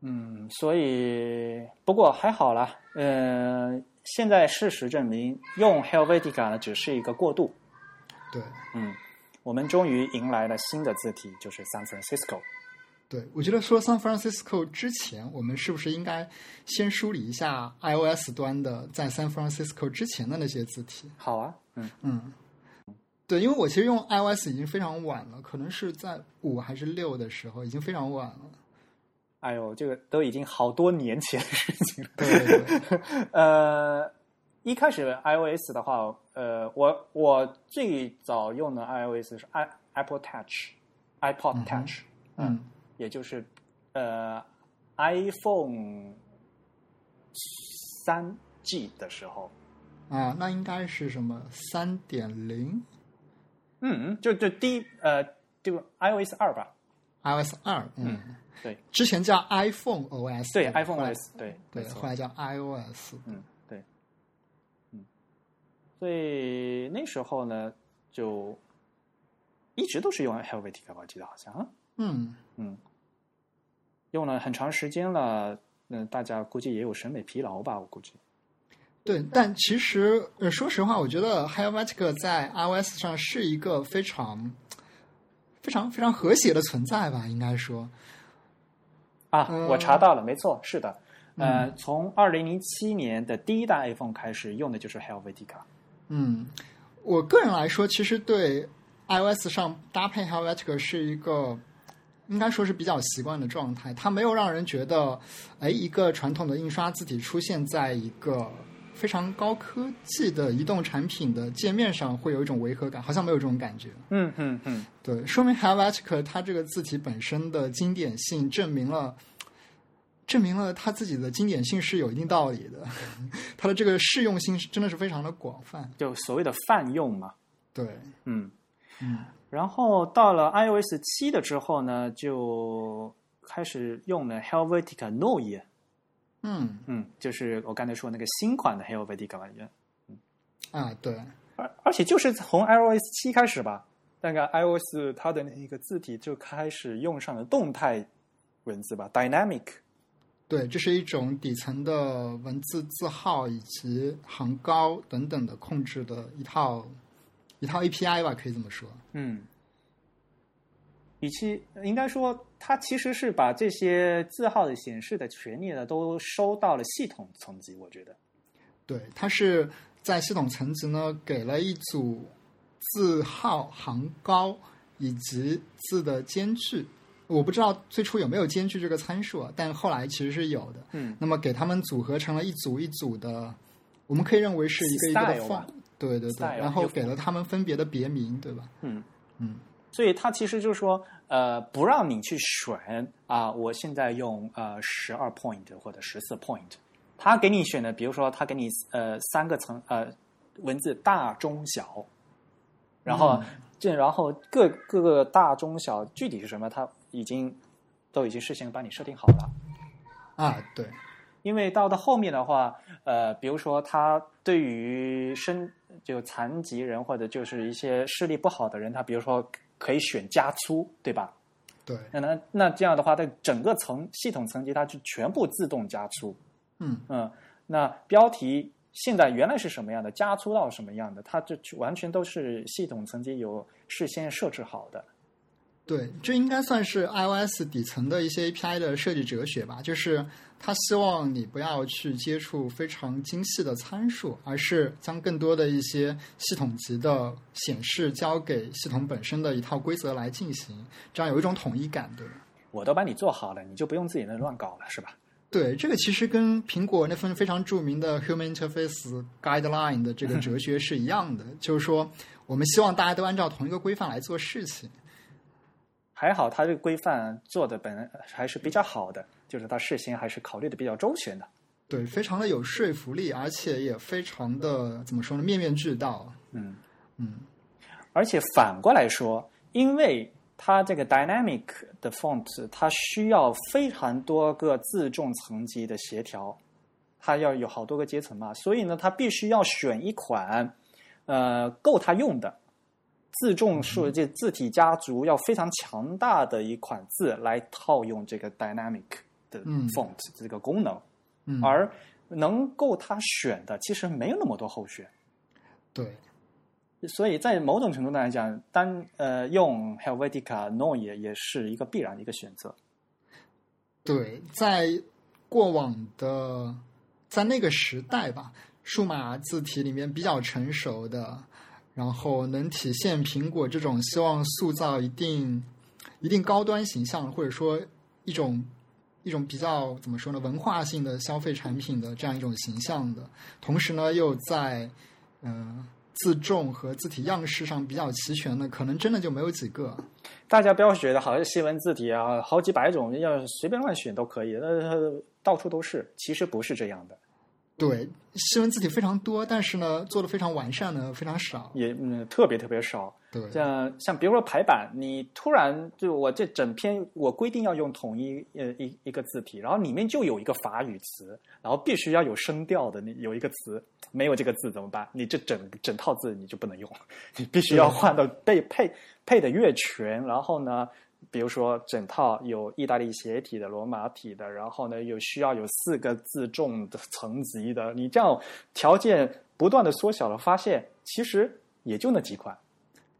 [SPEAKER 1] 嗯，所以不过还好啦，呃，现在事实证明，用 Helvetica 呢只是一个过渡。
[SPEAKER 2] 对。
[SPEAKER 1] 嗯，我们终于迎来了新的字体，就是 San Francisco。
[SPEAKER 2] 对，我觉得说 San Francisco 之前，我们是不是应该先梳理一下 iOS 端的在 San Francisco 之前的那些字体？
[SPEAKER 1] 好啊，嗯
[SPEAKER 2] 嗯，对，因为我其实用 iOS 已经非常晚了，可能是在五还是六的时候，已经非常 晚了。
[SPEAKER 1] 哎呦，这个都已经好多年前的事情了。
[SPEAKER 2] 对对对
[SPEAKER 1] 呃，一开始 iOS 的话，呃，我我最早用的 iOS 是 i Apple Touch，iPod
[SPEAKER 2] 嗯哼
[SPEAKER 1] Touch，
[SPEAKER 2] 嗯，
[SPEAKER 1] 也就是呃 iPhone 三 G 的时候，
[SPEAKER 2] 啊，那应该是什么三点零
[SPEAKER 1] 嗯，嗯就就第一呃，这个 iOS 二吧，
[SPEAKER 2] iOS 二，嗯，
[SPEAKER 1] 对
[SPEAKER 2] 之前叫 iPhone OS，
[SPEAKER 1] 对
[SPEAKER 2] 吧
[SPEAKER 1] ，iPhone
[SPEAKER 2] 后来
[SPEAKER 1] OS 对
[SPEAKER 2] 对，
[SPEAKER 1] 没错
[SPEAKER 2] 后来叫 iOS，
[SPEAKER 1] 嗯，对，嗯，所以那时候呢，就一直都是用 Helvetica 吧，我记得好像啊，
[SPEAKER 2] 嗯，
[SPEAKER 1] 嗯，用了很长时间了，嗯、大家估计也有审美疲劳吧，我估计，
[SPEAKER 2] 对，但其实呃，说实话，我觉得 Helvetica 在 iOS 上是一个非常、非常、非常和谐的存在吧，应该说。
[SPEAKER 1] 啊，
[SPEAKER 2] 嗯
[SPEAKER 1] 我查到了，没错，是的，呃，
[SPEAKER 2] 嗯
[SPEAKER 1] 从二零零七年的第一代 iPhone 开始用的就是 Helvetica，
[SPEAKER 2] 嗯，我个人来说，其实对 iOS 上搭配 Helvetica 是一个应该说是比较习惯的状态，它没有让人觉得，哎，一个传统的印刷字体出现在一个非常高科技的移动产品的界面上，会有一种违和感，好像没有这种感觉。
[SPEAKER 1] 嗯嗯嗯，
[SPEAKER 2] 对，说明 Helvetica 它这个字体本身的经典性证明了，证明了它自己的经典性是有一定道理的， 它的这个适用性是真的是非常的广泛。
[SPEAKER 1] 就所谓的泛用嘛，
[SPEAKER 2] 对，
[SPEAKER 1] 嗯。
[SPEAKER 2] 嗯，
[SPEAKER 1] 然后到了 iOS 七的之后呢，就开始用了 Helvetica Neue，
[SPEAKER 2] 嗯
[SPEAKER 1] 嗯，就是我刚才说那个新款的 Helvetica 吧，也
[SPEAKER 2] 啊，对，
[SPEAKER 1] 而而且就是从 iOS 七开始吧，那个 iOS 它的那个字体就开始用上了动态文字吧，dynamic，
[SPEAKER 2] 对，这是一种底层的文字字号以及行高等等的控制的一套一套 API 吧，可以这么说。
[SPEAKER 1] 嗯，以及应该说它其实是把这些字号的显示的权利呢都收到了系统层级，我觉得，
[SPEAKER 2] 对，它是在系统层级呢给了一组字号行高以及字的间距。我不知道最初有没有间距这个参数啊，但后来其实是有的。
[SPEAKER 1] 嗯
[SPEAKER 2] 那么给它们组合成了一组一组的，我们可以认为是一个一个
[SPEAKER 1] Style
[SPEAKER 2] 的
[SPEAKER 1] 吧
[SPEAKER 2] font，对对对，
[SPEAKER 1] Style，
[SPEAKER 2] 然后
[SPEAKER 1] 就
[SPEAKER 2] 给了它们分别的别名，对吧？
[SPEAKER 1] 嗯。
[SPEAKER 2] 嗯，
[SPEAKER 1] 所以它其实就是说，呃，不让你去选啊、我现在用呃十二 point 或者十四 point，它给你选的，比如说它给你呃三个层呃文字大中小，然后这、然后各各个大中小具体是什么，它已经都已经事先帮你设定好了。
[SPEAKER 2] 啊，对，
[SPEAKER 1] 因为到了后面的话，呃，比如说他对于身就残疾人或者就是一些视力不好的人，他比如说可以选加粗，对吧？
[SPEAKER 2] 对，
[SPEAKER 1] 那那那这样的话，它整个层系统层级它就全部自动加粗，
[SPEAKER 2] 嗯，
[SPEAKER 1] 嗯，那标题现在原来是什么样的，加粗到什么样的，它这完全都是系统层级有事先设置好的，
[SPEAKER 2] 对，这应该算是 iOS 底层的一些 API 的设计哲学吧，就是它希望你不要去接触非常精细的参数，而是将更多的一些系统级的显示交给系统本身的一套规则来进行，这样有一种统一感，对吧？
[SPEAKER 1] 我都帮你做好了，你就不用自己那乱搞了，是吧？
[SPEAKER 2] 对，这个其实跟苹果那份非常著名的 Human Interface Guideline 的这个哲学是一样的，就是说我们希望大家都按照同一个规范来做事情。
[SPEAKER 1] 还好它这个规范做的本还是比较好的，就是它事先还是考虑的比较周全的。
[SPEAKER 2] 对，非常的有说服力，而且也非常的怎么说呢，面面俱到。
[SPEAKER 1] 嗯，
[SPEAKER 2] 嗯，
[SPEAKER 1] 而且反过来说，因为它这个 dynamic 的 font，它需要非常多个自重层级的协调，它要有好多个阶层嘛，所以呢，它必须要选一款，呃，够它用的自重数这字体家族要非常强大的一款字来套用这个 dynamic 的
[SPEAKER 2] 嗯
[SPEAKER 1] font 这个功能，
[SPEAKER 2] 嗯
[SPEAKER 1] 而能够它选的其实没有那么多候选。
[SPEAKER 2] 对，
[SPEAKER 1] 所以在某种程度上来讲，单呃用 Helvetica No 也也是一个必然的一个选择。
[SPEAKER 2] 对，在过往的在那个时代吧，数码字体里面比较成熟的，然后能体现苹果这种希望塑造一定一定高端形象，或者说一种一种比较怎么说呢，文化性的消费产品的这样一种形象的，同时呢又在嗯、呃自重和字体样式上比较齐全的，可能真的就没有几个。
[SPEAKER 1] 大家不要觉得好像西文字体啊，好几百种，要随便乱选都可以，呃，到处都是。其实不是这样的，
[SPEAKER 2] 对，西文字体非常多，但是呢，做的非常完善的非常少。
[SPEAKER 1] 也嗯特别特别少。
[SPEAKER 2] 对，
[SPEAKER 1] 像像比如说排版，你突然就我这整篇我规定要用统一呃一一个字体，然后里面就有一个法语词，然后必须要有声调的，你有一个词没有这个字怎么办？你这整整套字你就不能用，你必须要换到被 配配的越全，然后呢，比如说整套有意大利斜体的、罗马体的，然后呢有需要有四个字重的层级的，你这样条件不断的缩小了，发现其实也就那几款。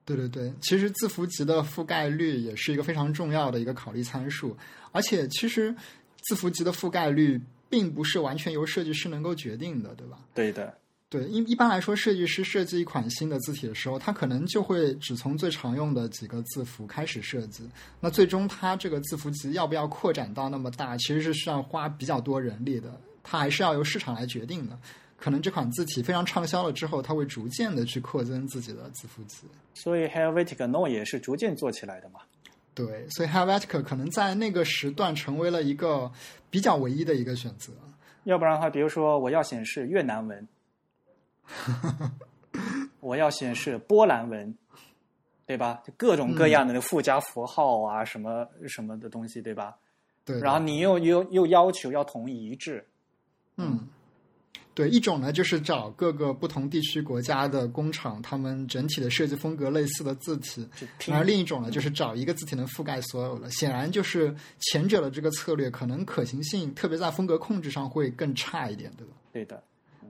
[SPEAKER 2] 对对对，其实字符集的覆盖率也是一个非常重要的一个考虑参数，而且其实字符集的覆盖率并不是完全由设计师能够决定的，对吧？
[SPEAKER 1] 对的，
[SPEAKER 2] 对，一一般来说，设计师设计一款新的字体的时候，他可能就会只从最常用的几个字符开始设计。那最终，他这个字符集要不要扩展到那么大，其实是需要花比较多人力的，它还是要由市场来决定的。可能这款字体非常畅销了之后，它会逐渐的去扩增自己的字符集。
[SPEAKER 1] 所以 Helvetica No 也是逐渐做起来的嘛。
[SPEAKER 2] 对，所以 Helvetica 可能在那个时段成为了一个比较唯一的一个选择。
[SPEAKER 1] 要不然的话，比如说我要显示越南文，我要显示波兰文，对吧？就各种各样的那附加符号啊，什么什么的东西，对吧？
[SPEAKER 2] 嗯对，
[SPEAKER 1] 然后你又又又要求要统一一致，
[SPEAKER 2] 嗯，对，一种呢就是找各个不同地区国家的工厂，他们整体的设计风格类似的字体。
[SPEAKER 1] 就拼
[SPEAKER 2] 而另一种呢，就是找一个字体能覆盖所有的。显然，就是前者的这个策略可能可行性，特别在风格控制上会更差一点，对吧？
[SPEAKER 1] 对的。嗯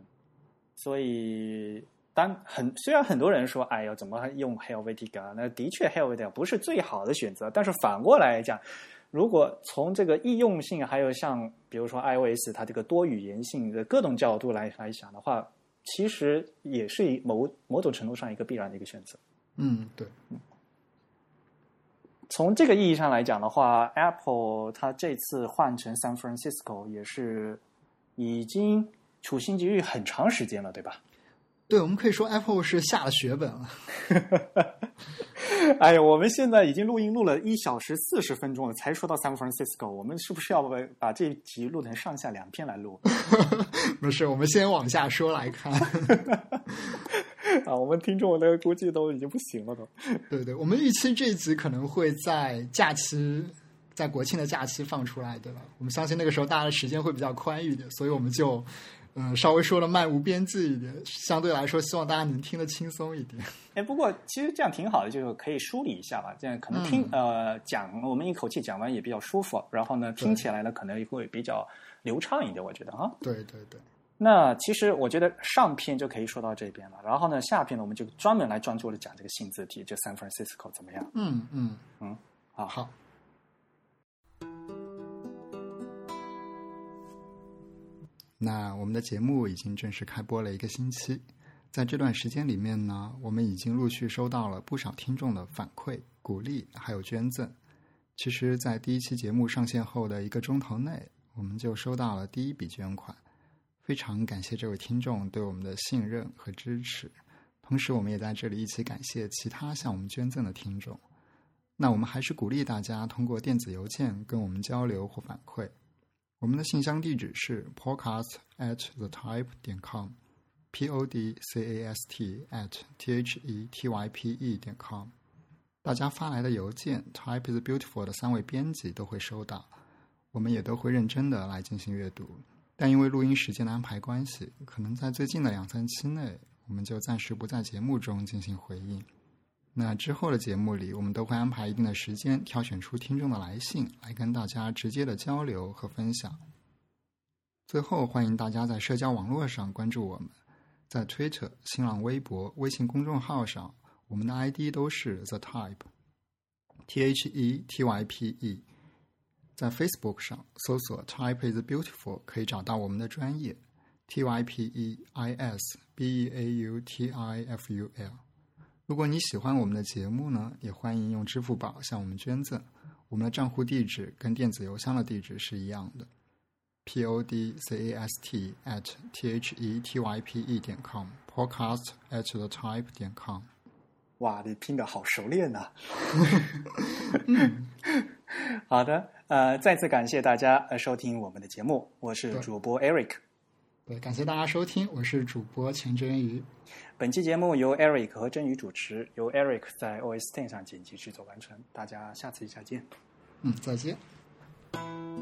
[SPEAKER 1] 所以当很虽然很多人说，哎呀，怎么还用 Helvetica？那的确 Helvetica 不是最好的选择，但是反过来讲，如果从这个易用性，还有像比如说 iOS 它这个多语言性的各种角度来来想的话，其实也是一某某种程度上一个必然的一个选择。
[SPEAKER 2] 嗯，对，
[SPEAKER 1] 从这个意义上来讲的话，Apple 它这次换成 San Francisco 也是已经处心积虑很长时间了，对吧？
[SPEAKER 2] 对，我们可以说 Apple 是下了血本了。
[SPEAKER 1] 哎呀，我们现在已经录音录了一小时四十分钟了，才说到 San Francisco，我们是不是要把把这一集录成上下两篇来录
[SPEAKER 2] 不是，我们先往下说来看。
[SPEAKER 1] 啊？我们听众的估计都已经不行了都。
[SPEAKER 2] 对对，我们预期这一集可能会在假期，在国庆的假期放出来，对吧？我们相信那个时候大家的时间会比较宽裕一点，所以我们就，嗯、稍微说的漫无边际一点，相对来说希望大家能听得轻松一点。
[SPEAKER 1] 哎，不过其实这样挺好的，就是可以梳理一下吧，这样可能听、呃讲我们一口气讲完也比较舒服，然后呢听起来呢可能会比较流畅一点，我觉得哈。
[SPEAKER 2] 对对对，
[SPEAKER 1] 那其实我觉得上篇就可以说到这边了，然后呢下篇呢我们就专门来专注的讲这个新字体，就 San Francisco 怎么样？
[SPEAKER 2] 嗯嗯
[SPEAKER 1] 嗯，好
[SPEAKER 2] 好，那我们的节目已经正式开播了一个星期，在这段时间里面呢，我们已经陆续收到了不少听众的反馈、鼓励，还有捐赠。其实，在第一期节目上线后的一个钟头内，我们就收到了第一笔捐款，非常感谢这位听众对我们的信任和支持。同时，我们也在这里一起感谢其他向我们捐赠的听众。那我们还是鼓励大家通过电子邮件跟我们交流或反馈。我们的信箱地址是 podcast at the type 点 com，p o d c a s t at t h e t y p e 点 com。大家发来的邮件，Type is Beautiful 的三位编辑都会收到，我们也都会认真的来进行阅读。但因为录音时间的安排关系，可能在最近的两三期内，我们就暂时不在节目中进行回应。那之后的节目里，我们都会安排一定的时间，挑选出听众的来信，来跟大家直接的交流和分享。最后，欢迎大家在社交网络上关注我们，在 Twitter、新浪微博、微信公众号上，我们的 ID 都是 The Type，T H E T Y P E。在 Facebook 上搜索 “Type is Beautiful” 可以找到我们的专业 T Y P E I S B E A U T I F U L。如果你喜欢我们的节目呢，也欢迎用支付宝向我们捐赠。我们的账户地址跟电子邮箱的地址是一样的，p o d c a s t at t h e t y p e 点 com，podcast at the type 点 com。
[SPEAKER 1] 哇，你拼的好熟练呐、 好的，呃，再次感谢大家呃收听我们的节目，我是
[SPEAKER 2] 对
[SPEAKER 1] 主播 Eric。
[SPEAKER 2] 对，感谢大家收听，我是主播钱真瑜。
[SPEAKER 1] 本期节目由 Eric 和真宇主持，由 Eric 在 OS Ten 上剪辑制作完成。大家下次再见。
[SPEAKER 2] 嗯，再见。
[SPEAKER 1] Thank